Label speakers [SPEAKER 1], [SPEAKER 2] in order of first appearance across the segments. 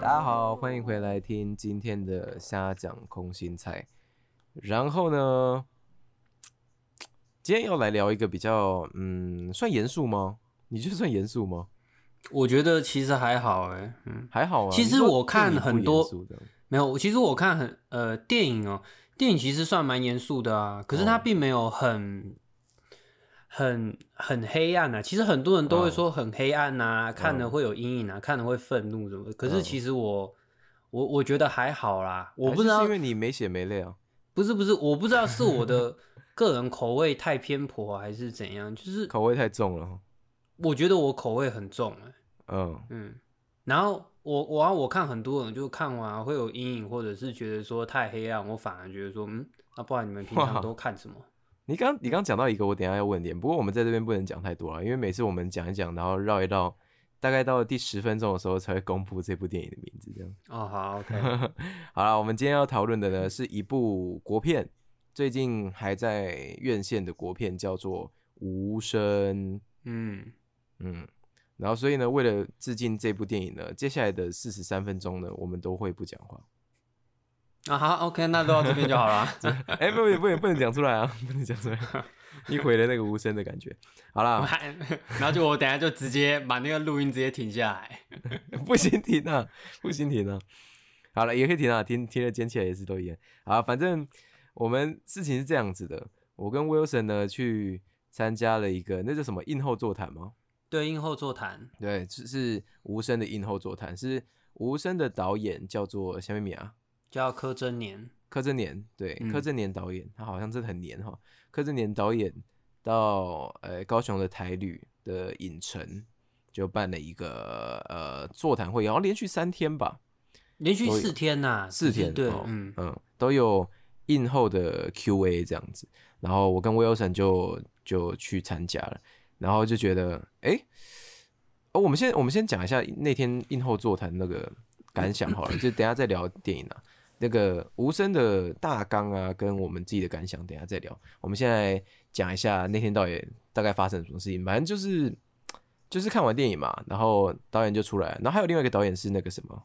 [SPEAKER 1] 大家好，欢迎回来听今天的瞎讲空心菜。然后呢，今天要来聊一个比较，嗯，算严肃吗？你觉得算严肃吗？
[SPEAKER 2] 我觉得其实还好哎、嗯，
[SPEAKER 1] 还好啊。
[SPEAKER 2] 其实
[SPEAKER 1] 你说
[SPEAKER 2] 我看
[SPEAKER 1] 电影不
[SPEAKER 2] 很多
[SPEAKER 1] 严肃的
[SPEAKER 2] 没有，其实我看很呃电影哦、电影其实算蛮严肃的啊，可是
[SPEAKER 1] 哦
[SPEAKER 2] 它并没有很、很很黑暗啊。其实很多人
[SPEAKER 1] 哦
[SPEAKER 2] 都会说很黑暗呐、看了会有阴影啊，看了会愤怒什么的。可是其实我、我我觉得还好啦，我
[SPEAKER 1] 哦还
[SPEAKER 2] 不
[SPEAKER 1] 是
[SPEAKER 2] 知道
[SPEAKER 1] 是因为你没血没泪啊。
[SPEAKER 2] 不是不是，我不知道是我的 个人口味太偏颇还是怎样，就是
[SPEAKER 1] 口味太重了哈。
[SPEAKER 2] 我觉得我口味很重、欸，
[SPEAKER 1] 嗯，
[SPEAKER 2] 嗯，然后我我啊，我看很多人就看完啊会有阴影，或者是觉得说太黑暗，我反而觉得说，嗯，那、不然你们平
[SPEAKER 1] 哇
[SPEAKER 2] 常都看什么？
[SPEAKER 1] 你刚你刚讲到一个，我等一下要问点，不过我们在这边不能讲太多啊，因为每次我们讲一讲，然后绕一绕，大概到第十分钟的时候才会公布这部电影的名字，这样。
[SPEAKER 2] 哦，好，OK，
[SPEAKER 1] 好了，我们今天要讨论的呢是一部国片，最近还在院线的国片叫做《无声》。
[SPEAKER 2] 嗯，
[SPEAKER 1] 嗯，然后所以呢，为了致敬这部电影呢，接下来的四十三分钟呢，我们都会不讲话。
[SPEAKER 2] 啊好，OK，那到这边就好了。
[SPEAKER 1] 哎、不行不行，不能讲出来啊，不能讲出来， 你毁了那个无声的感觉。 好
[SPEAKER 2] 我
[SPEAKER 1] 啦，
[SPEAKER 2] 还 然后就我等一下就直接把那个录音直接停下来。
[SPEAKER 1] 不行停啊，不行停啊。好了，也可以停啊，停停了捡起来也是都一样。好，反正我们事情是这样子的，我跟 Wilson 呢去参加了一个那叫什么映后座谈吗？
[SPEAKER 2] 对，映后座谈，
[SPEAKER 1] 对，就是无声的映后座谈，是无声的导演叫做夏面米啊，
[SPEAKER 2] 叫柯震年，
[SPEAKER 1] 柯震年，对，
[SPEAKER 2] 嗯
[SPEAKER 1] 柯震年导演，他好像真的很黏哈。柯震年导演到呃高雄的台旅的影城，就办了一个呃座谈会，然后连续三天吧，
[SPEAKER 2] 连续
[SPEAKER 1] 都有
[SPEAKER 2] 四天呐、
[SPEAKER 1] 哦四天，
[SPEAKER 2] 对
[SPEAKER 1] 哦，
[SPEAKER 2] 嗯，
[SPEAKER 1] 嗯，都有映后的 Q&A 这样子。然后我跟 Wilson 就就去参加了，然后就觉得，哎、哦，我们先我们先讲一下那天映后座谈那个感 想好了，就等一下再聊电影啊。那个无声的大纲啊，跟我们自己的感想，等一下再聊。我们现在讲一下那天到底大概发生了什么事情。反正就是就是看完电影嘛，然后导演就出来，然后还有另外一个导演是那个什么，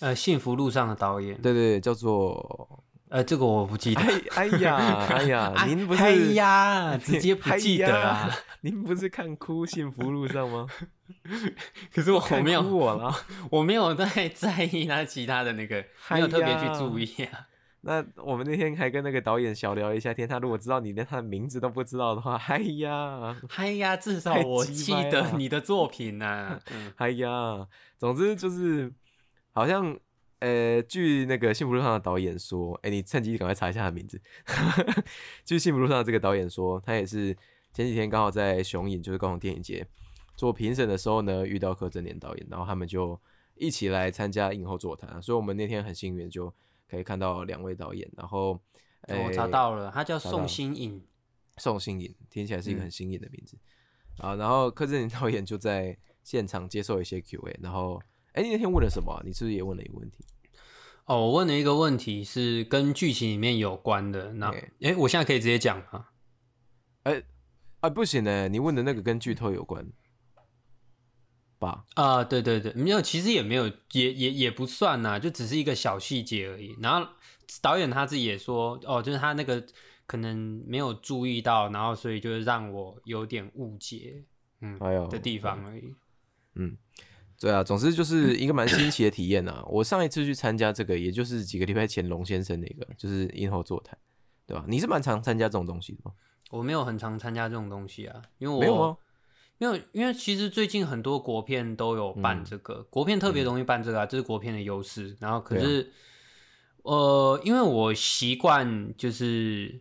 [SPEAKER 2] 呃，幸福路上的导演，
[SPEAKER 1] 对对对，叫做
[SPEAKER 2] 呃，这个我不 记得。
[SPEAKER 1] 哎哎呀，哎呀，
[SPEAKER 2] 哎
[SPEAKER 1] 您不是
[SPEAKER 2] 哎 呀，直接不记得啊！
[SPEAKER 1] 哎呀 您不是看哭幸福路上 吗？
[SPEAKER 2] 可是我我没有
[SPEAKER 1] 看哭我啦。
[SPEAKER 2] 我没有太在 意他其他的那个，
[SPEAKER 1] 嗨
[SPEAKER 2] 没
[SPEAKER 1] 呀
[SPEAKER 2] 有特别去注意啊。
[SPEAKER 1] 那我们那天还跟那个导演小聊一下天，他如果知道你连他的名字都不知道的话，哎呀，
[SPEAKER 2] 嗨呀，至少我记
[SPEAKER 1] 太鸡掰了
[SPEAKER 2] 得你的作 品呐、嗯
[SPEAKER 1] 哎呀，总之就是好像。呃，据那个《幸福路上》的导演说，哎，你趁机赶快查一下他的名字。 据《幸福路上》的这个导演说，他也是前几天刚好在雄影，就是高雄电影节做评审的时候呢，遇到柯震年导演，然后他们就一起来参加影后座谈、啊，所以我们那天很幸运就可以看到两位导演，然后、呃
[SPEAKER 2] 我查到了，他叫
[SPEAKER 1] 查到
[SPEAKER 2] 宋
[SPEAKER 1] 了
[SPEAKER 2] 新颖。
[SPEAKER 1] 宋新颖，听起来是一个
[SPEAKER 2] 嗯
[SPEAKER 1] 很新颖的名字啊。然后柯震年导演就在现场接受一些 Q&A，然后哎，你那天问了什么啊、你是不是也问了一个问题？
[SPEAKER 2] 哦，我问了一个问题是跟剧情里面有关的。那
[SPEAKER 1] 对
[SPEAKER 2] 诶、我现在可以直接讲吗？
[SPEAKER 1] 啊，不行呢，你问的那个跟剧透有关吧？
[SPEAKER 2] 啊、对对对，没有，其实也没有，也也也不算呐、就只是一个小细节而已。然后导演他自己也说，哦，就是他那个可能没有注意到，然后所以就是让我有点误解，嗯、
[SPEAKER 1] 哎呦
[SPEAKER 2] 的地方而已。
[SPEAKER 1] 对啊，总之就是一个蛮新奇的体验啊。我上一次去参加这个，也就是几个礼拜前龙先生那个，就是映后座谈，对吧？你是蛮常参加这种东西的吗？
[SPEAKER 2] 我没有很常参加这种东西啊，因为我
[SPEAKER 1] 没有吗？
[SPEAKER 2] 没有因为其实最近很多国片都有
[SPEAKER 1] 嗯
[SPEAKER 2] 办这个，国片特别容易办这个、啊，这是国片的优势。然后可
[SPEAKER 1] 啊
[SPEAKER 2] 是，呃，因为我习惯就是，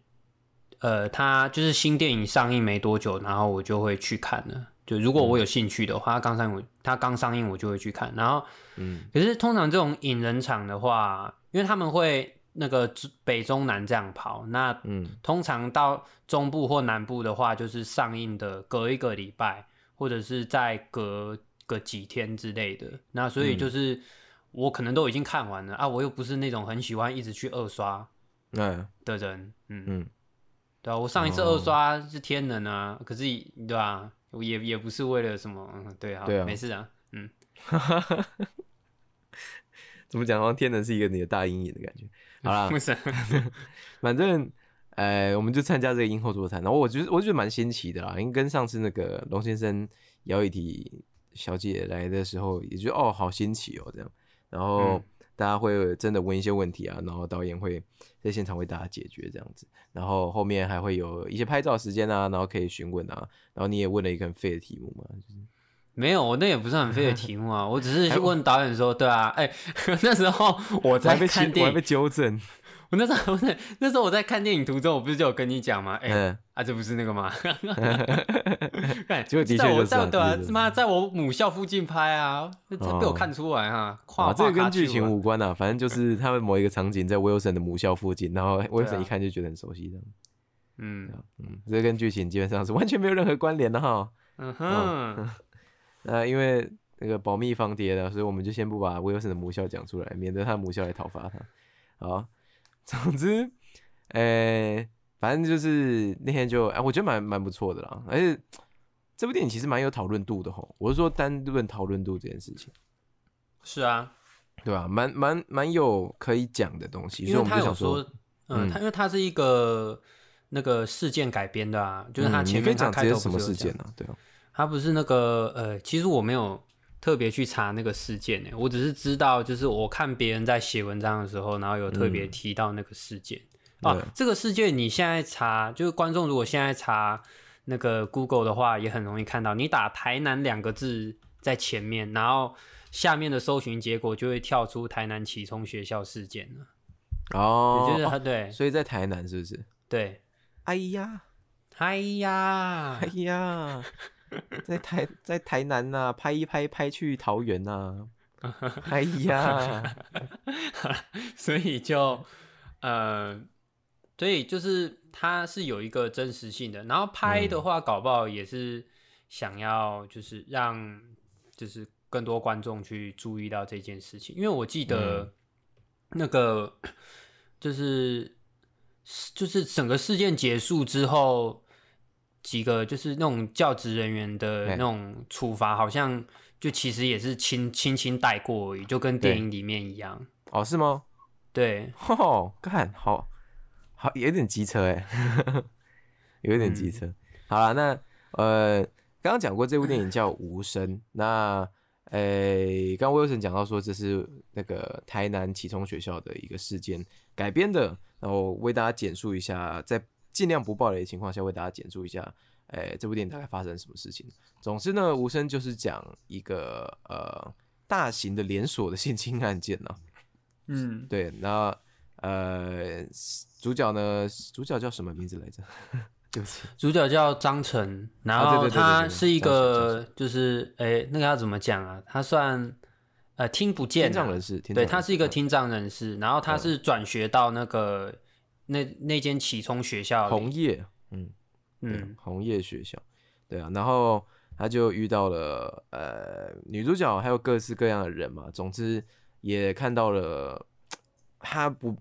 [SPEAKER 2] 呃，它就是新电影上映没多久，然后我就会去看了。就如果我
[SPEAKER 1] 嗯
[SPEAKER 2] 有兴趣的话，它刚上映我它刚上映我就会去看。然后
[SPEAKER 1] 嗯，
[SPEAKER 2] 可是通常这种引人场的话，因为他们会那个北中南这样跑，那
[SPEAKER 1] 嗯
[SPEAKER 2] 通常到中部或南部的话，就是上映的隔一个礼拜，或者是再隔个几天之类的。那所以
[SPEAKER 1] 嗯
[SPEAKER 2] 就是、我可能都已经看完了啊，我又不是那种很喜欢一直去二刷
[SPEAKER 1] 哎，
[SPEAKER 2] 的人，嗯，
[SPEAKER 1] 嗯，
[SPEAKER 2] 对啊，我上一次
[SPEAKER 1] 哦
[SPEAKER 2] 二刷是天能啊，可是对吧、啊？我也也
[SPEAKER 1] 啊
[SPEAKER 2] 啊不是为了什么，嗯，对啊，
[SPEAKER 1] 对啊
[SPEAKER 2] 没事啊，嗯，
[SPEAKER 1] 怎么讲？好像天能是一个你的大阴影的感觉。 好 啦，
[SPEAKER 2] 为啥？
[SPEAKER 1] 反正呃，我们就参加这个英后座谈，然后我觉得我觉得蛮新奇的啦，因为跟上次那个龙先生、姚以体小姐来的时候，也觉得哦，好新奇哦，这样。然后
[SPEAKER 2] 嗯
[SPEAKER 1] 大家会真的问一些问题啊，然后导演会在现场为大家解决这样子。然后后面还会有一些拍照时间啊，然后可以询问啊，然后你也问了一个很废的题目嘛，就是
[SPEAKER 2] 没有，我那也不是很废的题目啊，我只
[SPEAKER 1] 哎
[SPEAKER 2] 是去问导演说，对啊，哎、 那时候我
[SPEAKER 1] 我
[SPEAKER 2] 在
[SPEAKER 1] 还被欺
[SPEAKER 2] 看
[SPEAKER 1] 我
[SPEAKER 2] 电
[SPEAKER 1] 还被
[SPEAKER 2] 影，
[SPEAKER 1] 纠正，
[SPEAKER 2] 我那时候那时候我在看电影途中，我不是就有跟你讲吗？哎、
[SPEAKER 1] 嗯，
[SPEAKER 2] 啊，这不是那个 吗？看
[SPEAKER 1] 结果的确
[SPEAKER 2] 在
[SPEAKER 1] 就
[SPEAKER 2] 我
[SPEAKER 1] 是啊
[SPEAKER 2] 在对啊
[SPEAKER 1] 的确就，是
[SPEAKER 2] 他妈在我母校附近拍啊，他被我看出来啊，跨
[SPEAKER 1] 啊，这个跟剧情
[SPEAKER 2] 无
[SPEAKER 1] 无关啊，反正就是他们某一个场景在 Wilson 的母校附近，然后 Wilson
[SPEAKER 2] 啊
[SPEAKER 1] 一看就觉得很熟悉这样。
[SPEAKER 2] 嗯
[SPEAKER 1] 嗯，这跟剧情基本上是完 全没有任何关联的哈。
[SPEAKER 2] 嗯
[SPEAKER 1] 哦
[SPEAKER 2] 哼，
[SPEAKER 1] 那因为那个保密防谍的，所以我们就先不把 Wilson 的母校讲出来，免得他的母校来讨伐他。好，总之，呃、反正就是那天就，哎、我觉得蛮蛮不错的啦，而且这部电影其实蛮有讨论度的吼。我是说单论讨论度这件事情，
[SPEAKER 2] 是啊，
[SPEAKER 1] 对吧、蛮蛮蛮有可以讲的东西，所
[SPEAKER 2] 因
[SPEAKER 1] 以我
[SPEAKER 2] 为
[SPEAKER 1] 们
[SPEAKER 2] 他
[SPEAKER 1] 就
[SPEAKER 2] 有
[SPEAKER 1] 想
[SPEAKER 2] 说，
[SPEAKER 1] 嗯
[SPEAKER 2] 嗯，他因为他是一个那个事件改编的啊，就是他
[SPEAKER 1] 嗯
[SPEAKER 2] 前
[SPEAKER 1] 你可以
[SPEAKER 2] 面他
[SPEAKER 1] 讲
[SPEAKER 2] 开
[SPEAKER 1] 这
[SPEAKER 2] 头
[SPEAKER 1] 是什
[SPEAKER 2] 不
[SPEAKER 1] 么
[SPEAKER 2] 是有
[SPEAKER 1] 事
[SPEAKER 2] 讲
[SPEAKER 1] 件呢、啊？对啊，
[SPEAKER 2] 他不是那个呃，其实我没有特别去查那个事件欸呢，我只是知道，就是我看别人在写文章的时候，然后有特别
[SPEAKER 1] 嗯
[SPEAKER 2] 提到那个事件。
[SPEAKER 1] 对
[SPEAKER 2] 哦，这个事件你现在查，就是观众如果现在查那个 Google 的话，也很容易看到，你打“台南”两个字在前面，然后下面的搜寻结果就会跳出台南启聪学校事件了。
[SPEAKER 1] 哦，
[SPEAKER 2] 也就是他对
[SPEAKER 1] 所以在台南是不是？
[SPEAKER 2] 对，
[SPEAKER 1] 哎呀，
[SPEAKER 2] 哎 呀
[SPEAKER 1] 哎，呀，在台在台南呐、拍一拍拍去桃园呐、哎呀，
[SPEAKER 2] 所以就呃，所以就是它是有一个真实性的，然后拍的话，搞不好也是想要就是让就是更多观众去注意到这件事情，因为我记得 那个就是就是整个事件结束之后。几个就是那种教职人员的
[SPEAKER 1] 哎
[SPEAKER 2] 那种处罚，好像就其实也是轻轻轻带过而已，就跟
[SPEAKER 1] 对
[SPEAKER 2] 电影里面一样。
[SPEAKER 1] 哦是吗？
[SPEAKER 2] 对，
[SPEAKER 1] 哦，干好好有点机车哎、 有点机车。好了，那呃，刚刚讲过这部电影叫《无声》，那呃，刚刚 Wilson 讲到说这是那个台南启聪学校的一个事件改编的，然后为大家简述一下，在尽量不暴雷的情况下为大家简述一下。哎，这部电影大概发生什么事情？总之呢，《无声》就是讲一个呃大型的连锁的性侵案件呢、
[SPEAKER 2] 嗯，
[SPEAKER 1] 对，那呃，主角呢？主角叫什么名字来着？对不起，
[SPEAKER 2] 主角叫张晨，然
[SPEAKER 1] 啊对
[SPEAKER 2] 后
[SPEAKER 1] 对对对
[SPEAKER 2] 他
[SPEAKER 1] 对
[SPEAKER 2] 是一
[SPEAKER 1] 张
[SPEAKER 2] 个就是诶、那个要怎么讲啊？他算呃听不见、
[SPEAKER 1] 听
[SPEAKER 2] 啊，
[SPEAKER 1] 障人士，听障
[SPEAKER 2] 对
[SPEAKER 1] 人
[SPEAKER 2] 他
[SPEAKER 1] 士
[SPEAKER 2] 是一个
[SPEAKER 1] 嗯
[SPEAKER 2] 听障人士，然后他是转学到那个那那间启聪学校里，
[SPEAKER 1] 红叶，嗯，嗯
[SPEAKER 2] 嗯，，
[SPEAKER 1] 红叶学校，对啊，然后他就遇到了呃女主角，还有各式各样的人嘛，总之也看到了他不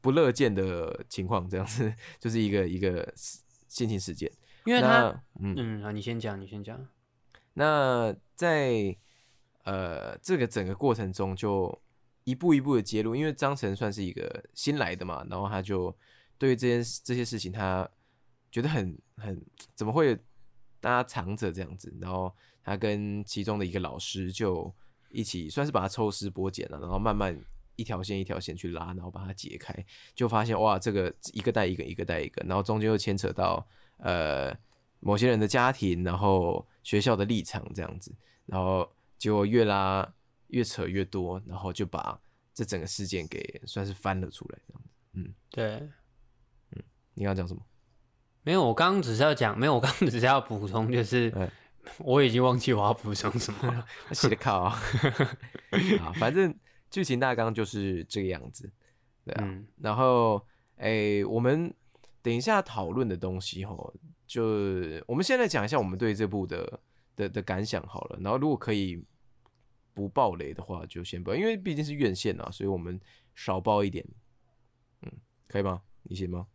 [SPEAKER 1] 不乐见的情况，这样子 就是一个一个性侵事件。
[SPEAKER 2] 因为他
[SPEAKER 1] 那嗯，
[SPEAKER 2] 嗯，好，你先讲，你先讲，
[SPEAKER 1] 那在呃这个整个过程中，就一步一步的揭露，因为张晨算是一个新来的嘛，然后他就对于这件事这些事情，他觉得很很怎么会大家藏着这样子，然后他跟其中的一个老师就一起算是把他抽丝剥茧了，然后慢慢。一条线一条线去拉，然后把它解开，就发现哇，这个一个带一个，一个带一个，然后中间又牵扯到呃某些人的家庭，然后学校的立场这样子，然后结果越拉越扯越多，然后就把这整个事件给算是翻了出来。这样子，
[SPEAKER 2] 对，
[SPEAKER 1] 你刚刚讲什么？
[SPEAKER 2] 没有，我刚刚只是要讲，没有，我刚刚只是要补充，就是、
[SPEAKER 1] 哎
[SPEAKER 2] 我已经忘记我要补充什么了，
[SPEAKER 1] 啊写的靠啊，啊反正剧情大纲就是这个样子， 对啊。
[SPEAKER 2] 嗯
[SPEAKER 1] 然后，诶、我们等一下讨论的东西吼，就我们现在讲一下我们对这部的的的感想好了。然后，如果可以不爆雷的话，就先不要，因为毕竟是院线啊，所以我们少爆一点。嗯，可以吗？你行吗？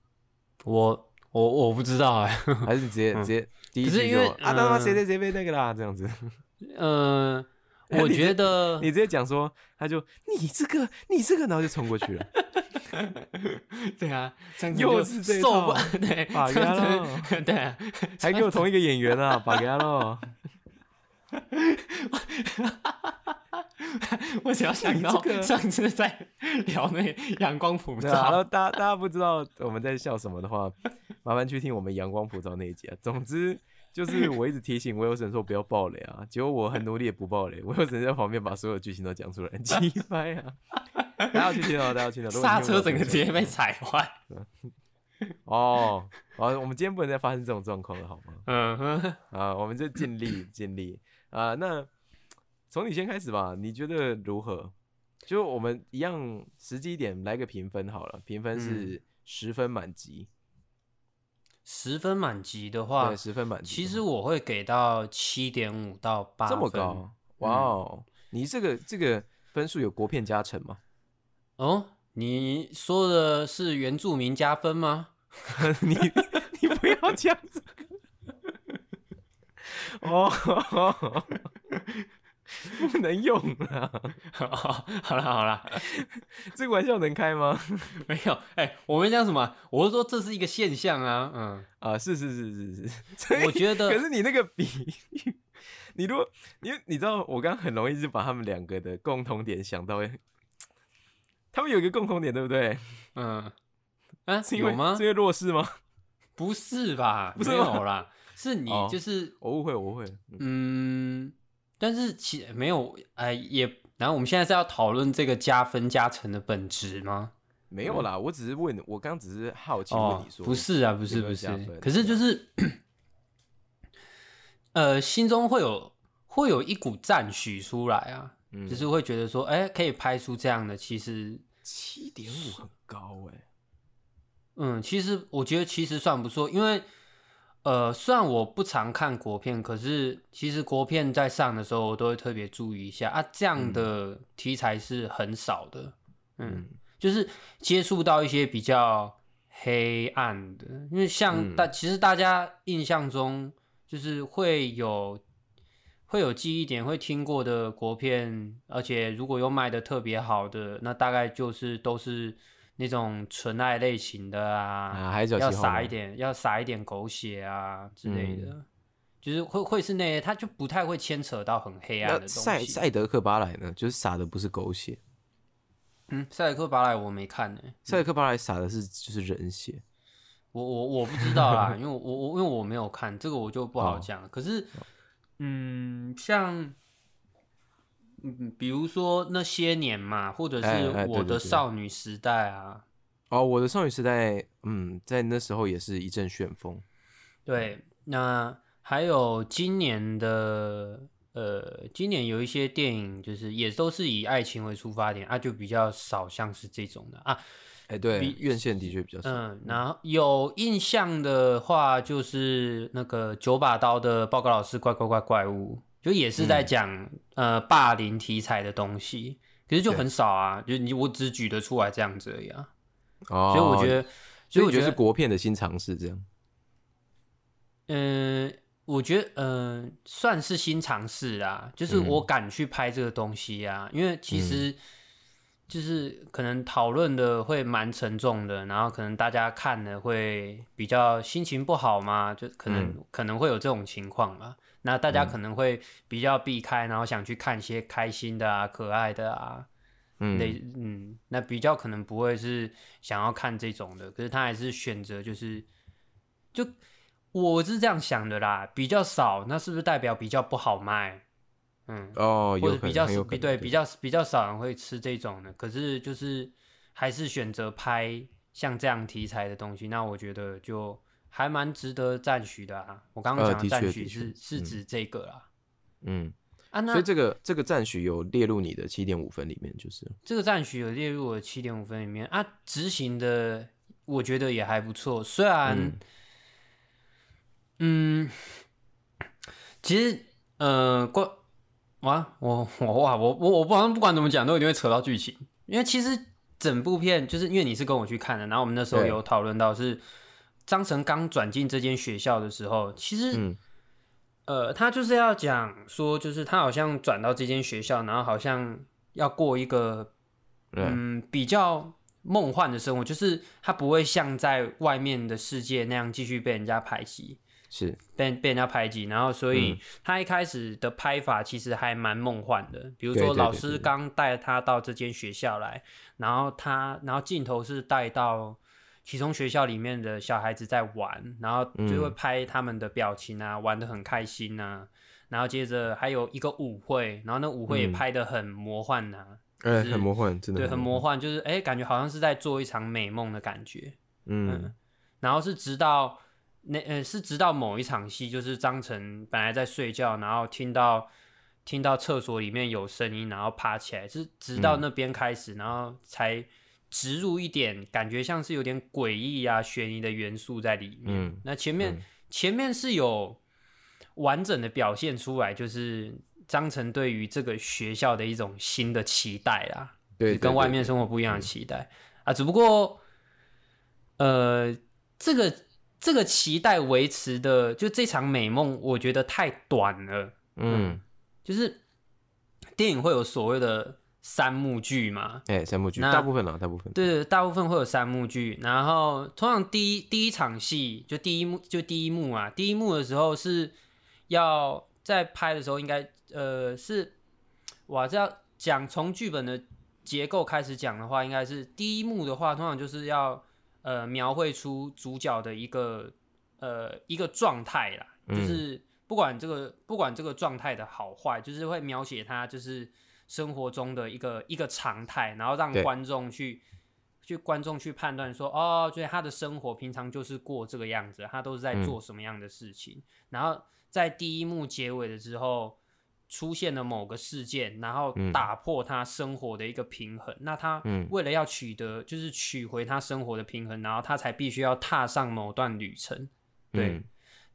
[SPEAKER 2] 我我我不知道哎、
[SPEAKER 1] 还是你直接直接第一
[SPEAKER 2] 可是
[SPEAKER 1] 句
[SPEAKER 2] 因
[SPEAKER 1] 就
[SPEAKER 2] 为
[SPEAKER 1] 啊他妈
[SPEAKER 2] 嗯
[SPEAKER 1] 哎谁谁谁被那个啦这样子？
[SPEAKER 2] 呃，我觉得
[SPEAKER 1] 你直接讲说，他就你这个你这个，然后就冲过 去了。
[SPEAKER 2] 对啊，上次
[SPEAKER 1] 又
[SPEAKER 2] 就是
[SPEAKER 1] 这一
[SPEAKER 2] 受
[SPEAKER 1] 套
[SPEAKER 2] 不对，
[SPEAKER 1] 把
[SPEAKER 2] 上
[SPEAKER 1] 压
[SPEAKER 2] 次
[SPEAKER 1] 了
[SPEAKER 2] 对啊，
[SPEAKER 1] 还给我同一个演员啊，把给他喽。
[SPEAKER 2] 我只要想
[SPEAKER 1] 你这
[SPEAKER 2] 到
[SPEAKER 1] 个
[SPEAKER 2] 上次在聊那个阳光普
[SPEAKER 1] 对啊，然
[SPEAKER 2] 照，
[SPEAKER 1] 后大家大家不知道我们在笑什么的话，麻烦去听我们阳光普照那一集啊。总之就是我一直提醒 Wilson 说不要暴雷啊，结果我很努力也不暴雷，Wilson 在旁边把所有剧情都讲出来，很鸡掰啊！大家要去听哦，大家要去听哦。如果你
[SPEAKER 2] 刹
[SPEAKER 1] 听不
[SPEAKER 2] 车
[SPEAKER 1] 了
[SPEAKER 2] 整个
[SPEAKER 1] 怎么
[SPEAKER 2] 直接被踩坏。
[SPEAKER 1] 哦，好，我们今天不能再发生这种状况了，好吗？
[SPEAKER 2] 嗯哼，
[SPEAKER 1] 啊，我们就尽力尽力啊。那从你先开始吧，你觉得如何？就我们一样实际一点来个评分好了，评
[SPEAKER 2] 嗯
[SPEAKER 1] 分是十分满级，
[SPEAKER 2] 十分满级的话
[SPEAKER 1] 对，，十分满级。
[SPEAKER 2] 其实我会给到七点五到八，
[SPEAKER 1] 这么高，哇哦！你这个这个分数有国片加成吗？
[SPEAKER 2] 哦？你说的是原住民加分 吗？
[SPEAKER 1] 你 你不要这样子。哦，不能用啊！
[SPEAKER 2] 哦好啦好啦，
[SPEAKER 1] 这个玩笑能开吗？
[SPEAKER 2] 没有，哎、我们讲什么？我是说这是一个现象啊，嗯，
[SPEAKER 1] 啊，是是是是是，所以
[SPEAKER 2] 我觉得
[SPEAKER 1] 可是你那个比 喻，你如果因为你知道，我刚刚很容易就把他们两个的共同点想到，欸他们有一个共同点，对不对？
[SPEAKER 2] 嗯，啊，
[SPEAKER 1] 是因
[SPEAKER 2] 有
[SPEAKER 1] 为
[SPEAKER 2] 吗
[SPEAKER 1] 是？因为弱势吗？
[SPEAKER 2] 不是吧？
[SPEAKER 1] 不是
[SPEAKER 2] 没
[SPEAKER 1] 吗
[SPEAKER 2] 有啦， 是你
[SPEAKER 1] 哦
[SPEAKER 2] 就是、
[SPEAKER 1] 我误会，我误会了，嗯
[SPEAKER 2] 嗯，但是其没有哎、也，然后我们现在是要讨论这个加分加成的本质吗？
[SPEAKER 1] 没有啦，我只是问，我刚只是好奇问
[SPEAKER 2] 嗯哦
[SPEAKER 1] 你，说，
[SPEAKER 2] 不是啊，不
[SPEAKER 1] 有
[SPEAKER 2] 是
[SPEAKER 1] 没
[SPEAKER 2] 不
[SPEAKER 1] 有
[SPEAKER 2] 是
[SPEAKER 1] 加分，啊
[SPEAKER 2] 可是就是 呃，心中会有会有一股赞许出来啊，
[SPEAKER 1] 嗯，
[SPEAKER 2] 就是会觉得说，哎、可以拍出这样的，其实
[SPEAKER 1] 七点五很高哎、
[SPEAKER 2] 嗯，其实我觉得其实算不错，因为呃，虽然我不常看国片，可是其实国片在上的时候，我都会特别注意一下啊。这样的题材是很少的，嗯，
[SPEAKER 1] 嗯
[SPEAKER 2] 就是接触到一些比较黑暗的，因为像
[SPEAKER 1] 嗯
[SPEAKER 2] 大、其实大家印象中就是会有会有记忆点，会听过的国片，而且如果有卖的特别好的，那大概就是都是那种纯爱类型的啊，
[SPEAKER 1] 啊，海角
[SPEAKER 2] 要
[SPEAKER 1] 七号
[SPEAKER 2] 撒
[SPEAKER 1] 吗
[SPEAKER 2] 一点要撒一点狗血啊之类的，
[SPEAKER 1] 嗯
[SPEAKER 2] 就是会会是那些，它就不太会牵扯到很黑暗的
[SPEAKER 1] 那
[SPEAKER 2] 东
[SPEAKER 1] 赛
[SPEAKER 2] 西。
[SPEAKER 1] 赛德克巴莱呢？就是撒的不是狗血，
[SPEAKER 2] 嗯，赛克巴莱我没看欸呢、
[SPEAKER 1] 赛德克巴莱撒的是就是人血，
[SPEAKER 2] 我我我不知道 啦，因为我我我因为我没有看这个，我就不好
[SPEAKER 1] 哦
[SPEAKER 2] 讲了。可是，嗯，像嗯，比如说那些年嘛，或者
[SPEAKER 1] 哎哎
[SPEAKER 2] 是
[SPEAKER 1] 对
[SPEAKER 2] 我
[SPEAKER 1] 对
[SPEAKER 2] 的
[SPEAKER 1] 对
[SPEAKER 2] 少女时代啊，
[SPEAKER 1] 哦，我的少女时代，嗯，在那时候也是一阵旋风。
[SPEAKER 2] 对，那还有今年的呃，今年有一些电影就是也都是以爱情为出发点啊，就比较少像是这种的啊。
[SPEAKER 1] 哎、对
[SPEAKER 2] 比，
[SPEAKER 1] 院线的确比较少。
[SPEAKER 2] 嗯，然后有印象的话，就是那个九把刀的报告老师怪怪怪怪物，就也是
[SPEAKER 1] 嗯
[SPEAKER 2] 在讲、呃霸凌题材的东西，可是就
[SPEAKER 1] 对
[SPEAKER 2] 很少啊，就你我只举得出来这样子而已啊，
[SPEAKER 1] 哦，
[SPEAKER 2] 所以我觉得，
[SPEAKER 1] 所以
[SPEAKER 2] 我
[SPEAKER 1] 我觉
[SPEAKER 2] 觉
[SPEAKER 1] 得是
[SPEAKER 2] 得，
[SPEAKER 1] 国片的新尝试，这样。
[SPEAKER 2] 嗯、我觉得，嗯、算是新尝试啦，就是
[SPEAKER 1] 嗯
[SPEAKER 2] 我敢去拍这个东西啊，因为其实就是可能讨论的会蛮沉重的，然后可能大家看了会比较心情不好嘛，就可能、可能会有这种情况嘛。那大家可能会比较避开，然后想去看一些开心的啊、可爱的啊，类
[SPEAKER 1] 嗯，
[SPEAKER 2] 嗯，那比较可能不会是想要看这种的，可是他还是选择就是，就我是这样想的啦，比较少，那是不是代表比较不好卖？嗯，
[SPEAKER 1] 哦，
[SPEAKER 2] 或
[SPEAKER 1] 有
[SPEAKER 2] 者
[SPEAKER 1] 可
[SPEAKER 2] 比
[SPEAKER 1] 能，
[SPEAKER 2] 较
[SPEAKER 1] 很有
[SPEAKER 2] 少，
[SPEAKER 1] 可能
[SPEAKER 2] 对比较比较少人会吃这种的，可是就是还是选择拍像这样题材的东西，那我觉得就还蛮值得赞许的啊。我刚刚
[SPEAKER 1] 呃
[SPEAKER 2] 讲
[SPEAKER 1] 的确
[SPEAKER 2] 赞
[SPEAKER 1] 的
[SPEAKER 2] 许
[SPEAKER 1] 确
[SPEAKER 2] 是是
[SPEAKER 1] 嗯
[SPEAKER 2] 指这个啦。
[SPEAKER 1] 嗯，
[SPEAKER 2] 啊，那
[SPEAKER 1] 所以这个这个赞许有列入你的七点五分里面，就是了
[SPEAKER 2] 这个赞许有列入我七点五分里面啊，执行的我觉得也还不错，虽然
[SPEAKER 1] 嗯
[SPEAKER 2] 嗯其实呃关哇我我哇我我我不好像不管怎么讲都一定会扯到剧情，因为其实整部片就是因为你是跟我去看的，然后我们那时候
[SPEAKER 1] 对
[SPEAKER 2] 有讨论到是张成刚转进这间学校的时候，其实
[SPEAKER 1] 嗯
[SPEAKER 2] 呃，他就是要讲说，就是他好像转到这间学校，然后好像要过一个
[SPEAKER 1] 嗯
[SPEAKER 2] 嗯比较梦幻的生活，就是他不会像在外面的世界那样继续被人家排挤，
[SPEAKER 1] 是
[SPEAKER 2] 被被人家排挤，然后所
[SPEAKER 1] 嗯
[SPEAKER 2] 以他一开始的拍法其实还蛮梦幻的，比如
[SPEAKER 1] 对
[SPEAKER 2] 说
[SPEAKER 1] 对
[SPEAKER 2] 老
[SPEAKER 1] 对
[SPEAKER 2] 师
[SPEAKER 1] 对
[SPEAKER 2] 刚带他到这间学校来，然后他然后镜头是带到其中学校里面的小孩子在玩，然后就会
[SPEAKER 1] 嗯
[SPEAKER 2] 拍他们的表情啊，玩的很开心啊，然后接着还有一个舞会，然后那舞会也
[SPEAKER 1] 嗯
[SPEAKER 2] 拍的很魔幻啊呐、
[SPEAKER 1] 呃
[SPEAKER 2] 是
[SPEAKER 1] 很魔幻，真的
[SPEAKER 2] 对，很魔
[SPEAKER 1] 幻，
[SPEAKER 2] 幻，就是哎、感觉好像是在做一场美梦的感觉。
[SPEAKER 1] 嗯
[SPEAKER 2] 嗯，然后是直到那呃是直到某一场戏，就是张晨本来在睡觉，然后听到听到厕所里面有声音，然后爬起来，是直到
[SPEAKER 1] 嗯
[SPEAKER 2] 那边开始，然后才植入一点感觉像是有点诡异啊悬疑的元素在里面。
[SPEAKER 1] 嗯
[SPEAKER 2] 那前面、
[SPEAKER 1] 嗯
[SPEAKER 2] 前面是有完整的表现出来，就是张晨对于这个学校的一种新的期待啦。
[SPEAKER 1] 对，对
[SPEAKER 2] 跟外
[SPEAKER 1] 对
[SPEAKER 2] 面生活不一样的
[SPEAKER 1] 嗯
[SPEAKER 2] 期待、啊。只不过，呃，这个这个期待维持的，就这场美梦，我觉得太短了。
[SPEAKER 1] 嗯，
[SPEAKER 2] 就是电影会有所谓的三幕剧嘛，
[SPEAKER 1] 哎，三幕剧
[SPEAKER 2] 那
[SPEAKER 1] 大部分啦，大部分，嗯
[SPEAKER 2] 对，大部分会有三幕剧。然后通常第一第一场戏就第一幕就第一幕啊，第一幕的时候是要在拍的时候应该呃是，哇，这要讲从剧本的结构开始讲的话，应该是第一幕的话，通常就是要呃描绘出主角的一个呃一个状态啦，就
[SPEAKER 1] 嗯
[SPEAKER 2] 是不管这个不管这个状态的好坏，就是会描写他就是生活中的一个一个常态，然后让
[SPEAKER 1] 对
[SPEAKER 2] 观众去去观众去判断说，哦，所以他的生活平常就是过这个样子，他都是在
[SPEAKER 1] 嗯
[SPEAKER 2] 做什么样的事情，然后在第一幕结尾的时候。出现了某个事件，然后
[SPEAKER 1] 嗯
[SPEAKER 2] 打破他生活的一个平衡。那他
[SPEAKER 1] 嗯
[SPEAKER 2] 为了要取得，就是取回他生活的平衡，然后他才必须要踏上某段旅程。对
[SPEAKER 1] 嗯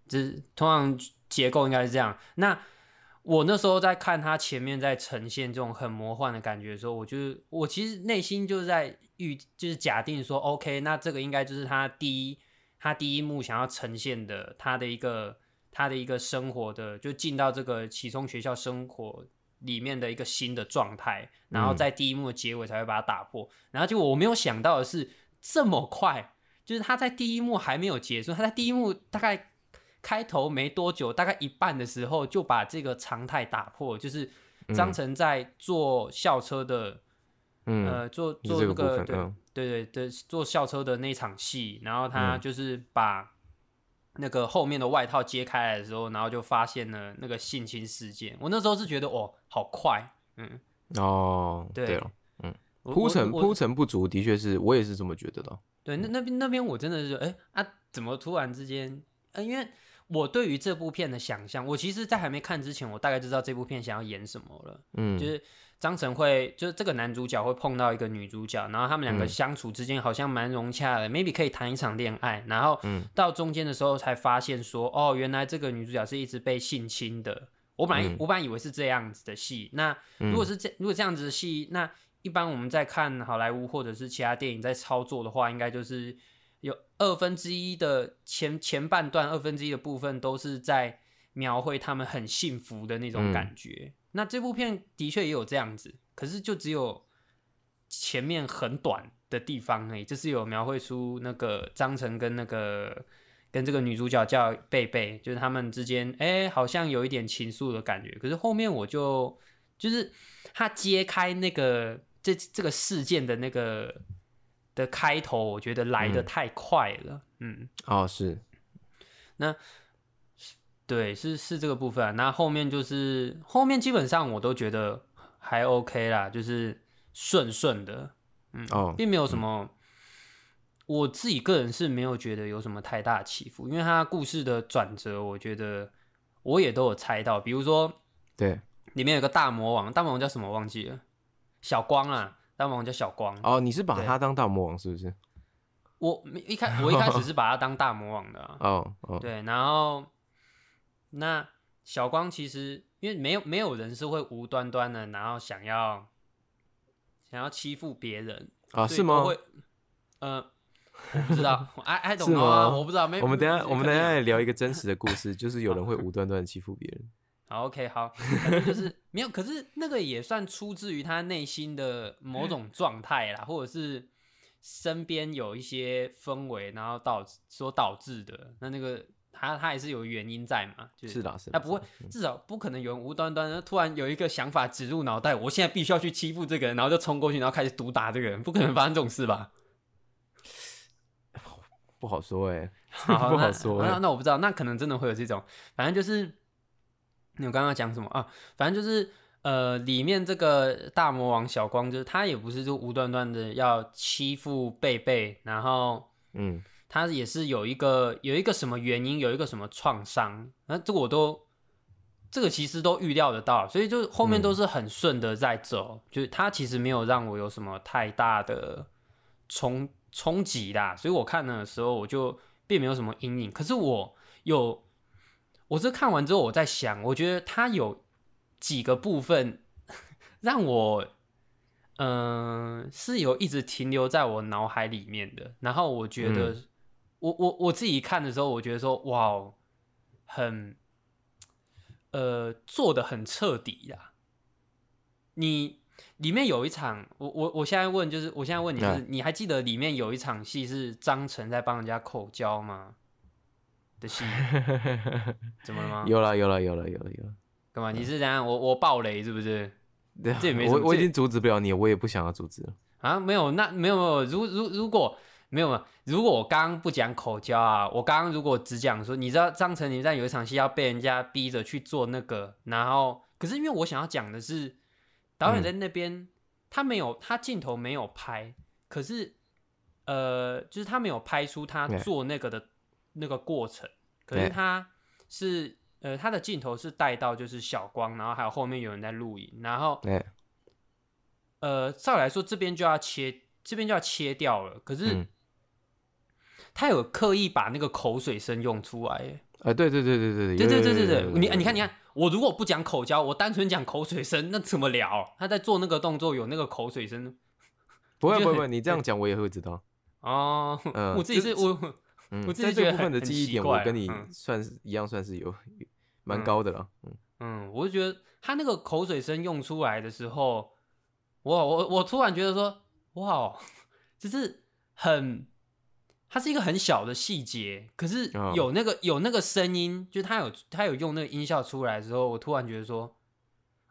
[SPEAKER 2] 就是通常结构应该是这样。那我那时候在看他前面在呈现这种很魔幻的感觉的时候，我就是我其实内心就在预就是假定说，OK，那这个应该就是他第一他第一幕想要呈现的他的一个他的一个生活的，就进到这个启聪学校生活里面的一个新的状态，然后
[SPEAKER 1] 嗯
[SPEAKER 2] 在第一幕的结尾才会把它打破。然后结果我没有想到的是这么快，就是他在第一幕还没有结束，他在第一幕大概开头没多久，大概一半的时候就把这个常态打破，就是张
[SPEAKER 1] 嗯
[SPEAKER 2] 晨在坐校车的，
[SPEAKER 1] 嗯，
[SPEAKER 2] 呃，坐
[SPEAKER 1] 是
[SPEAKER 2] 坐
[SPEAKER 1] 这个部
[SPEAKER 2] 那个
[SPEAKER 1] 分
[SPEAKER 2] 对
[SPEAKER 1] 嗯
[SPEAKER 2] 对对对，坐校车的那一场戏，然后他
[SPEAKER 1] 嗯
[SPEAKER 2] 就是把那个后面的外套揭开来的时候，然后就发现了那个性侵事件。我那时候是觉得哦，好快，嗯，
[SPEAKER 1] 哦，
[SPEAKER 2] 对
[SPEAKER 1] 对了，
[SPEAKER 2] 我
[SPEAKER 1] 铺
[SPEAKER 2] 我
[SPEAKER 1] 陈
[SPEAKER 2] 我
[SPEAKER 1] 铺陈不足，的确是我也是这么觉得的。
[SPEAKER 2] 对，那那边那边我真的是，哎、啊，怎么突然之间？呃，因为我对于这部片的想象，我其实，在还没看之前，我大概就知道这部片想要演什么了。
[SPEAKER 1] 嗯，
[SPEAKER 2] 就是张晨会，就是这个男主角会碰到一个女主角，然后他们两个
[SPEAKER 1] 嗯
[SPEAKER 2] 相处之间好像蛮融洽的、m a y b e 可以谈一场恋爱。然后
[SPEAKER 1] 嗯
[SPEAKER 2] 到中间的时候才发现说，哦，原来这个女主角是一直被性侵的。我本来、
[SPEAKER 1] 嗯
[SPEAKER 2] 我本来以为是这样子的戏，那如果是这如果这样子的戏，那一般我们在看好莱坞或者是其他电影在操作的话，应该就是有二分之一的前前半段二分之一的部分都是在描绘他们很幸福的那
[SPEAKER 1] 嗯
[SPEAKER 2] 种感觉。那这部片的确也有这样子，可是就只有前面很短的地方而已，就是有描绘出那个张晨跟那个跟这个女主角叫贝贝，就是他们之间哎、好像有一点情愫的感觉。可是后面我就就是他揭开那个这这个事件的那个的开头，我觉得来的
[SPEAKER 1] 嗯
[SPEAKER 2] 太快了，嗯
[SPEAKER 1] 哦是，
[SPEAKER 2] 对，是是这个部分啊、那后面就是后面基本上我都觉得还 OK 啦，就是顺顺的，嗯，
[SPEAKER 1] 哦
[SPEAKER 2] 并没有什么。我自己个人是没有觉得有什么太大的起伏，因为他故事的转折，我觉得我也都有猜到。比如说
[SPEAKER 1] 对，
[SPEAKER 2] 里面有个大魔王，大魔王叫什么忘记了？小光啊，大魔王叫小光。
[SPEAKER 1] 哦你是把
[SPEAKER 2] 对
[SPEAKER 1] 他当大魔王是不是？
[SPEAKER 2] 我没一开我一开始是把他当大魔王的、啊，
[SPEAKER 1] 哦哦，
[SPEAKER 2] 对，然后那小光其实因为没有没有人是会无端端的，然后想要想要欺负别人
[SPEAKER 1] 啊
[SPEAKER 2] 所以
[SPEAKER 1] 是
[SPEAKER 2] 都
[SPEAKER 1] 吗？
[SPEAKER 2] 会呃，我不知 道，I I 懂
[SPEAKER 1] 是吗
[SPEAKER 2] 啊，我不知道。没，
[SPEAKER 1] 我们等 一下，我们等一下
[SPEAKER 2] 可
[SPEAKER 1] 来
[SPEAKER 2] 能
[SPEAKER 1] 聊一个真实的故事，就是有人会无端端地欺负别人。
[SPEAKER 2] 好，OK，好，反正就是 没有，可是那个也算出自于他内心的
[SPEAKER 1] 嗯
[SPEAKER 2] 某种状态啦，或者是身边有一些氛围，然后导所导致的。那那个他他也是有原因在嘛，就是
[SPEAKER 1] 啦是啦
[SPEAKER 2] 他不会
[SPEAKER 1] 是啦嗯，
[SPEAKER 2] 至少不可能有人无端端地突然有一个想法植入脑袋，我现在必须要去欺负这个人，然后就冲过去，然后开始毒打这个人，不可能发生这种事吧？
[SPEAKER 1] 不好说哎、
[SPEAKER 2] 好
[SPEAKER 1] 不
[SPEAKER 2] 那
[SPEAKER 1] 好说欸
[SPEAKER 2] 那那我不知道，那可能真的会有这种，反正就是你刚刚讲什么啊？反正就是呃，里面这个大魔王小光，就是他也不是就无端端的要欺负贝贝，然后
[SPEAKER 1] 嗯，
[SPEAKER 2] 他也是有一个有一个什么原因，有一个什么创伤，那这个我都。这个其实都预料得到，所以就后面都是很顺的在走，就是他其实没有让我有什么太大的冲冲击啦，所以我看的时候我就并没有什么阴影。可是我有，我这看完之后我在想，我觉得它有几个部分 让我，嗯、是有一直停留在我脑海里面的。然后我觉得，我我我自己看的时候，我觉得说，哇哦，很，呃，做的很彻底呀。你里面有一场，我我我现在问，就是我现在问你，就是、
[SPEAKER 1] 哎
[SPEAKER 2] 你还记得里面有一场戏是张晨在帮人家口交吗？的戏怎么了 吗？
[SPEAKER 1] 有了有了有了有了有了。
[SPEAKER 2] 干嘛？你是怎样？我我爆雷是不是？
[SPEAKER 1] 对啊
[SPEAKER 2] 这也没什
[SPEAKER 1] 我
[SPEAKER 2] 么
[SPEAKER 1] 我已
[SPEAKER 2] 这
[SPEAKER 1] 经阻止不了你，我也不想要阻止了。
[SPEAKER 2] 啊，没有，那没有没有，如如如果没有嘛，如果我刚刚不讲口交啊，我刚刚如果只讲说，你知道张成林在有一场戏要被人家逼着去做那个，然后可是因为我想要讲的是，导演在那边、他没有他镜头没有拍，可是呃，就是他没有拍出他
[SPEAKER 1] 对
[SPEAKER 2] 做那个的那个过程，可是
[SPEAKER 1] 对
[SPEAKER 2] 他是呃他的镜头是带到就是小光，然后还有后面有人在录影，然后
[SPEAKER 1] 哎、
[SPEAKER 2] 呃，照理来说这边就要切，这边就要切掉了。可是、
[SPEAKER 1] 嗯
[SPEAKER 2] 他有刻意把那个口水声用出来耶，
[SPEAKER 1] 啊，对对对对对
[SPEAKER 2] 对
[SPEAKER 1] 有
[SPEAKER 2] 对
[SPEAKER 1] 有
[SPEAKER 2] 对
[SPEAKER 1] 有
[SPEAKER 2] 对
[SPEAKER 1] 有有
[SPEAKER 2] 对，
[SPEAKER 1] 有
[SPEAKER 2] 你
[SPEAKER 1] 有
[SPEAKER 2] 你看你看，我如果不讲口交，我单纯讲口水声，那怎么聊？他在做那个动作有那个口水声
[SPEAKER 1] 不会
[SPEAKER 2] 就
[SPEAKER 1] 不会
[SPEAKER 2] 很
[SPEAKER 1] 不会，你这样讲我也会知道。
[SPEAKER 2] 哦，
[SPEAKER 1] 嗯
[SPEAKER 2] 我自己是我
[SPEAKER 1] 嗯，
[SPEAKER 2] 我自己
[SPEAKER 1] 在这
[SPEAKER 2] 觉
[SPEAKER 1] 个
[SPEAKER 2] 得
[SPEAKER 1] 部分
[SPEAKER 2] 很
[SPEAKER 1] 的
[SPEAKER 2] 很
[SPEAKER 1] 记忆
[SPEAKER 2] 奇
[SPEAKER 1] 点，
[SPEAKER 2] 怪
[SPEAKER 1] 我
[SPEAKER 2] 啊
[SPEAKER 1] 跟你
[SPEAKER 2] 嗯
[SPEAKER 1] 算是一样，算是有有蛮
[SPEAKER 2] 嗯
[SPEAKER 1] 高的了。
[SPEAKER 2] 嗯，我就觉得他那个口水声用出来的时候，我我我突然觉得说，哇，哦就是很，它是一个很小的细节，可是
[SPEAKER 1] 嗯
[SPEAKER 2] 有那个、有那个声音，就是他有他有用那个音效出来的时候，我突然觉得说，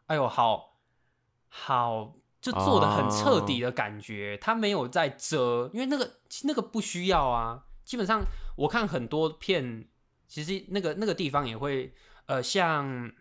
[SPEAKER 2] 哎呦，好好，就做的很彻底的感觉，他没有在遮，因为那个其实那个不需要啊，基本上我看很多片，其实那个那个地方也会，呃，像，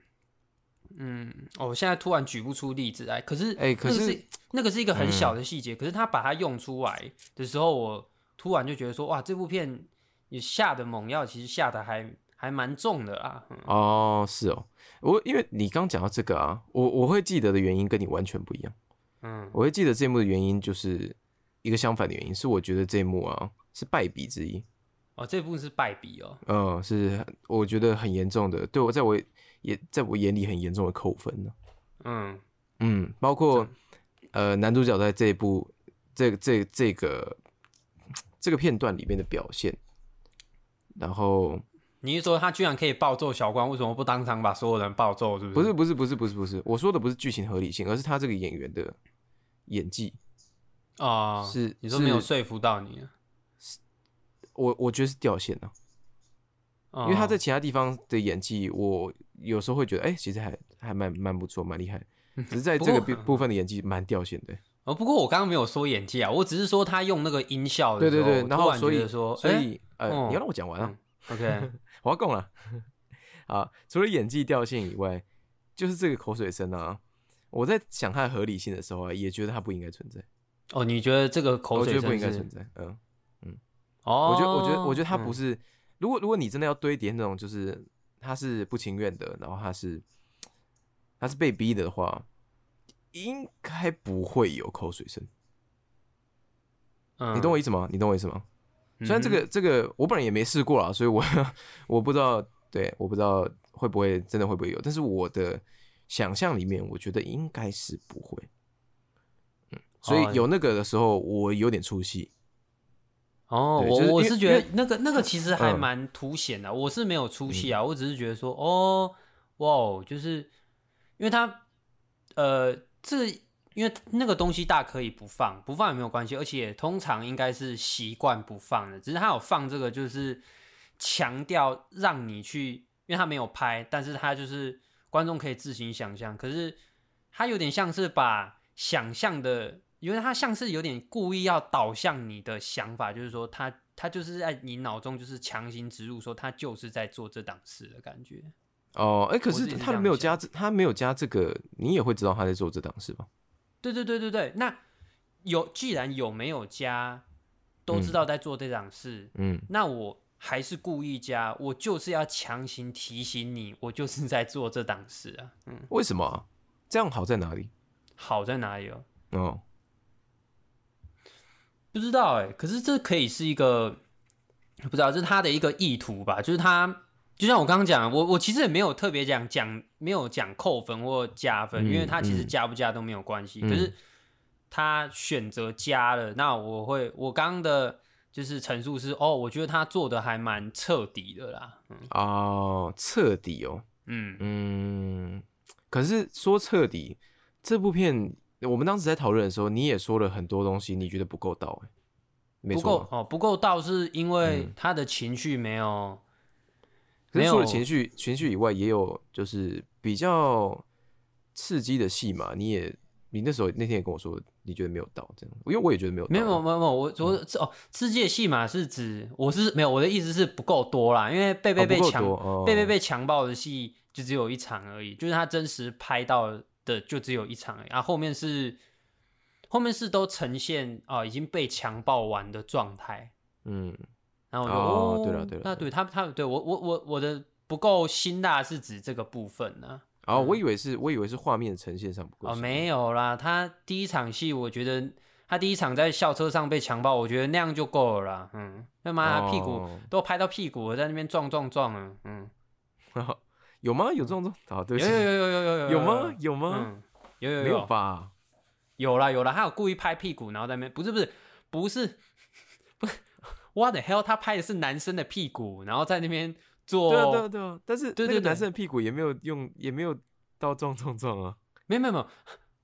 [SPEAKER 2] 嗯，哦，我现在突然举不出例子来，可是，
[SPEAKER 1] 哎可
[SPEAKER 2] 那个
[SPEAKER 1] 是嗯
[SPEAKER 2] 是那个是一个很小的细节，可是他把它用出来的时候，我突然就觉得说，哇，这部片也下的猛药，其实下的还还蛮重的啦，嗯
[SPEAKER 1] 哦，是哦，我因为你刚讲到这个啊，我我会记得的原因跟你完全不一样。
[SPEAKER 2] 嗯
[SPEAKER 1] 我会记得这一幕的原因就是一个相反的原因，是我觉得这一幕啊是败笔之一，
[SPEAKER 2] 哦，这部是败笔哦，
[SPEAKER 1] 嗯，是我觉得很严重的，对我在我也在我眼里很严重的扣分呢、
[SPEAKER 2] 嗯
[SPEAKER 1] 嗯，包括呃男主角在这一部这这这个这个片段里面的表现，然后
[SPEAKER 2] 你是说他居然可以暴揍小光，为什么不当场把所有人暴揍？是不是？
[SPEAKER 1] 不是不是不是不是不是，我说的不是剧情合理性，而是他这个演员的演技，
[SPEAKER 2] 哦，
[SPEAKER 1] 是
[SPEAKER 2] 你说没有
[SPEAKER 1] 是
[SPEAKER 2] 说服到你，啊
[SPEAKER 1] 我我觉得是掉线了、
[SPEAKER 2] 哦
[SPEAKER 1] 因为他在其他地方的演技，我有时候会觉得，哎、其实还还蛮蛮不错，蛮厉害的，只是在
[SPEAKER 2] 嗯不
[SPEAKER 1] 这个
[SPEAKER 2] 过
[SPEAKER 1] 部部分的演技蛮掉线的。
[SPEAKER 2] 哦，不过我刚刚没有说演技啊，我只是说他用那个音效的
[SPEAKER 1] 对
[SPEAKER 2] 哦
[SPEAKER 1] 对
[SPEAKER 2] 时候，
[SPEAKER 1] 对，然
[SPEAKER 2] 我突
[SPEAKER 1] 后
[SPEAKER 2] 然
[SPEAKER 1] 所
[SPEAKER 2] 觉
[SPEAKER 1] 以
[SPEAKER 2] 得说，
[SPEAKER 1] 所以呃，
[SPEAKER 2] 哦
[SPEAKER 1] 你要让我讲完啊，
[SPEAKER 2] 哎，OK，
[SPEAKER 1] 我要供了。 啊，除了演技掉线以外，就是这个口水声啊。我在想它的合理性的时候啊，也觉得它不应该存在，
[SPEAKER 2] 哦，你觉得这个口
[SPEAKER 1] 我觉得
[SPEAKER 2] 水
[SPEAKER 1] 不
[SPEAKER 2] 声
[SPEAKER 1] 应该
[SPEAKER 2] 是
[SPEAKER 1] 存？在。嗯，
[SPEAKER 2] 哦，
[SPEAKER 1] 我觉得，我觉得，我觉得他不
[SPEAKER 2] 是，
[SPEAKER 1] 是。如果如果你真的要堆叠那种，就是他是不情愿的，然后他是他是被逼的的话，应该不会有口水声。
[SPEAKER 2] 嗯
[SPEAKER 1] 你懂我意思吗？你懂我意思吗？
[SPEAKER 2] 嗯
[SPEAKER 1] 虽然这个这个我本人也没试过啊，所以我 我不知道，对，我不知道会不会真的会不会有，但是我的想象里面，我觉得应该是不会。嗯，所
[SPEAKER 2] 哦
[SPEAKER 1] 以有那个的时候，我有点出戏。
[SPEAKER 2] 哦，
[SPEAKER 1] 对
[SPEAKER 2] 我、
[SPEAKER 1] 就是
[SPEAKER 2] 我
[SPEAKER 1] 因为
[SPEAKER 2] 是
[SPEAKER 1] 因
[SPEAKER 2] 觉得那个那个其实还
[SPEAKER 1] 嗯
[SPEAKER 2] 蛮凸显的、我是没有出戏啊，我只是觉得说，哦，哇哦，就是因为他呃，这因为那个东西大可以不放，不放也没有关系，而且通常应该是习惯不放的，只是他有放这个，就是强调让你去，因为他没有拍，但是他就是观众可以自行想象，可是他有点像是把想象的，因为他像是有点故意要导向你的想法，就是说他他就是在你脑中就是强行植入说他就是在做这档事的感觉。
[SPEAKER 1] 哦，哎、可
[SPEAKER 2] 我
[SPEAKER 1] 是
[SPEAKER 2] 自己是
[SPEAKER 1] 他
[SPEAKER 2] 这样
[SPEAKER 1] 没有加
[SPEAKER 2] 想
[SPEAKER 1] 这，他没有加这个，你也会知道他在做这档事吧？
[SPEAKER 2] 对对对对对，那有既然有没有加，都知道在做这档事，
[SPEAKER 1] 嗯，
[SPEAKER 2] 那我还是故意加，我就是要强行提醒你，我就是在做这档事啊。嗯，
[SPEAKER 1] 为什么啊、这样好在哪里？
[SPEAKER 2] 好在哪里哦？
[SPEAKER 1] 哦，
[SPEAKER 2] 不知道哎、可是这可以是一个不知道，这是他的一个意图吧？就是他，就像我刚刚讲，我我其实也没有特别讲讲，没有讲扣分或加分，
[SPEAKER 1] 嗯
[SPEAKER 2] 因为他其实
[SPEAKER 1] 嗯
[SPEAKER 2] 加不加都没有关系。
[SPEAKER 1] 嗯
[SPEAKER 2] 可是他选择加了，那我会我刚刚的就是陈述是哦，我觉得他做的还蛮彻底的啦。
[SPEAKER 1] 哦，彻底哦，
[SPEAKER 2] 嗯，
[SPEAKER 1] 嗯，可是说彻底，这部片我们当时在讨论的时候，你也说了很多东西，你觉得不够到、欸，没
[SPEAKER 2] 不
[SPEAKER 1] 错嗯
[SPEAKER 2] 够
[SPEAKER 1] 吧。
[SPEAKER 2] 哦，不够到是因为他的情绪没有。
[SPEAKER 1] 可
[SPEAKER 2] 没
[SPEAKER 1] 是
[SPEAKER 2] 有
[SPEAKER 1] 除了情绪情绪以外，也有就是比较刺激的戏嘛。你也你那时候那天也跟我说，你觉得没有到这样，因为我也觉得没有到。啊
[SPEAKER 2] 没有没有没有，没有我我
[SPEAKER 1] 嗯
[SPEAKER 2] 哦，世界戏码是指我是没有我的意思是不够多啦，因为贝贝
[SPEAKER 1] 哦不
[SPEAKER 2] 被
[SPEAKER 1] 够
[SPEAKER 2] 强、
[SPEAKER 1] 多哦
[SPEAKER 2] 贝贝被强暴的戏就只有一场而已，就是他真实拍到的就只有一场而已，啊后面是后面是都呈现啊、已经被强暴完的状态，
[SPEAKER 1] 嗯，
[SPEAKER 2] 然后我就
[SPEAKER 1] 哦
[SPEAKER 2] 哦
[SPEAKER 1] 对了对了
[SPEAKER 2] 那对他他对我我我我的不够辛辣是指这个部分啊呢、
[SPEAKER 1] 然后我以为是我以为是画面呈现上不够
[SPEAKER 2] 嗯哦，
[SPEAKER 1] 深
[SPEAKER 2] 没有啦，他第一场戏，我觉得他第一场在校车上被强暴，我觉得那样就够了啦。嗯，那妈他屁股、
[SPEAKER 1] 哦
[SPEAKER 2] 都拍到屁股了，在那边撞撞撞了。嗯，
[SPEAKER 1] 哦 有吗？有这种好，对
[SPEAKER 2] 有
[SPEAKER 1] 不
[SPEAKER 2] 有
[SPEAKER 1] 起，
[SPEAKER 2] 有有有有有
[SPEAKER 1] 有吗？？有吗？
[SPEAKER 2] 嗯，有有
[SPEAKER 1] 没有
[SPEAKER 2] 有
[SPEAKER 1] 吧？
[SPEAKER 2] 有啦有啦，他有故意拍屁股，然后在那边不是不是不是 不是，what the hell？他拍的是男生的屁股，然后在那边做，
[SPEAKER 1] 对啊对啊对啊，但是
[SPEAKER 2] 哦对
[SPEAKER 1] 那
[SPEAKER 2] 对
[SPEAKER 1] 个
[SPEAKER 2] 对
[SPEAKER 1] 男生的屁股也没有用，也没有到撞撞撞啊。
[SPEAKER 2] 没有没有没有，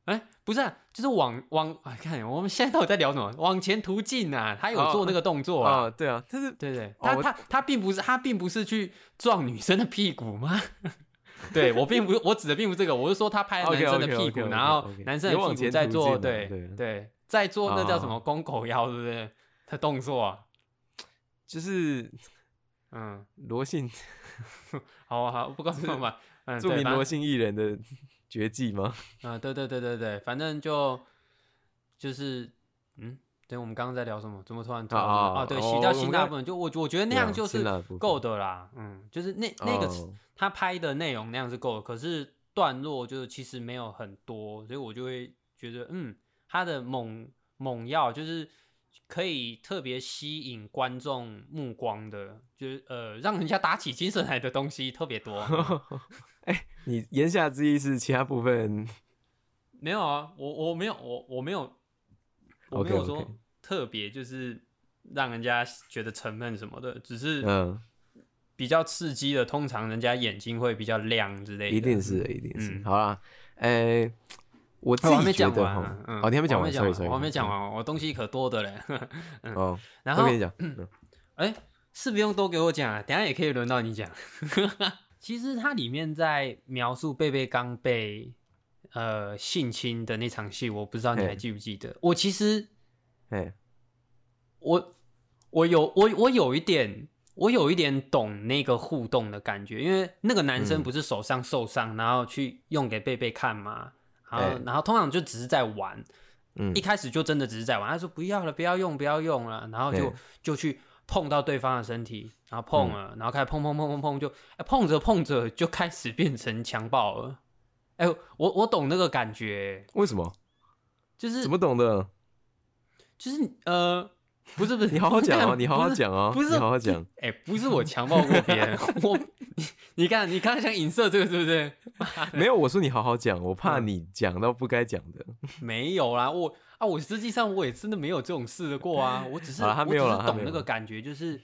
[SPEAKER 2] 哎，不是、啊，就是往往，哎，看我们现在到底在聊什么？往前途径啊，他
[SPEAKER 1] 哦
[SPEAKER 2] 有做那个动作啊。
[SPEAKER 1] 啊，对啊，但是
[SPEAKER 2] 对对，
[SPEAKER 1] 哦
[SPEAKER 2] 他、
[SPEAKER 1] 我
[SPEAKER 2] 他他并不是他并不是去撞女生的屁股吗？ 对我并不是我指的并不是这个，我是说他拍男生的屁股
[SPEAKER 1] OK，OK，OK，OK，OK，
[SPEAKER 2] 然后男生的
[SPEAKER 1] 有往
[SPEAKER 2] 屁股
[SPEAKER 1] 前
[SPEAKER 2] 在
[SPEAKER 1] 突
[SPEAKER 2] 做
[SPEAKER 1] 进啊
[SPEAKER 2] 对啊
[SPEAKER 1] 对
[SPEAKER 2] 对在做那叫什么
[SPEAKER 1] 哦
[SPEAKER 2] 公狗腰，对不对？的动作、啊，
[SPEAKER 1] 就是
[SPEAKER 2] 嗯，
[SPEAKER 1] 罗姓
[SPEAKER 2] 好啊好，不告诉你们，嗯，
[SPEAKER 1] 著
[SPEAKER 2] 对
[SPEAKER 1] 名
[SPEAKER 2] 反
[SPEAKER 1] 罗姓艺人的绝技吗？
[SPEAKER 2] 啊、对对对对对，反正就就是嗯，对，我们刚刚在聊什么？怎么突然走到这个
[SPEAKER 1] 啊
[SPEAKER 2] 啊？对，
[SPEAKER 1] 哦
[SPEAKER 2] 洗掉
[SPEAKER 1] 我
[SPEAKER 2] 辛
[SPEAKER 1] 们
[SPEAKER 2] 辣
[SPEAKER 1] 刚
[SPEAKER 2] 部分，就我我觉得那
[SPEAKER 1] 对啊
[SPEAKER 2] 样就
[SPEAKER 1] 辛
[SPEAKER 2] 是
[SPEAKER 1] 辣的部分
[SPEAKER 2] 够的啦，嗯，就是那那个
[SPEAKER 1] 哦
[SPEAKER 2] 他拍的内容那样是够的，可是段落就是其实没有很多，所以我就会觉得嗯，他的猛猛药就是。可以特别吸引观众目光的，就是呃，让人家打起精神来的东西特别多。 嗯
[SPEAKER 1] 哎你言下之意是其他部分
[SPEAKER 2] 没有啊，我我没有我我没有我没
[SPEAKER 1] OK，OK
[SPEAKER 2] 有说特别就是让人家觉得沉闷什么的，只是
[SPEAKER 1] 嗯，
[SPEAKER 2] 比较刺激的，通常人家眼睛会比较亮之类的。
[SPEAKER 1] 一定是的，一定是。
[SPEAKER 2] 嗯
[SPEAKER 1] 好啦，哎，我自
[SPEAKER 2] 哦。我还
[SPEAKER 1] 己
[SPEAKER 2] 没
[SPEAKER 1] 觉
[SPEAKER 2] 讲
[SPEAKER 1] 得
[SPEAKER 2] 完
[SPEAKER 1] 哈
[SPEAKER 2] 啊，嗯，
[SPEAKER 1] 哦，你还没讲
[SPEAKER 2] 我
[SPEAKER 1] 完，sorry sorry，
[SPEAKER 2] 我还没讲完，我东西可多的嘞。
[SPEAKER 1] 哦，
[SPEAKER 2] 然
[SPEAKER 1] 都
[SPEAKER 2] 后
[SPEAKER 1] 跟你讲，嗯
[SPEAKER 2] 哎，是不用多给我讲啊，等一下也可以轮到你讲。 其实它里面在描述贝贝刚被呃性侵的那场戏，我不知道你还
[SPEAKER 1] 嘿
[SPEAKER 2] 记不记得。我其实
[SPEAKER 1] 哎，
[SPEAKER 2] 我我有我我有一点，我有一点懂那个互动的感觉，因为那个男生
[SPEAKER 1] 嗯
[SPEAKER 2] 不是手上受伤，然后去用给贝贝看嘛，然后、
[SPEAKER 1] 哎
[SPEAKER 2] 然后通常就只是在玩，
[SPEAKER 1] 嗯
[SPEAKER 2] 一，开始就真的只是在玩，他说不要了，不要用，不要用了，然后就
[SPEAKER 1] 哎
[SPEAKER 2] 就去碰到对方的身体，然
[SPEAKER 1] 嗯
[SPEAKER 2] 后碰了，然后开始碰碰碰碰碰，就、哎碰着碰着就开始变成强暴了。哎、我我懂那个感觉，
[SPEAKER 1] 为什么？
[SPEAKER 2] 就是
[SPEAKER 1] 怎么懂的？
[SPEAKER 2] 就是呃，不是不是，
[SPEAKER 1] 你好好讲哦，
[SPEAKER 2] 干
[SPEAKER 1] 你好好
[SPEAKER 2] 不是
[SPEAKER 1] 讲哦，
[SPEAKER 2] 不是
[SPEAKER 1] 你好好讲。
[SPEAKER 2] 哎、不是我强暴过别人， 我你你看你看想影射这个是不是？
[SPEAKER 1] 没有，我说你好好讲，我怕
[SPEAKER 2] 嗯
[SPEAKER 1] 你讲到不该讲的。
[SPEAKER 2] 没有啦，我啊，我实际上我也真的没有这种事过啊，我只是
[SPEAKER 1] 好啦他没有啦
[SPEAKER 2] 我
[SPEAKER 1] 他
[SPEAKER 2] 只是
[SPEAKER 1] 没
[SPEAKER 2] 懂
[SPEAKER 1] 有
[SPEAKER 2] 那
[SPEAKER 1] 啦
[SPEAKER 2] 个感 觉，就是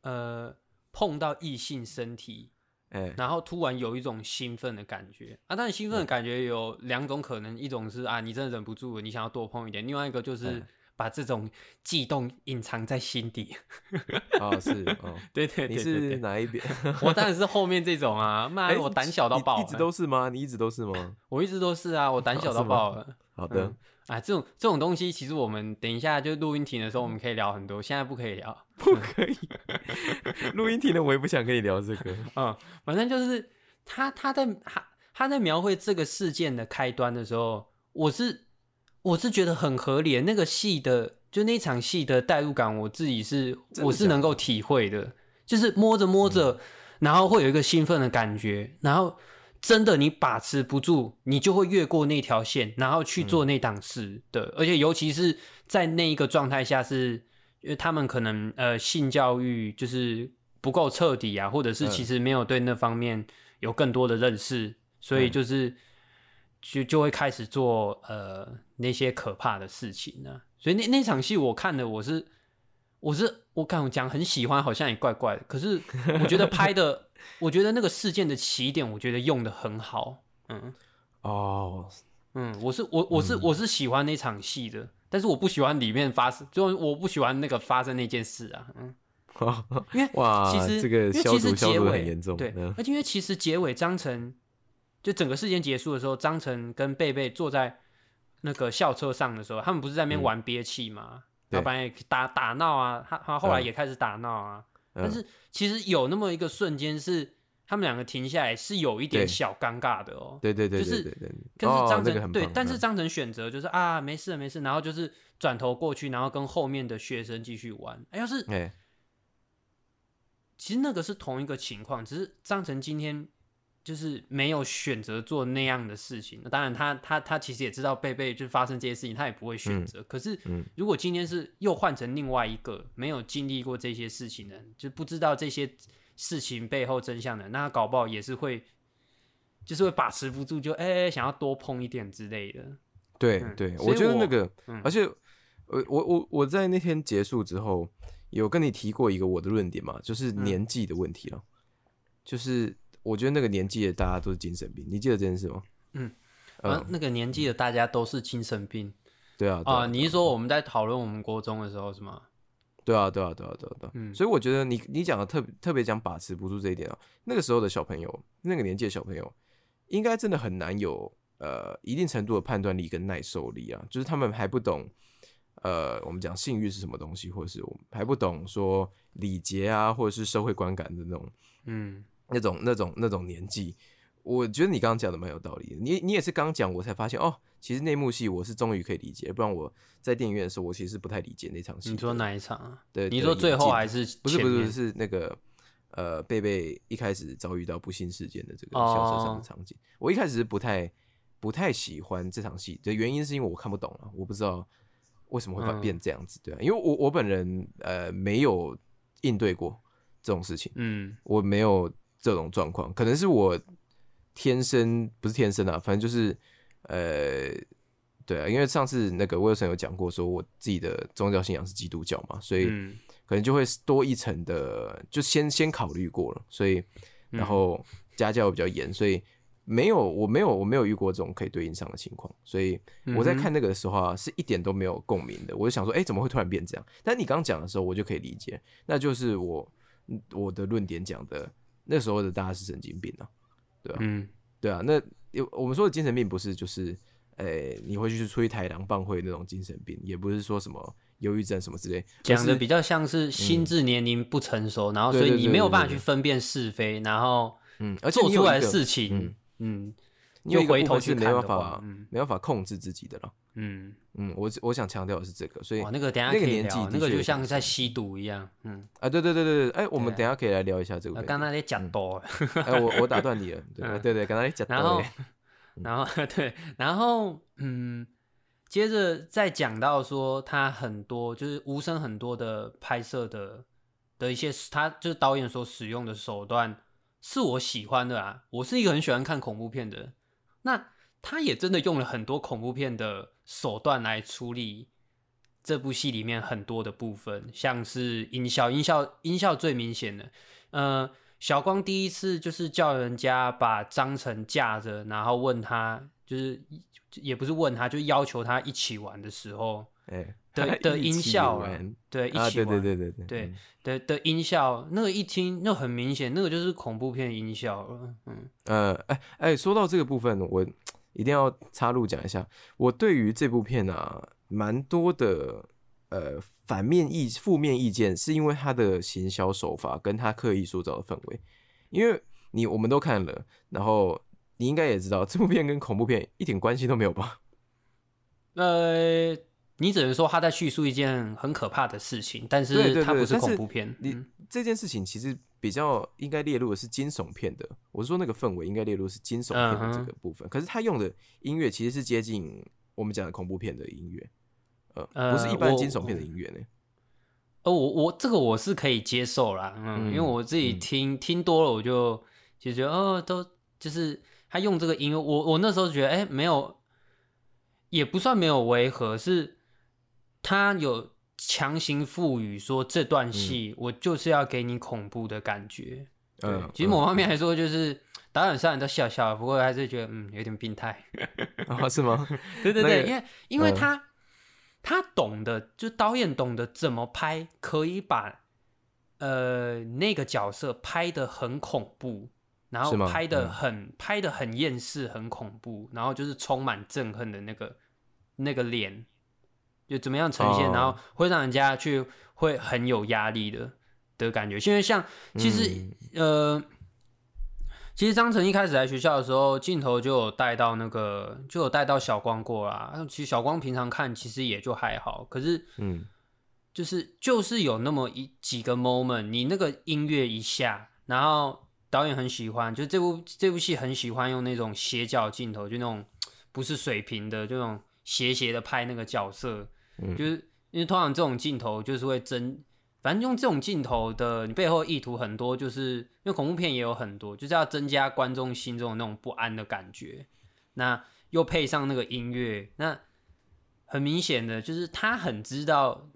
[SPEAKER 2] 呃碰到异性身体，
[SPEAKER 1] 哎，
[SPEAKER 2] 然后突然有一种兴奋的感觉啊，但是兴奋的感觉有两种可能，一种是啊你真的忍不住了，你想要多碰一点，另外一个就是
[SPEAKER 1] 嗯
[SPEAKER 2] 把这种悸动隐藏在心底。
[SPEAKER 1] 哦是 哦，
[SPEAKER 2] 对对
[SPEAKER 1] 你
[SPEAKER 2] 对对
[SPEAKER 1] 是
[SPEAKER 2] 对，
[SPEAKER 1] 哪一 边？
[SPEAKER 2] 我当然是后面这种 啊，妈
[SPEAKER 1] 哎
[SPEAKER 2] 我胆小到
[SPEAKER 1] 你
[SPEAKER 2] 爆
[SPEAKER 1] 一
[SPEAKER 2] 了，
[SPEAKER 1] 直都是吗？你一直都是 吗？
[SPEAKER 2] 我一直都是啊，我胆小到
[SPEAKER 1] 是吗
[SPEAKER 2] 爆了。
[SPEAKER 1] 好
[SPEAKER 2] 嗯
[SPEAKER 1] 的，
[SPEAKER 2] 啊，这种这种东西，其实我们等一下就录音停的时候，我们可以聊很多，现在不可以聊。
[SPEAKER 1] 不可以。嗯录音停了，我也不想跟你聊这 个。
[SPEAKER 2] 嗯，反正就是他他在他他在描绘这个事件的开端的时候，我是我是觉得很合理的，那个戏的就那场戏的代入感，我自己是
[SPEAKER 1] 真的
[SPEAKER 2] 我
[SPEAKER 1] 假
[SPEAKER 2] 是
[SPEAKER 1] 的嗯
[SPEAKER 2] 能够体会的，就是摸着摸着，然后会有一个兴奋的感觉，然后真的你把持不住，你就会越过那条线，然后去
[SPEAKER 1] 嗯
[SPEAKER 2] 做那档事的。而且尤其是在那一个状态下是，因为他们可能呃性教育就是不够彻底啊，或者是
[SPEAKER 1] 嗯
[SPEAKER 2] 其实没有对那方面有更多的认识，所以
[SPEAKER 1] 嗯
[SPEAKER 2] 就是、就就会开始做呃那些可怕的事情呢、所以那那场戏我看的我是。我是我敢讲很喜欢，好像也怪怪的。可是我觉得拍的，我觉得那个事件的起点，我觉得用的很好。嗯
[SPEAKER 1] 哦，
[SPEAKER 2] 嗯，我是我我是、我是喜欢那场戏的，但是我不喜欢里面发生，就我不喜欢那个发生那件事啊。嗯， 因为
[SPEAKER 1] 哇，
[SPEAKER 2] 其
[SPEAKER 1] 啊
[SPEAKER 2] 实
[SPEAKER 1] 这
[SPEAKER 2] 因
[SPEAKER 1] 个
[SPEAKER 2] 为
[SPEAKER 1] 消
[SPEAKER 2] 其
[SPEAKER 1] 毒
[SPEAKER 2] 实
[SPEAKER 1] 消
[SPEAKER 2] 结
[SPEAKER 1] 毒得
[SPEAKER 2] 尾
[SPEAKER 1] 很严重。
[SPEAKER 2] 对
[SPEAKER 1] 嗯，
[SPEAKER 2] 而且因为其实结尾张晨就整个事件结束的时候，张晨跟贝贝坐在那个校车上的时候，他们不是在那边
[SPEAKER 1] 嗯
[SPEAKER 2] 玩憋气吗？
[SPEAKER 1] 对
[SPEAKER 2] 要不然也打打闹啊，他他后来
[SPEAKER 1] 嗯
[SPEAKER 2] 也开始打闹啊。
[SPEAKER 1] 嗯
[SPEAKER 2] 但是其实有那么一个瞬间是他们两个停下来，是有一点
[SPEAKER 1] 对
[SPEAKER 2] 小尴尬的哦。
[SPEAKER 1] 对对对
[SPEAKER 2] 就是
[SPEAKER 1] 对对对。
[SPEAKER 2] 但是
[SPEAKER 1] 哦
[SPEAKER 2] 张
[SPEAKER 1] 那
[SPEAKER 2] 晨、
[SPEAKER 1] 个很
[SPEAKER 2] 对
[SPEAKER 1] 棒，
[SPEAKER 2] 但
[SPEAKER 1] 嗯
[SPEAKER 2] 是张晨选择就是啊，没事没事，然后就是转头过去，然后跟后面的学生继续玩。哎要是
[SPEAKER 1] 哎，
[SPEAKER 2] 其实那个是同一个情况，只是张晨今天就是没有选择做那样的事情。当然他，他他其实也知道贝贝就发生这些事情，他也不会选择。可是
[SPEAKER 1] 嗯，
[SPEAKER 2] 如果今天是又换成另外一个没有经历过这些事情的人，就不知道这些事情背后真相的人，那他搞不好也是会，就是会把持不住，就哎、想要多碰一点之类的。
[SPEAKER 1] 对
[SPEAKER 2] 嗯
[SPEAKER 1] 对，
[SPEAKER 2] 所
[SPEAKER 1] 我
[SPEAKER 2] 以
[SPEAKER 1] 觉得
[SPEAKER 2] 我
[SPEAKER 1] 那个
[SPEAKER 2] 嗯，
[SPEAKER 1] 而且我我我我在那天结束之后，有跟你提过一个我的论点嘛，就是
[SPEAKER 2] 嗯
[SPEAKER 1] 年纪的问题了。就是我觉得那个年纪的大家都是精神病，你记得这件事吗？
[SPEAKER 2] 嗯
[SPEAKER 1] 嗯，
[SPEAKER 2] 啊，那个年纪的大家都是精神病
[SPEAKER 1] 对啊，对
[SPEAKER 2] 啊！
[SPEAKER 1] 啊，
[SPEAKER 2] 你是说我们在讨论我们国中的时候是吗？
[SPEAKER 1] 对啊，对啊，对啊，对啊，对啊。
[SPEAKER 2] 嗯
[SPEAKER 1] 所以我觉得你你讲的特别特别讲把持不住这一点啊，那个时候的小朋友，那个年纪的小朋友，应该真的很难有呃一定程度的判断力跟耐受力啊，就是他们还不懂。呃，我们讲性欲是什么东西，或者是我们还不懂说礼节啊，或者是社会观感的那种
[SPEAKER 2] 嗯
[SPEAKER 1] 那种那种那种年纪，我觉得你刚刚讲的蛮有道理的。你你也是刚讲，我才发现哦，其实那幕戏我是终于可以理解，不然我在电影院的时候，我其实是不太理解那场戏的。
[SPEAKER 2] 你说哪一场啊？
[SPEAKER 1] 对，
[SPEAKER 2] 你
[SPEAKER 1] 的
[SPEAKER 2] 说最
[SPEAKER 1] 演
[SPEAKER 2] 后
[SPEAKER 1] 技
[SPEAKER 2] 还是
[SPEAKER 1] 不是不
[SPEAKER 2] 前
[SPEAKER 1] 是
[SPEAKER 2] 面
[SPEAKER 1] 是那个呃贝贝一开始遭遇到不幸事件的这个校车上
[SPEAKER 2] 哦
[SPEAKER 1] 的场景，我一开始是不太不太喜欢这场戏的原因是因为我看不懂啊，我不知道为什么会
[SPEAKER 2] 嗯
[SPEAKER 1] 把变这样子，对啊，因为我我本人呃没有应对过这种事情，
[SPEAKER 2] 嗯
[SPEAKER 1] 我没有这种状况，可能是我天生不是天生啊，反正就是呃，对啊，因为上次那个威尔森有讲过，说我自己的宗教信仰是基督教嘛，所以
[SPEAKER 2] 嗯
[SPEAKER 1] 可能就会多一层的，就先先考虑过了，所以
[SPEAKER 2] 嗯
[SPEAKER 1] 然后家教比较严，所以没有我没有我没有遇过这种可以对应上的情况，所以
[SPEAKER 2] 嗯
[SPEAKER 1] 我在看那个的时候啊，是一点都没有共鸣的，我就想说，哎、怎么会突然变这样？但你刚讲的时候，我就可以理解，那就是我嗯我的论点讲的，那时候的大家是神经病啊，
[SPEAKER 2] 嗯
[SPEAKER 1] 对啊，那有我们说的精神病不是就是，呃、你会去出去抬狼棒会那种精神病，也不是说什么忧郁症什么之类，
[SPEAKER 2] 讲的
[SPEAKER 1] 而是嗯
[SPEAKER 2] 比较像是心智年龄不成熟，然后所
[SPEAKER 1] 对
[SPEAKER 2] 以
[SPEAKER 1] 对
[SPEAKER 2] 你
[SPEAKER 1] 对
[SPEAKER 2] 没有
[SPEAKER 1] 对
[SPEAKER 2] 办法
[SPEAKER 1] 对
[SPEAKER 2] 去分辨是非，然后
[SPEAKER 1] 嗯，而且
[SPEAKER 2] 做
[SPEAKER 1] 你有
[SPEAKER 2] 出来
[SPEAKER 1] 一
[SPEAKER 2] 的
[SPEAKER 1] 个
[SPEAKER 2] 事情，嗯，
[SPEAKER 1] 你有一
[SPEAKER 2] 就
[SPEAKER 1] 个
[SPEAKER 2] 回
[SPEAKER 1] 部
[SPEAKER 2] 头
[SPEAKER 1] 分
[SPEAKER 2] 去
[SPEAKER 1] 是没
[SPEAKER 2] 看的
[SPEAKER 1] 办
[SPEAKER 2] 话
[SPEAKER 1] 法，
[SPEAKER 2] 嗯
[SPEAKER 1] 没办法控制自己的了。
[SPEAKER 2] 嗯，
[SPEAKER 1] 嗯，我我想强调的是这个，所以
[SPEAKER 2] 哇，那个等一下
[SPEAKER 1] 那
[SPEAKER 2] 可
[SPEAKER 1] 个
[SPEAKER 2] 以
[SPEAKER 1] 年纪
[SPEAKER 2] 聊，
[SPEAKER 1] 的
[SPEAKER 2] 那个
[SPEAKER 1] 确
[SPEAKER 2] 就
[SPEAKER 1] 有
[SPEAKER 2] 像
[SPEAKER 1] 影
[SPEAKER 2] 在吸毒一样，嗯，
[SPEAKER 1] 啊，对对对对对，哎、我们
[SPEAKER 2] 对
[SPEAKER 1] 等
[SPEAKER 2] 啊
[SPEAKER 1] 一下可以来聊一下这个
[SPEAKER 2] 啊
[SPEAKER 1] 问题。
[SPEAKER 2] 刚才在讲多，
[SPEAKER 1] 哎、我我打断你了，对、
[SPEAKER 2] 嗯
[SPEAKER 1] 对对，刚才讲到
[SPEAKER 2] 然后
[SPEAKER 1] 嘞，
[SPEAKER 2] 然后对，然后嗯，接着再讲到说他很多就是无声很多的拍摄的的一些，他就是导演所使用的手段是我喜欢的啊，我是一个很喜欢看恐怖片的人。那他也真的用了很多恐怖片的手段来处理这部戏里面很多的部分，像是音效，音效，音效最明显的。呃，小光第一次就是叫人家把张晨架着，然后问他，就是也不是问他，就要求他一起玩的 时候
[SPEAKER 1] 哎，
[SPEAKER 2] 的 的
[SPEAKER 1] 一
[SPEAKER 2] 音
[SPEAKER 1] 起
[SPEAKER 2] 效啊
[SPEAKER 1] 玩，
[SPEAKER 2] 对，一
[SPEAKER 1] 啊，
[SPEAKER 2] 起
[SPEAKER 1] 对
[SPEAKER 2] 玩，
[SPEAKER 1] 对对对对
[SPEAKER 2] 对
[SPEAKER 1] 嗯
[SPEAKER 2] 的的音效，那个一听，那个很明显，那个就是恐怖片音效了，嗯，
[SPEAKER 1] 呃，哎哎，说到这个部分，我一定要插入讲一下，我对于这部片啊，蛮多的呃反面意负面意见，是因为它的行销手法跟它刻意塑造的氛围。因为你我们都看了，然后你应该也知道，这部片跟恐怖片一点关系都没有吧？
[SPEAKER 2] 呃，你只能说他在叙述一件很可怕的事情，但
[SPEAKER 1] 对
[SPEAKER 2] 是
[SPEAKER 1] 对
[SPEAKER 2] 它不
[SPEAKER 1] 对，
[SPEAKER 2] 是
[SPEAKER 1] 但
[SPEAKER 2] 恐怖片。
[SPEAKER 1] 你、
[SPEAKER 2] 嗯
[SPEAKER 1] 这件事情其实比较应该列入的是惊悚片的，我是说那个氛围应该列入是惊悚片的这
[SPEAKER 2] 嗯哼
[SPEAKER 1] 个部分。可是他用的音乐其实是接近我们讲的恐怖片的音乐，呃，
[SPEAKER 2] 呃
[SPEAKER 1] 不是一般
[SPEAKER 2] 我
[SPEAKER 1] 惊悚片的音乐呢、
[SPEAKER 2] 呃，我我这个我是可以接受啦，嗯，
[SPEAKER 1] 嗯
[SPEAKER 2] 因为我自己
[SPEAKER 1] 嗯
[SPEAKER 2] 听、听多了，我就就觉得哦，都就是他用这个音乐，我我那时候觉得哎、没有，也不算没有违和，是他有强行赋予说这段
[SPEAKER 1] 嗯
[SPEAKER 2] 戏、我就是要给你恐怖的感觉。对，
[SPEAKER 1] 嗯，
[SPEAKER 2] 其 实某方面来说，就是导演虽然都笑笑，不过还是觉得嗯有点病态。
[SPEAKER 1] 嗯啊是 吗？
[SPEAKER 2] 对对
[SPEAKER 1] 那
[SPEAKER 2] 对，
[SPEAKER 1] 个
[SPEAKER 2] 因为因为
[SPEAKER 1] 嗯
[SPEAKER 2] 他、他懂得，就导演懂得怎么拍，可以把呃那个角色拍的很恐怖，然后
[SPEAKER 1] 是吗
[SPEAKER 2] 拍的
[SPEAKER 1] 嗯
[SPEAKER 2] 很、拍的很厌世，很恐怖，然后就是充满憎恨的那个那个脸，就怎么样呈现，
[SPEAKER 1] 哦
[SPEAKER 2] 然后会让人家去会很有压力的的感觉。因为像其实、呃，其实张晨一开始来学校的时候，镜头就有带到那个，就有带到小光过啦。那其实小光平常看其实也就还好，可是
[SPEAKER 1] 嗯，
[SPEAKER 2] 就是就是有那么一几个 moment，你那个音乐一下，然后导演很喜欢，就这部这部戏很喜欢用那种斜角镜头，就那种不是水平的，就那种斜斜的拍那个角色，
[SPEAKER 1] 嗯
[SPEAKER 2] 就是因为通常这种镜头就是会增，反正用这种镜头的，你背后意图很多，就是因为恐怖片也有很多，就是要增加观众心中的那种不安的感觉。那又配上那个音乐，那很明显的就是他很知道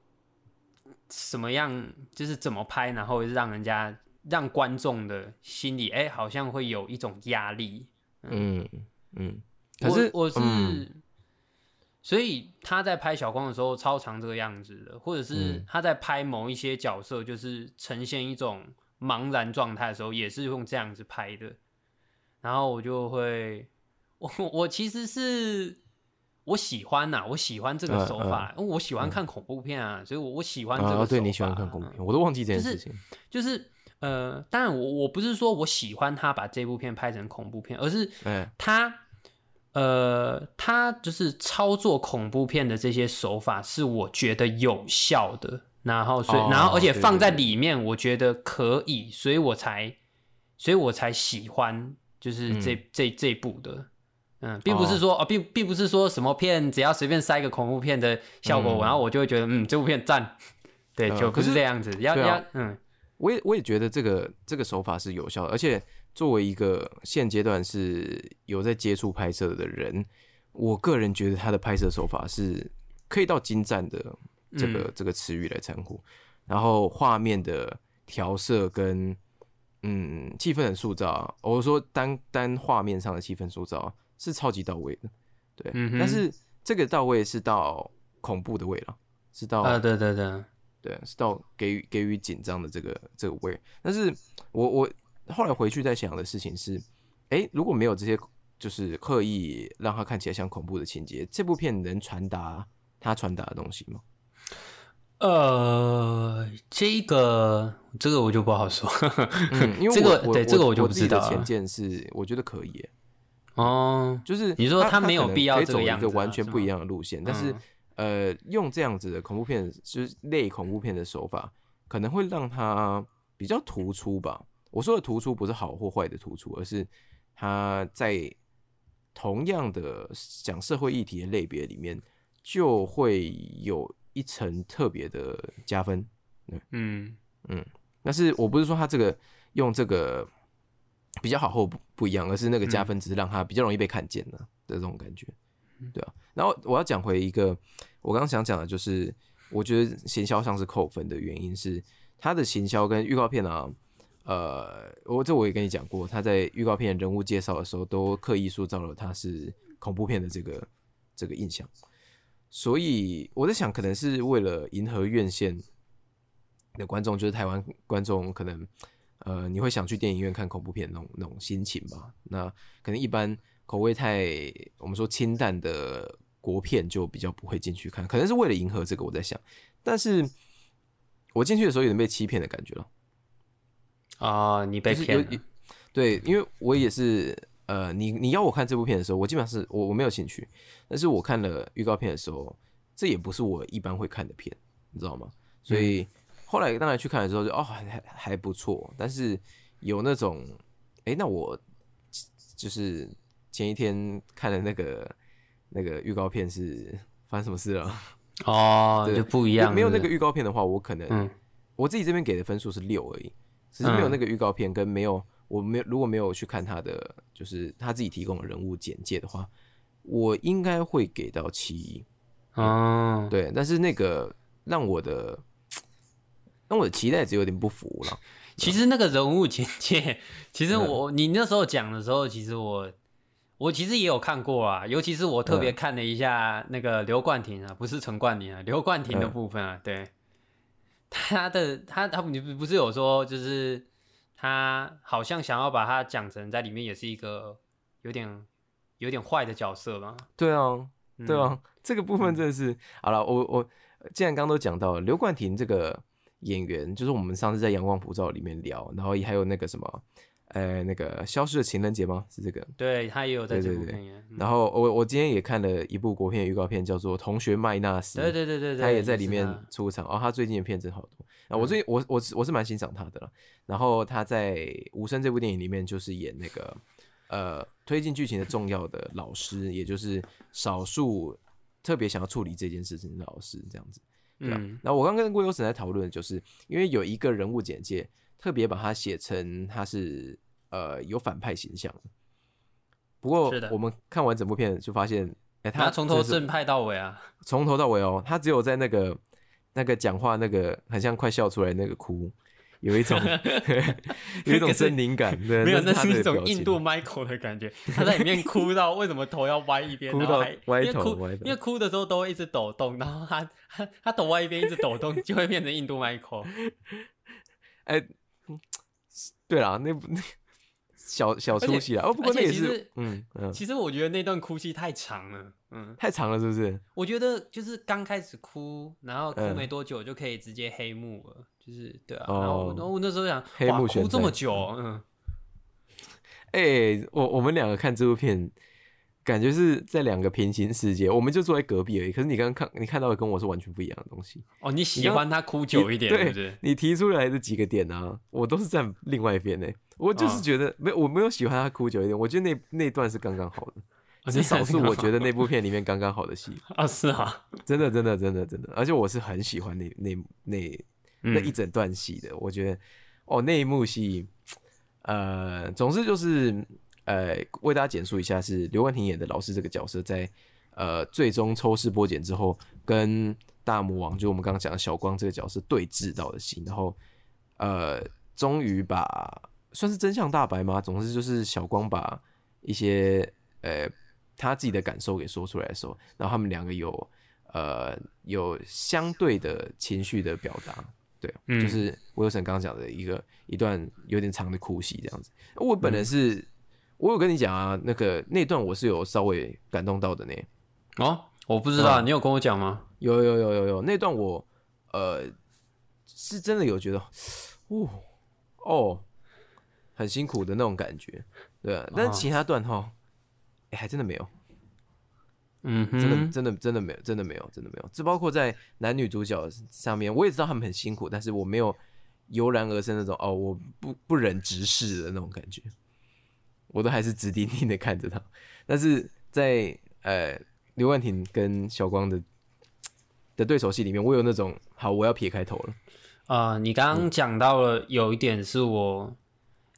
[SPEAKER 2] 什么样，就是怎么拍，然后让人家让观众的心里，哎、好像会有一种压力。
[SPEAKER 1] 嗯嗯，可是
[SPEAKER 2] 我我是、
[SPEAKER 1] 嗯
[SPEAKER 2] 所以他在拍小光的时候超常这个样子的，或者是
[SPEAKER 1] 嗯
[SPEAKER 2] 他在拍某一些角色，就是呈现一种茫然状态的时候，也是用这样子拍的。然后我就会，我 我其实是我喜欢呐、我喜欢这个
[SPEAKER 1] 嗯
[SPEAKER 2] 手法，因为我喜欢看恐怖片啊，所以我我喜欢这个手法。嗯
[SPEAKER 1] 啊，对你喜欢看恐怖片，我都忘记这件事情。
[SPEAKER 2] 就是呃，当然我我不是说我喜欢他把这部片拍成恐怖片，而是
[SPEAKER 1] 哎
[SPEAKER 2] 他呃他就是操作恐怖片的这些手法是我觉得有效的，然后所以、
[SPEAKER 1] 哦
[SPEAKER 2] 然后而且
[SPEAKER 1] 对
[SPEAKER 2] 放
[SPEAKER 1] 对
[SPEAKER 2] 在
[SPEAKER 1] 对
[SPEAKER 2] 里面，我觉得可以，所以我才所以我才喜欢就是这、这这一部的。嗯，并不是
[SPEAKER 1] 嗯哦
[SPEAKER 2] 说哦并并不是说什么片，只要随便塞一个恐怖片的效果，
[SPEAKER 1] 嗯
[SPEAKER 2] 然后我就会觉得，嗯，这部片赞， 对，
[SPEAKER 1] 嗯
[SPEAKER 2] 就不
[SPEAKER 1] 可
[SPEAKER 2] 是
[SPEAKER 1] 是
[SPEAKER 2] 这样子，要、
[SPEAKER 1] 对啊
[SPEAKER 2] 要，嗯，
[SPEAKER 1] 我也我也觉得这个这个手法是有效的，而且作为一个现阶段是有在接触拍摄的人，我个人觉得他的拍摄手法是可以到精湛的这个、
[SPEAKER 2] 嗯
[SPEAKER 1] 这个词语来称呼，然后画面的调色跟嗯气氛的塑造啊，我说单单画面上的气氛塑造啊是超级到位的，对，
[SPEAKER 2] 嗯哼
[SPEAKER 1] 但是这个到位是到恐怖的位了，是到
[SPEAKER 2] 啊，对对对，
[SPEAKER 1] 对，是到给予给予紧张的这个这个位。但是我我后来回去在想的事情是，诶，如果没有这些就是刻意让它看起来像恐怖的情节，这部片能传达它传达的东西吗？
[SPEAKER 2] 呃，这个这个我就不好说，
[SPEAKER 1] 嗯，因为
[SPEAKER 2] 这个
[SPEAKER 1] 我我
[SPEAKER 2] 对这个
[SPEAKER 1] 我
[SPEAKER 2] 我就不
[SPEAKER 1] 自己
[SPEAKER 2] 知道
[SPEAKER 1] 的
[SPEAKER 2] 了
[SPEAKER 1] 前见是，我觉得可以耶，
[SPEAKER 2] 哦，
[SPEAKER 1] 就是
[SPEAKER 2] 你说
[SPEAKER 1] 它
[SPEAKER 2] 它没有
[SPEAKER 1] 可能
[SPEAKER 2] 必要
[SPEAKER 1] 可以
[SPEAKER 2] 这
[SPEAKER 1] 走
[SPEAKER 2] 个
[SPEAKER 1] 一
[SPEAKER 2] 样
[SPEAKER 1] 个
[SPEAKER 2] 子
[SPEAKER 1] 完
[SPEAKER 2] 啊
[SPEAKER 1] 全
[SPEAKER 2] 是
[SPEAKER 1] 不一
[SPEAKER 2] 吗嗯
[SPEAKER 1] 样的路线，但是呃，用这样子的恐怖片，就是类恐怖片的手法，可能会让它比较突出吧。我说的突出不是好或坏的突出，而是它在同样的讲社会议题的类别里面，就会有一层特别的加分。
[SPEAKER 2] 嗯
[SPEAKER 1] 但是我不是说它这个用这个比较好或不不一样，而是那个加分只是让它比较容易被看见的、的这种感觉，对啊。然后我要讲回一个我刚刚想讲的，就是我觉得行销上是扣分的原因是它的行销跟预告片啊，呃，我这我也跟你讲过，他在预告片人物介绍的时候都刻意塑造了它是恐怖片的这个这个印象，所以我在想，可能是为了迎合院线的观众，就是台湾观众，可能呃你会想去电影院看恐怖片那种那种心情吧。那可能一般口味太我们说清淡的国片就比较不会进去看，可能是为了迎合这个我在想。但是我进去的时候有点被欺骗的感觉了，
[SPEAKER 2] 啊、你被
[SPEAKER 1] 就是
[SPEAKER 2] 骗
[SPEAKER 1] 有
[SPEAKER 2] 了，
[SPEAKER 1] 对，因为我也是呃，你你要我看这部片的时候，我基本上是我我没有兴趣，但是我看了预告片的时候，这也不是我一般会看的片，你知道吗？所
[SPEAKER 2] 嗯
[SPEAKER 1] 以后来当然去看的时候就哦还还还不错，但是有那种哎、诶那我就是前一天看的那个那个预告片是发生什么事了？
[SPEAKER 2] 哦，
[SPEAKER 1] 对
[SPEAKER 2] 就不一样，
[SPEAKER 1] 没有那
[SPEAKER 2] 是不
[SPEAKER 1] 个
[SPEAKER 2] 是
[SPEAKER 1] 预告片的话，我可能、
[SPEAKER 2] 嗯
[SPEAKER 1] 我自己这边给的分数是六而已，只是没有那个预告片跟没有我没有如果没有去看他的就是他自己提供的人物简介的话，我应该会给到七。
[SPEAKER 2] 哦，
[SPEAKER 1] 对，但是那个让我的让我的期待值有点不符了。
[SPEAKER 2] 其实那个人物简 介，其实我、
[SPEAKER 1] 嗯
[SPEAKER 2] 你那时候讲的时候，其实我我其实也有看过啊，尤其是我
[SPEAKER 1] 嗯
[SPEAKER 2] 特别看了一下那个刘冠廷啊，不是陈冠廷啊，刘冠廷的
[SPEAKER 1] 嗯
[SPEAKER 2] 部分啊，对，他的他他你不是有说就是他好像想要把他讲成在里面也是一个有点有点坏的角色嘛，
[SPEAKER 1] 对啊，
[SPEAKER 2] 嗯
[SPEAKER 1] 对，啊，这个部分真的是好了。我我既然刚刚都讲到了刘冠廷这个演员，就是我们上次在《阳光普照》里面聊，然后还有那个什么，呃，那个《消失的情人节》吗？是这个。
[SPEAKER 2] 对他也有在
[SPEAKER 1] 对
[SPEAKER 2] 这
[SPEAKER 1] 对
[SPEAKER 2] 部
[SPEAKER 1] 对
[SPEAKER 2] 片演，嗯
[SPEAKER 1] 然后我我今天也看了一部国片预告片，叫做《同学麦纳斯》，
[SPEAKER 2] 对对对对对，
[SPEAKER 1] 他也在
[SPEAKER 2] 是啊嗯
[SPEAKER 1] 里面
[SPEAKER 2] 他
[SPEAKER 1] 出场。哦，他最近的片真好多。啊，我最我我是我是蛮欣赏他的了。然后他在《无声》这部电影里面就是演那个呃推进剧情的重要的老师，也就是少数特别想要处理这件事情的老师这样子。对啊
[SPEAKER 2] 嗯，
[SPEAKER 1] 那我刚跟郭优神在讨论，就是因为有一个人物简介特别把它写成他是呃有反派形象，不过
[SPEAKER 2] 是的
[SPEAKER 1] 我们看完整部片就发现，哎、
[SPEAKER 2] 他
[SPEAKER 1] 他
[SPEAKER 2] 从头
[SPEAKER 1] 真的是
[SPEAKER 2] 正派到尾啊，
[SPEAKER 1] 从头到尾哦，他只有在那个那个讲话那个很像快笑出来那个哭，有一 种 有一种狰狞感，对，
[SPEAKER 2] 没有，那
[SPEAKER 1] 是他
[SPEAKER 2] 是
[SPEAKER 1] 的
[SPEAKER 2] 一种
[SPEAKER 1] 表情啊
[SPEAKER 2] 印度 Michael 的感觉，他在里面哭到为什么头要歪一边，
[SPEAKER 1] 哭
[SPEAKER 2] 然后
[SPEAKER 1] 到
[SPEAKER 2] 还
[SPEAKER 1] 歪
[SPEAKER 2] 因为
[SPEAKER 1] 头
[SPEAKER 2] 哭
[SPEAKER 1] 歪头
[SPEAKER 2] 因为哭的时候都会一直抖动，然后他他他头歪一边一直抖动，就会变成印度 Michael。
[SPEAKER 1] 哎、嗯对啦，那部那小小
[SPEAKER 2] 而且
[SPEAKER 1] 出戏啊，哦，不过
[SPEAKER 2] 而且
[SPEAKER 1] 那也
[SPEAKER 2] 其
[SPEAKER 1] 是
[SPEAKER 2] 实，
[SPEAKER 1] 嗯嗯，
[SPEAKER 2] 其实我觉得那段哭戏太长了，嗯，
[SPEAKER 1] 太长了是不是？
[SPEAKER 2] 我觉得就是刚开始哭，然后哭
[SPEAKER 1] 嗯
[SPEAKER 2] 没多久就可以直接黑幕了，就是对啊。
[SPEAKER 1] 哦
[SPEAKER 2] 然后我然后我那时候想，
[SPEAKER 1] 黑幕
[SPEAKER 2] 哇，
[SPEAKER 1] 选
[SPEAKER 2] 哭这
[SPEAKER 1] 在
[SPEAKER 2] 么久，嗯，
[SPEAKER 1] 哎、我我们两个看这部片，感觉是在两个平行世界，我们就坐在隔壁而已。可是你刚刚看你看到的跟我是完全不一样的东西。
[SPEAKER 2] 哦，你喜欢他哭久一点，
[SPEAKER 1] 对
[SPEAKER 2] 对不对？
[SPEAKER 1] 你提出来的几个点啊，我都是站另外一边呢、我就是
[SPEAKER 2] 哦
[SPEAKER 1] 觉得、没有，我没有喜欢他哭久一点，我觉得那那段是刚刚好的，
[SPEAKER 2] 哦
[SPEAKER 1] 是少数我觉 得
[SPEAKER 2] 那
[SPEAKER 1] 那部片里面刚刚好的戏。
[SPEAKER 2] 啊是啊，
[SPEAKER 1] 真的，真的，真的，真的，而且我是很喜欢那那那那一整段戏的。我觉得，哦，那一幕戏，呃，总之就是，呃，为大家简述一下，是刘冠廷演的老师这个角色在呃最终抽丝剥茧之后，跟大魔王，就我们刚刚讲的小光这个角色对峙到的戏，然后呃，终于把算是真相大白吗？总之就是小光把一些呃他自己的感受给说出来的时候，然后他们两个有呃有相对的情绪的表达，对，
[SPEAKER 2] 嗯
[SPEAKER 1] 就是 Wilson 刚刚讲的一个一段有点长的哭戏这样子。我本人是、我有跟你讲啊，那个那段我是有稍微感动到的呢，
[SPEAKER 2] 哦，我不知道，你有跟我讲吗？
[SPEAKER 1] 有有有有有那段我呃是真的有觉得，哦哦，很辛苦的那种感觉，对啊、但
[SPEAKER 2] 哦
[SPEAKER 1] 是其他段哈、哎还真的没有。
[SPEAKER 2] 嗯哼，
[SPEAKER 1] 真的真的真的没有，真的没有，真的没有。这包括在男女主角上面，我也知道他们很辛苦，但是我没有油然而生那种哦，我不不忍直视的那种感觉，我都还是直挺挺的看着他。但是在呃刘冠廷跟小光的的对手戏里面，我有那种好我要撇开头了，
[SPEAKER 2] 啊、你刚刚讲到了有一点是我，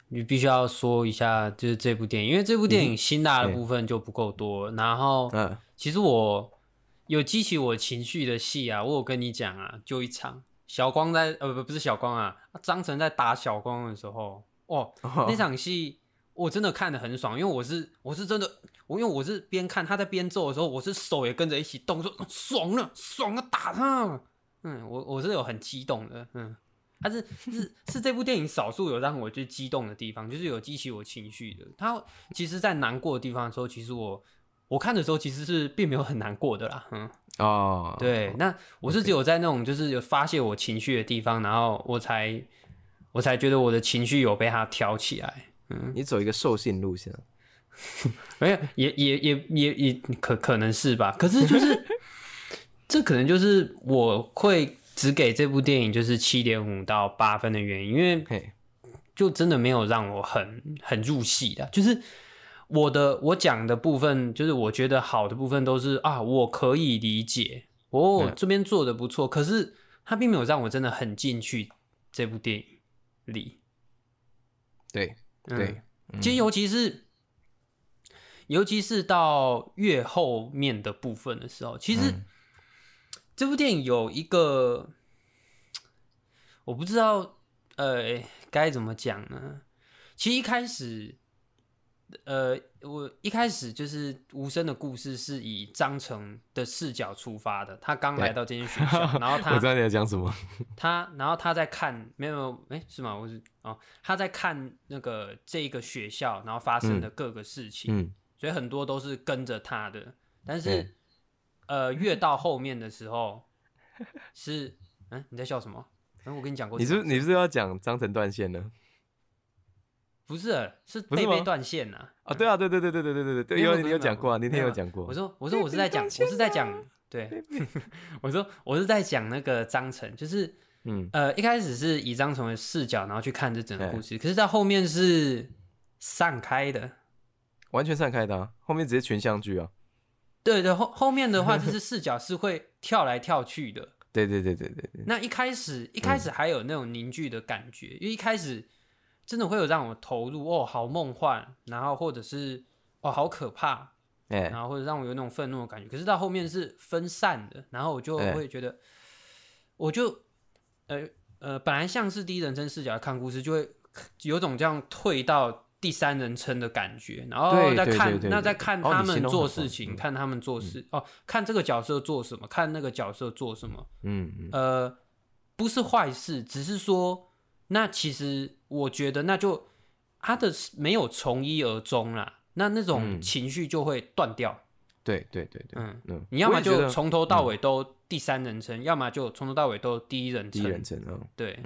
[SPEAKER 2] 你必须要说一下，就是这部电影，因为这部电影辛辣的部分就不够多。然后，
[SPEAKER 1] 嗯
[SPEAKER 2] 其实我有激起我情绪的戏啊，我有跟你讲啊，就一场小光在呃不不是小光啊，张晨在打小光的时候，哦，那场戏我真的看得很爽，因为我是我是真的，我因为我是边看他在边揍的时候，我是手也跟着一起动，说爽了，爽了，打他！嗯，我我是有很激动的，嗯，他是是是这部电影少数有让我就激动的地方，就是有激起我情绪的。他其实，在难过的地方的时候，其实我我看的时候其实是并没有很难过的啦，嗯，
[SPEAKER 1] 哦，
[SPEAKER 2] 对，那我是只有在那种就是有发泄我情绪的地方，然后我才我才觉得我的情绪有被他挑起来。
[SPEAKER 1] 你走一个兽性路线，
[SPEAKER 2] 没有，也也也也也可可能是吧。可是就是，这可能就是我会只给这部电影就是七点五到八分的原因，因为
[SPEAKER 1] 嘿，
[SPEAKER 2] 就真的没有让我很很入戏的。就是我的我讲的部分，就是我觉得好的部分都是啊，我可以理解，哦
[SPEAKER 1] 嗯，
[SPEAKER 2] 这边做的不错。可是它并没有让我真的很进去这部电影里。
[SPEAKER 1] 对
[SPEAKER 2] 嗯
[SPEAKER 1] 对，
[SPEAKER 2] 其实尤其是，尤其是到越后面的部分的时候，其实
[SPEAKER 1] 嗯
[SPEAKER 2] 这部电影有一个，我不知道，呃，该怎么讲呢？其实一开始，呃，我一开始就是无声的故事是以张成的视角出发的，他刚来
[SPEAKER 1] 对
[SPEAKER 2] 到这间学校，然后 他
[SPEAKER 1] 我知道你在讲什么，
[SPEAKER 2] 他，然后他在看，没有，没有，哎，是吗？我是哦，他在看那个这一个学校，然后发生的各个事情，
[SPEAKER 1] 嗯，
[SPEAKER 2] 所以很多都是跟着他的。但
[SPEAKER 1] 对
[SPEAKER 2] 是，呃，越到后面的时候，是，嗯，你在笑什么？嗯，我跟你讲过
[SPEAKER 1] 你
[SPEAKER 2] 这
[SPEAKER 1] 是
[SPEAKER 2] 个
[SPEAKER 1] 不
[SPEAKER 2] 事，
[SPEAKER 1] 是你是不是要讲张成断线呢？
[SPEAKER 2] 不是是
[SPEAKER 1] 不是
[SPEAKER 2] 贝贝
[SPEAKER 1] 吗
[SPEAKER 2] 断线呐、
[SPEAKER 1] 啊，对啊，对对对对对对对对对，
[SPEAKER 2] 没有
[SPEAKER 1] 有
[SPEAKER 2] 没有
[SPEAKER 1] 你
[SPEAKER 2] 没有
[SPEAKER 1] 有讲过啊，
[SPEAKER 2] 没
[SPEAKER 1] 那
[SPEAKER 2] 有
[SPEAKER 1] 天有讲过，
[SPEAKER 2] 我说，我说我是在讲，我是在讲，对，我说我是在讲那个章程，就是
[SPEAKER 1] 嗯，
[SPEAKER 2] 呃，一开始是以张成为视角，然后去看这整个
[SPEAKER 1] 对
[SPEAKER 2] 故事，可是到后面是散开的。
[SPEAKER 1] 完全散开的啊，后面直接群像剧啊，
[SPEAKER 2] 对对，后后面的话就是视角是会跳来跳去的。
[SPEAKER 1] 对对对对对对，
[SPEAKER 2] 那一开始一开始还有那种凝聚的感觉，因为一开始真的会有让我投入哦，好梦幻，然后或者是哦好可怕，
[SPEAKER 1] 哎，
[SPEAKER 2] 然后或者让我有那种愤怒的感觉。可是到后面是分散的，然后我就
[SPEAKER 1] 哎
[SPEAKER 2] 会觉得，我就呃呃，本来像是第一人称视角看故事，就会有种这样退到第三人称的感觉，然后
[SPEAKER 1] 对
[SPEAKER 2] 再
[SPEAKER 1] 对
[SPEAKER 2] 看
[SPEAKER 1] 对对
[SPEAKER 2] 那
[SPEAKER 1] 对
[SPEAKER 2] 再看
[SPEAKER 1] 哦
[SPEAKER 2] 他
[SPEAKER 1] 你形
[SPEAKER 2] 们
[SPEAKER 1] 容
[SPEAKER 2] 做
[SPEAKER 1] 很好
[SPEAKER 2] 事情，
[SPEAKER 1] 嗯
[SPEAKER 2] 看他们做事、哦，看这个角色做什么，看那个角色做什么，
[SPEAKER 1] 嗯嗯，
[SPEAKER 2] 呃，不是坏事，只是说，那其实我觉得那就他的没有从一而终啦，那那种
[SPEAKER 1] 嗯
[SPEAKER 2] 情绪就会断掉。
[SPEAKER 1] 对对对对，
[SPEAKER 2] 嗯，
[SPEAKER 1] 嗯，
[SPEAKER 2] 你要
[SPEAKER 1] 我
[SPEAKER 2] 么
[SPEAKER 1] 也觉
[SPEAKER 2] 就
[SPEAKER 1] 得嗯
[SPEAKER 2] 从头到尾都第三人称，要么就从头到尾都第一人
[SPEAKER 1] 第
[SPEAKER 2] 称。
[SPEAKER 1] 一人称啊，
[SPEAKER 2] 对，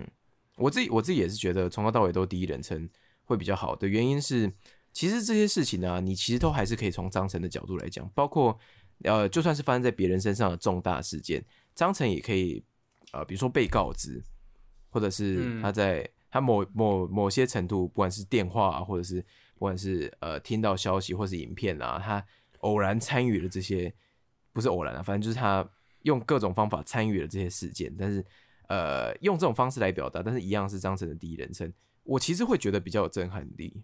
[SPEAKER 1] 我自己我自己也是觉得从头到尾都第一人称会比较好的原因是，其实这些事情呢、啊，你其实都还是可以从张晨的角度来讲，包括呃，就算是发生在别人身上的重大事件，张晨也可以呃，比如说被告知，或者是
[SPEAKER 2] 嗯
[SPEAKER 1] 他在、他某某某些程度，不管是电话、啊，或者是不管是呃听到消息或是影片啊，他偶然参与了这些，不是偶然啊，反正就是他用各种方法参与了这些事件，但是呃，用这种方式来表达，但是一样是张晨的第一人称，我其实会觉得比较有震撼力。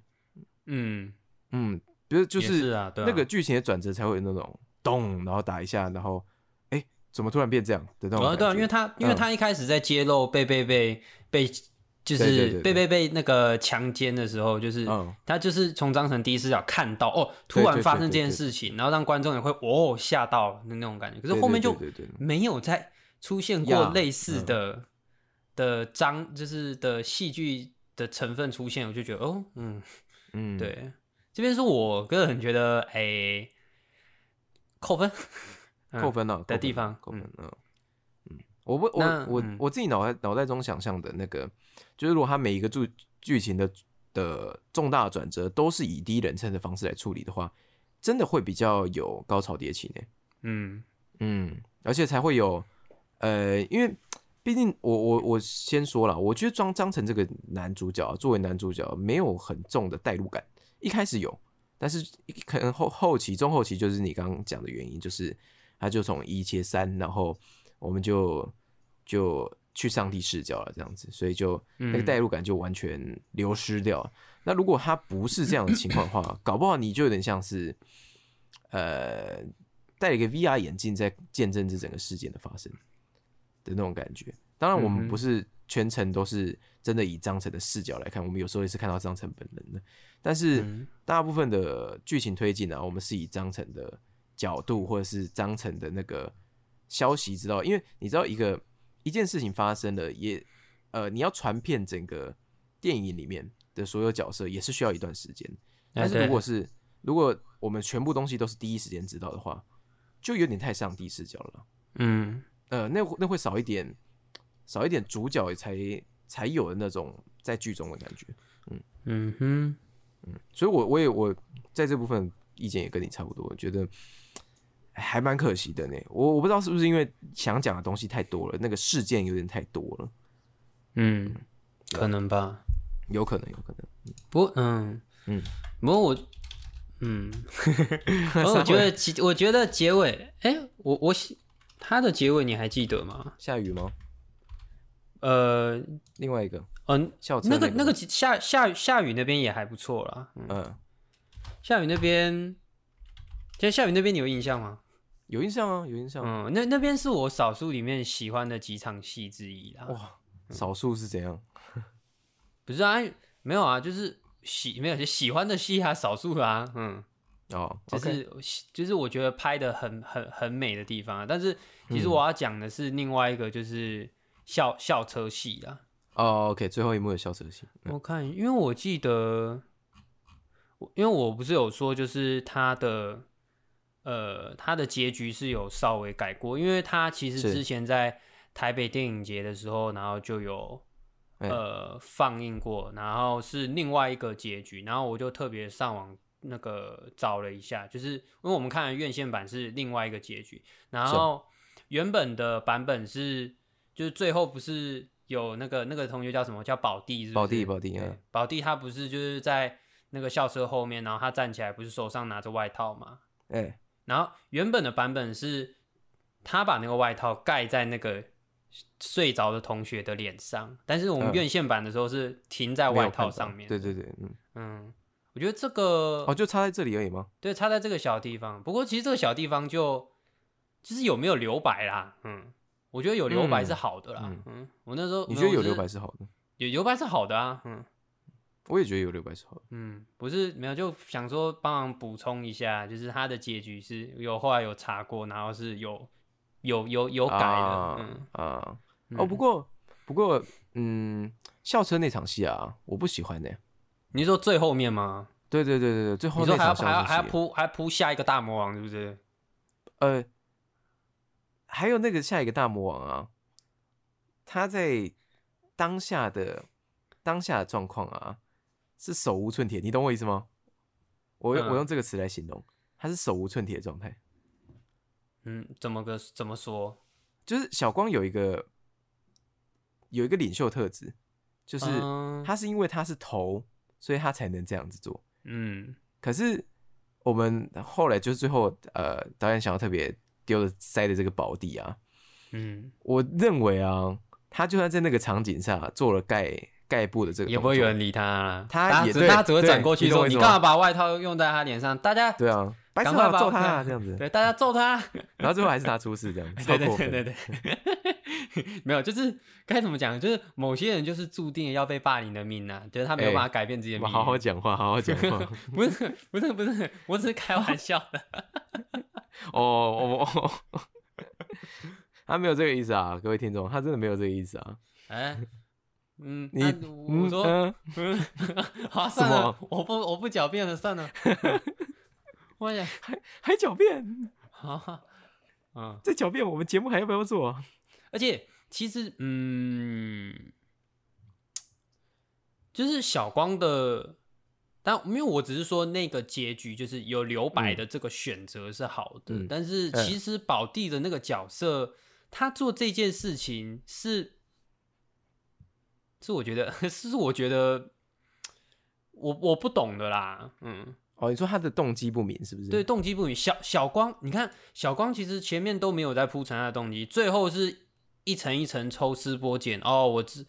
[SPEAKER 2] 嗯，
[SPEAKER 1] 嗯，比如就
[SPEAKER 2] 也
[SPEAKER 1] 是
[SPEAKER 2] 是啊，对啊
[SPEAKER 1] 那个剧情的转折才会有那种咚，然后打一下，然后哎、诶怎么突然变这样的那种
[SPEAKER 2] 哦，
[SPEAKER 1] 感觉。
[SPEAKER 2] 对啊，因为他因为
[SPEAKER 1] 嗯
[SPEAKER 2] 他一开始在揭露被被被被就
[SPEAKER 1] 对对
[SPEAKER 2] 是
[SPEAKER 1] 对
[SPEAKER 2] 被
[SPEAKER 1] 对
[SPEAKER 2] 被被那个强奸的时候，就是
[SPEAKER 1] 嗯
[SPEAKER 2] 他就是从张晨第一视角看到哦，突
[SPEAKER 1] 对
[SPEAKER 2] 然
[SPEAKER 1] 对
[SPEAKER 2] 发
[SPEAKER 1] 对
[SPEAKER 2] 生这
[SPEAKER 1] 对
[SPEAKER 2] 件
[SPEAKER 1] 对
[SPEAKER 2] 事情，然后让观众也会哦吓到的那种感觉。可是
[SPEAKER 1] 对
[SPEAKER 2] 后面
[SPEAKER 1] 对
[SPEAKER 2] 就
[SPEAKER 1] 对对对
[SPEAKER 2] 没有再出现过
[SPEAKER 1] 呀嗯
[SPEAKER 2] 类似的的章，就是的戏剧的成分出现，我就觉得哦，嗯，
[SPEAKER 1] 嗯，
[SPEAKER 2] 对，这边是我个人觉得哎扣分嗯
[SPEAKER 1] 扣分了、扣
[SPEAKER 2] 的
[SPEAKER 1] 分
[SPEAKER 2] 地
[SPEAKER 1] 了
[SPEAKER 2] 方
[SPEAKER 1] 扣
[SPEAKER 2] 嗯
[SPEAKER 1] 分嗯嗯，我不
[SPEAKER 2] 那
[SPEAKER 1] 我我
[SPEAKER 2] 嗯
[SPEAKER 1] 我自己脑袋脑袋中想象的那个，就是如果他每一个剧剧情的的重大转折都是以第一人称的方式来处理的话，真的会比较有高潮迭起呢。
[SPEAKER 2] 嗯
[SPEAKER 1] 嗯，而且才会有，呃，因为毕竟我我我先说了，我觉得张张晨这个男主角啊、作为男主角没有很重的代入感，一开始有，但是一可能后后期中后期就是你刚刚讲的原因，就是他就从一切三，然后我们就就去上帝视角了，这样子，所以就
[SPEAKER 2] 嗯
[SPEAKER 1] 那个代入感就完全流失掉了。那如果他不是这样的情况的话，搞不好你就有点像是，呃，戴了一个 VR 眼镜在见证这整个事件的发生的那种感觉。当然，我
[SPEAKER 2] 嗯哼
[SPEAKER 1] 们不是全程都是真的以张成的视角来看，我们有时候也是看到张成本人的，但是
[SPEAKER 2] 嗯
[SPEAKER 1] 大部分的剧情推进啊，我们是以张成的角度或者是张成的那个消息知道，因为你知道一个一件事情发生了，也呃你要传遍整个电影里面的所有角色也是需要一段时间，但是
[SPEAKER 2] 啊对
[SPEAKER 1] 如果是如果我们全部东西都是第一时间知道的话，就有点太上帝视角了。
[SPEAKER 2] 嗯
[SPEAKER 1] 呃，那会那会少一点，少一点主角才才有的那种在剧中的感觉。
[SPEAKER 2] 嗯哼，
[SPEAKER 1] 所以我，我也我在这部分意见也跟你差不多，我觉得还蛮可惜的呢。我我不知道是不是因为想讲的东西太多了，那个事件有点太多了，
[SPEAKER 2] 嗯，可能吧。
[SPEAKER 1] 有可能，有可能。
[SPEAKER 2] 不过，嗯
[SPEAKER 1] 嗯，
[SPEAKER 2] 不过我， 嗯，然后我觉得其，我觉得结尾，哎、我我喜它的结尾你还记得吗？
[SPEAKER 1] 下雨吗？
[SPEAKER 2] 呃，
[SPEAKER 1] 另外一个
[SPEAKER 2] 嗯、
[SPEAKER 1] 校车
[SPEAKER 2] 那个那
[SPEAKER 1] 那
[SPEAKER 2] 个下下下雨那边也还不错啦。嗯
[SPEAKER 1] 嗯、呃
[SPEAKER 2] 下雨那边，其实下雨那边你有印象吗？
[SPEAKER 1] 有印象啊，有印象。
[SPEAKER 2] 嗯，那那边是我少数里面喜欢的几场戏之一啦。
[SPEAKER 1] 哇，少数是怎样？
[SPEAKER 2] 不是啊，没有啊，就是喜没有喜欢的戏啊，少数啦、嗯，
[SPEAKER 1] 哦，
[SPEAKER 2] 就
[SPEAKER 1] OK
[SPEAKER 2] 是就是我觉得拍的很很很美的地方啊。但是其实
[SPEAKER 1] 嗯
[SPEAKER 2] 我要讲的是另外一个，就是校校车戏啊。
[SPEAKER 1] 哦，OK，最后一幕有校车戏。
[SPEAKER 2] 我看，因为我记得，我因为我不是有说，就是他的呃，他的结局是有稍微改过，因为他其实
[SPEAKER 1] 是
[SPEAKER 2] 之前在台北电影节的时候，然后就有
[SPEAKER 1] 哎
[SPEAKER 2] 呃放映过，然后是另外一个结局，然后我就特别上网那个找了一下，就是因为我们看的院线版是另外一个结局，然
[SPEAKER 1] 是
[SPEAKER 2] 后原本的版本是就是最后不是有那个那个同学叫什么叫宝弟是不是？
[SPEAKER 1] 宝弟宝弟
[SPEAKER 2] 对
[SPEAKER 1] 嗯
[SPEAKER 2] 宝弟他不是就是在那个校车后面，然后他站起来不是手上拿着外套嘛，
[SPEAKER 1] 哎、
[SPEAKER 2] 然后原本的版本是他把那个外套盖在那个睡着的同学的脸上，但是我们
[SPEAKER 1] 嗯
[SPEAKER 2] 院线版的时候是停在
[SPEAKER 1] 没有
[SPEAKER 2] 外套
[SPEAKER 1] 看到
[SPEAKER 2] 上面。
[SPEAKER 1] 对对对，嗯，
[SPEAKER 2] 嗯，我觉得这个
[SPEAKER 1] 哦，就插在这里而已吗？
[SPEAKER 2] 对差在这个小地方。不过其实这个小地方就就是有没有留白啦，嗯，我觉得有留白是好的啦。嗯
[SPEAKER 1] 嗯，
[SPEAKER 2] 我那时候
[SPEAKER 1] 你觉得有
[SPEAKER 2] 我是
[SPEAKER 1] 留白是好的？
[SPEAKER 2] 有留白是好的啊，嗯
[SPEAKER 1] 我也觉得有留白是好的。
[SPEAKER 2] 嗯，不是没有就想说帮忙补充一下，就是它的结局是有后来有查过，然后是有有有有改的，
[SPEAKER 1] 啊
[SPEAKER 2] 嗯
[SPEAKER 1] 啊、
[SPEAKER 2] 嗯
[SPEAKER 1] 哦，不过不过，嗯，校车那场戏啊，我不喜欢呢、
[SPEAKER 2] 你说最后面吗？
[SPEAKER 1] 对对对对对，最后
[SPEAKER 2] 你
[SPEAKER 1] 那
[SPEAKER 2] 说还要
[SPEAKER 1] 场
[SPEAKER 2] 还要
[SPEAKER 1] 校
[SPEAKER 2] 还要
[SPEAKER 1] 车戏，
[SPEAKER 2] 铺还要铺下一个大魔王是不是？
[SPEAKER 1] 呃，还有那个下一个大魔王啊，他在当下的当下的状况啊，是手无寸铁，你懂我意思吗？我用、
[SPEAKER 2] 嗯
[SPEAKER 1] 我用这个词来形容，他是手无寸铁的状态。
[SPEAKER 2] 嗯，怎么个怎么说？
[SPEAKER 1] 就是小光有一个有一个领袖特质，就是
[SPEAKER 2] 嗯
[SPEAKER 1] 他是因为他是头，所以他才能这样子做。
[SPEAKER 2] 嗯
[SPEAKER 1] 可是我们后来就是最后呃，导演想要特别丢的塞的这个宝地啊，
[SPEAKER 2] 嗯，
[SPEAKER 1] 我认为啊，他就算在那个场景下做了盖盖布的这个，
[SPEAKER 2] 也不会有人。理他啦，
[SPEAKER 1] 他
[SPEAKER 2] 大家
[SPEAKER 1] 也
[SPEAKER 2] 只
[SPEAKER 1] 对
[SPEAKER 2] 他只会
[SPEAKER 1] 对
[SPEAKER 2] 转过去
[SPEAKER 1] 你懂
[SPEAKER 2] 说
[SPEAKER 1] 我意
[SPEAKER 2] 你
[SPEAKER 1] 思
[SPEAKER 2] 干嘛
[SPEAKER 1] 吗
[SPEAKER 2] 把外套用在他脸上？大家
[SPEAKER 1] 对啊，白痴
[SPEAKER 2] 赶快
[SPEAKER 1] 啊，
[SPEAKER 2] 把
[SPEAKER 1] 揍
[SPEAKER 2] 我
[SPEAKER 1] 他啊
[SPEAKER 2] 看
[SPEAKER 1] 这样子，
[SPEAKER 2] 对大家揍他。啊
[SPEAKER 1] 然后最后还是他出事这样，超
[SPEAKER 2] 对对
[SPEAKER 1] 过
[SPEAKER 2] 对对
[SPEAKER 1] 分。
[SPEAKER 2] 对， 没有，就是该怎么讲，就是某些人就是注定要被霸凌的命呐、啊，就是他没有
[SPEAKER 1] 哎
[SPEAKER 2] 办法改变自己的
[SPEAKER 1] 我
[SPEAKER 2] 命运。啊
[SPEAKER 1] 好好讲话，好好讲话。
[SPEAKER 2] 不是不是不是，我只是开玩笑的。
[SPEAKER 1] 哦哦哦，哦 他没有这个意思啊，各位听众，他真的没有这个意思啊。
[SPEAKER 2] 哎、嗯，
[SPEAKER 1] 你
[SPEAKER 2] 那我我
[SPEAKER 1] 嗯
[SPEAKER 2] 说，
[SPEAKER 1] 嗯
[SPEAKER 2] 嗯， 好、算
[SPEAKER 1] 什
[SPEAKER 2] 了
[SPEAKER 1] 么，
[SPEAKER 2] 我不我不狡辩了，算了。 我也
[SPEAKER 1] 还狡辩，
[SPEAKER 2] 好、嗯，
[SPEAKER 1] 再狡辩，我们节目还要不要做啊？
[SPEAKER 2] 而且其实，嗯，就是小光的，但因为我只是说那个结局就是有留白的这个选择是好的，
[SPEAKER 1] 嗯
[SPEAKER 2] 但是
[SPEAKER 1] 嗯
[SPEAKER 2] 其实宝弟的那个角色，他做这件事情是， 是我觉得是我觉得我我不懂的啦，嗯，
[SPEAKER 1] 哦，你说他的动机不明是不是？
[SPEAKER 2] 对，，动机不明。小小光，你看小光其实前面都没有在铺陈他的动机，最后是一层一层抽丝剥茧。哦，我知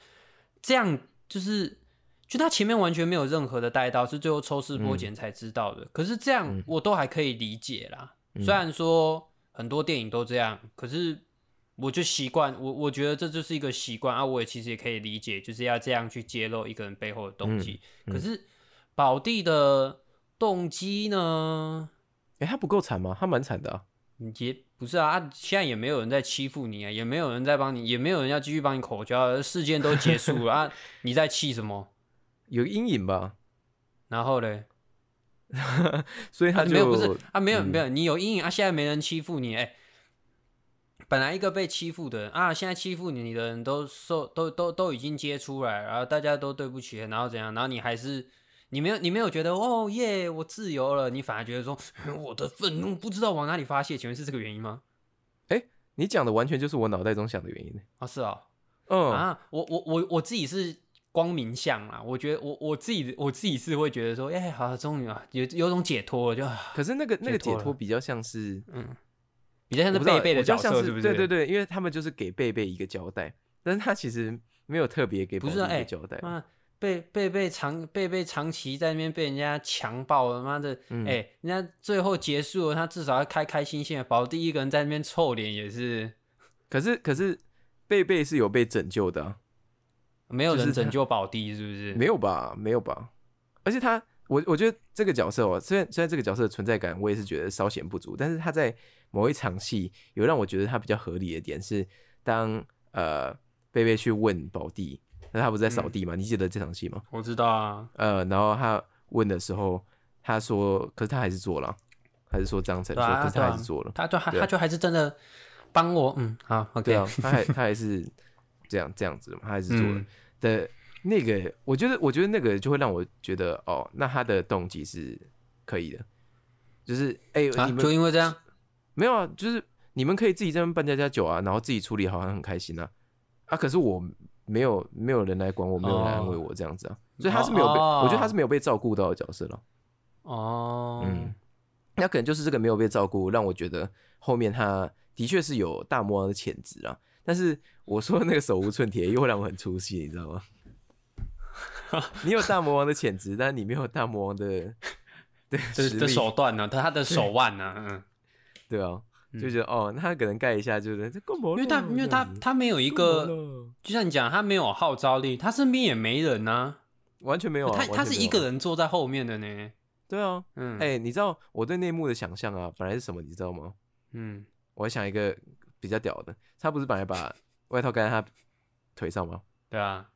[SPEAKER 2] 这样就是，就他前面完全没有任何的带到，是最后抽丝剥茧才知道的。可是这样我都还可以理解啦，虽然说很多电影都这样，可是。我就习惯，我我觉得这就是一个习惯啊，我也其实也可以理解，就是要这样去揭露一个人背后的动机。可是宝弟的动机呢，
[SPEAKER 1] 哎，他不够惨吗？他蛮惨的啊。
[SPEAKER 2] 也不是啊，啊现在也没有人在欺负你啊，也没有人在帮你，也没有人要继续帮你口交，啊事件都结束了啊， 你在气什么？
[SPEAKER 1] 有阴影 吧，
[SPEAKER 2] 然后嘞，
[SPEAKER 1] 所以他
[SPEAKER 2] 啊
[SPEAKER 1] 就嗯
[SPEAKER 2] 没有不是啊，没有没有，你有阴影啊，现在没人欺负你，哎、本来一个被欺负的人啊，现在欺负你的人都受都都都已经揭出来，然后大家都对不起，然后怎样，然后你还是你没有你没有觉得哦耶我自由了，你反而觉得说 我的愤怒不知道往哪里发泄，请问是这个原因吗？
[SPEAKER 1] 你讲的完全就是我脑袋中想的原因。
[SPEAKER 2] 啊是哦，
[SPEAKER 1] 嗯，
[SPEAKER 2] 啊，我我我我自己是光明向啦，我觉得我我自己我自己是会觉得说，哎、好，终于啊，有有种解脱了，就啊
[SPEAKER 1] 可是那个那个
[SPEAKER 2] 解脱
[SPEAKER 1] 解
[SPEAKER 2] 了
[SPEAKER 1] 脱比较像是，
[SPEAKER 2] 比较像
[SPEAKER 1] 我
[SPEAKER 2] 是
[SPEAKER 1] 不知道
[SPEAKER 2] 贝贝的
[SPEAKER 1] 我比较
[SPEAKER 2] 角
[SPEAKER 1] 像
[SPEAKER 2] 色，是不是？
[SPEAKER 1] 对对对，因为他们就是给贝贝一个交代，但是他其实没有特别给
[SPEAKER 2] 不
[SPEAKER 1] 宝
[SPEAKER 2] 是
[SPEAKER 1] 莉
[SPEAKER 2] 啊
[SPEAKER 1] 一
[SPEAKER 2] 哎
[SPEAKER 1] 个交代。
[SPEAKER 2] 妈贝贝贝长贝贝长期在那边被人家强暴了，妈的，哎、
[SPEAKER 1] 嗯
[SPEAKER 2] 人家最后结束了，他至少要开开心心的。宝弟一个人在那边臭脸也是
[SPEAKER 1] 可是可是贝贝是有被拯救的、啊，
[SPEAKER 2] 没有
[SPEAKER 1] 就是
[SPEAKER 2] 人拯
[SPEAKER 1] 他
[SPEAKER 2] 救宝弟，是不是？
[SPEAKER 1] 没有吧？没有吧？而且他，我我觉得这个角色哦，虽然虽然这个角色的存在感我也是觉得稍显不足，但是他在某一场戏有让我觉得他比较合理的点是当呃贝贝去问宝弟，那他不是在扫
[SPEAKER 2] 嗯
[SPEAKER 1] 地吗？你记得这场戏吗？
[SPEAKER 2] 我知道啊，
[SPEAKER 1] 呃，然后他问的时候，他说，可是他还是做了，还是说张晨
[SPEAKER 2] 对
[SPEAKER 1] 说，
[SPEAKER 2] 啊
[SPEAKER 1] 可是
[SPEAKER 2] 对
[SPEAKER 1] 他
[SPEAKER 2] 啊
[SPEAKER 1] 还是做了，
[SPEAKER 2] 他就他
[SPEAKER 1] 对啊
[SPEAKER 2] 他就还是真的帮我，嗯，好，OK，
[SPEAKER 1] 对啊，他还他还是这样这样子的嘛，他还是做了
[SPEAKER 2] 嗯
[SPEAKER 1] 的、那个，我觉得我觉得那个就会让我觉得，哦，那他的动机是可以的，就是哎、
[SPEAKER 2] 啊，
[SPEAKER 1] 你们
[SPEAKER 2] 就因为这样，
[SPEAKER 1] 没有啊，就是你们可以自己在那边办家家酒啊，然后自己处理好，好像很开心啊。啊，可是我没有没有人来管我，没有人来安慰我这样子啊，所以他是没有被，
[SPEAKER 2] 哦
[SPEAKER 1] 我觉得他是没有被照顾到的角色了。
[SPEAKER 2] 哦，
[SPEAKER 1] 嗯，那可能就是这个没有被照顾，让我觉得后面他的确是有大魔王的潜质啊。但是我说的那个手无寸铁，又会让我很出戏，你知道 吗？你有大魔王的潜质，但你没有大魔王的对
[SPEAKER 2] 这
[SPEAKER 1] 实
[SPEAKER 2] 这
[SPEAKER 1] 力
[SPEAKER 2] 手段呢、他他的手腕呢、嗯，
[SPEAKER 1] 对啊，就觉得、哦，那他可能盖一下就是这够毛
[SPEAKER 2] 因
[SPEAKER 1] 了，
[SPEAKER 2] 为他因为他
[SPEAKER 1] 哦这样子
[SPEAKER 2] 他没有一
[SPEAKER 1] 够毛
[SPEAKER 2] 个，
[SPEAKER 1] 了
[SPEAKER 2] 就像你讲，他没有号召力，他身边也没人呐、
[SPEAKER 1] 完全没有啊、
[SPEAKER 2] 他他
[SPEAKER 1] 完全
[SPEAKER 2] 是
[SPEAKER 1] 没有
[SPEAKER 2] 一
[SPEAKER 1] 啊
[SPEAKER 2] 个人坐在后面的呢，
[SPEAKER 1] 对啊，
[SPEAKER 2] 嗯，
[SPEAKER 1] 哎、你知道我对内幕的想象啊，本来是什么，你知道吗？
[SPEAKER 2] 嗯，
[SPEAKER 1] 我还想一个比较屌的，他不是本来把外套盖在他腿上吗？
[SPEAKER 2] 对啊，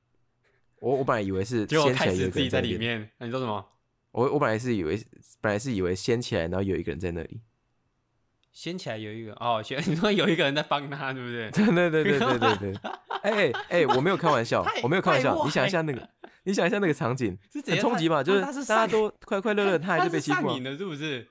[SPEAKER 1] 我我本来以为是
[SPEAKER 2] 结果
[SPEAKER 1] 掀起
[SPEAKER 2] 开
[SPEAKER 1] 来有
[SPEAKER 2] 始
[SPEAKER 1] 一个
[SPEAKER 2] 自己
[SPEAKER 1] 人
[SPEAKER 2] 在
[SPEAKER 1] 在
[SPEAKER 2] 里
[SPEAKER 1] 那边，
[SPEAKER 2] 面，啊你说什么？
[SPEAKER 1] 我我本来是以为本来是以为掀起来，然后有一个人在那里。
[SPEAKER 2] 掀 起来有一个哦，先你说有一个人在帮他，对不对？
[SPEAKER 1] 对对对对对对对。哎哎哎，我没有开玩笑
[SPEAKER 2] 太，
[SPEAKER 1] 我没有开玩
[SPEAKER 2] 太
[SPEAKER 1] 笑。
[SPEAKER 2] 歪
[SPEAKER 1] 你想一下那个，你想一下那个场景，
[SPEAKER 2] 是怎
[SPEAKER 1] 很
[SPEAKER 2] 样
[SPEAKER 1] 冲击吧？
[SPEAKER 2] 他
[SPEAKER 1] 就是
[SPEAKER 2] 他是
[SPEAKER 1] 大家
[SPEAKER 2] 上
[SPEAKER 1] 都快快乐乐，他还
[SPEAKER 2] 是
[SPEAKER 1] 被欺负
[SPEAKER 2] 上
[SPEAKER 1] 啊
[SPEAKER 2] 瘾？的，是不是？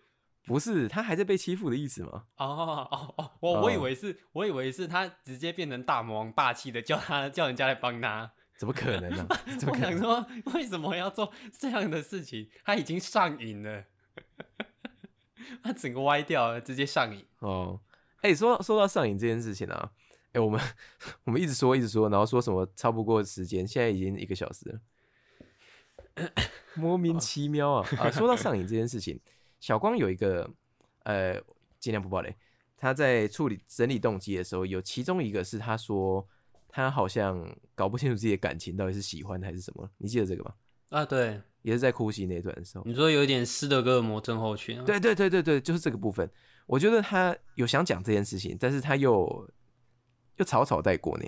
[SPEAKER 1] 不是，他还在被欺负的意思吗？
[SPEAKER 2] 哦哦哦，我我以
[SPEAKER 1] 哦
[SPEAKER 2] 为是，我以为是他直接变成大魔王，霸气的叫他叫人家来帮他。
[SPEAKER 1] 怎么可能 呢？怎么
[SPEAKER 2] 我
[SPEAKER 1] 可
[SPEAKER 2] 想
[SPEAKER 1] 能？
[SPEAKER 2] 说，为什么要做这样的事情？他已经上瘾了， 他整个歪掉了，直接上瘾。
[SPEAKER 1] 哦，哎，说说到上瘾这件事情啊，哎，我们我们一直说一直说，然后说什么超不过时间，现在已经一个小时了，莫名其妙啊啊！说到上瘾这件事情，小光有一个呃，尽量不暴雷。他在处理整理动机的时候，有其中一个是他说他好像搞不清楚自己的感情到底是喜欢还是什么，你记得这个吗？
[SPEAKER 2] 啊，对，
[SPEAKER 1] 也是在哭泣那段的时候。
[SPEAKER 2] 你说有点斯德哥尔摩症候群、啊，，
[SPEAKER 1] 对对对对对，就是这个部分。我觉得他有想讲这件事情，但是他又又草草带过呢，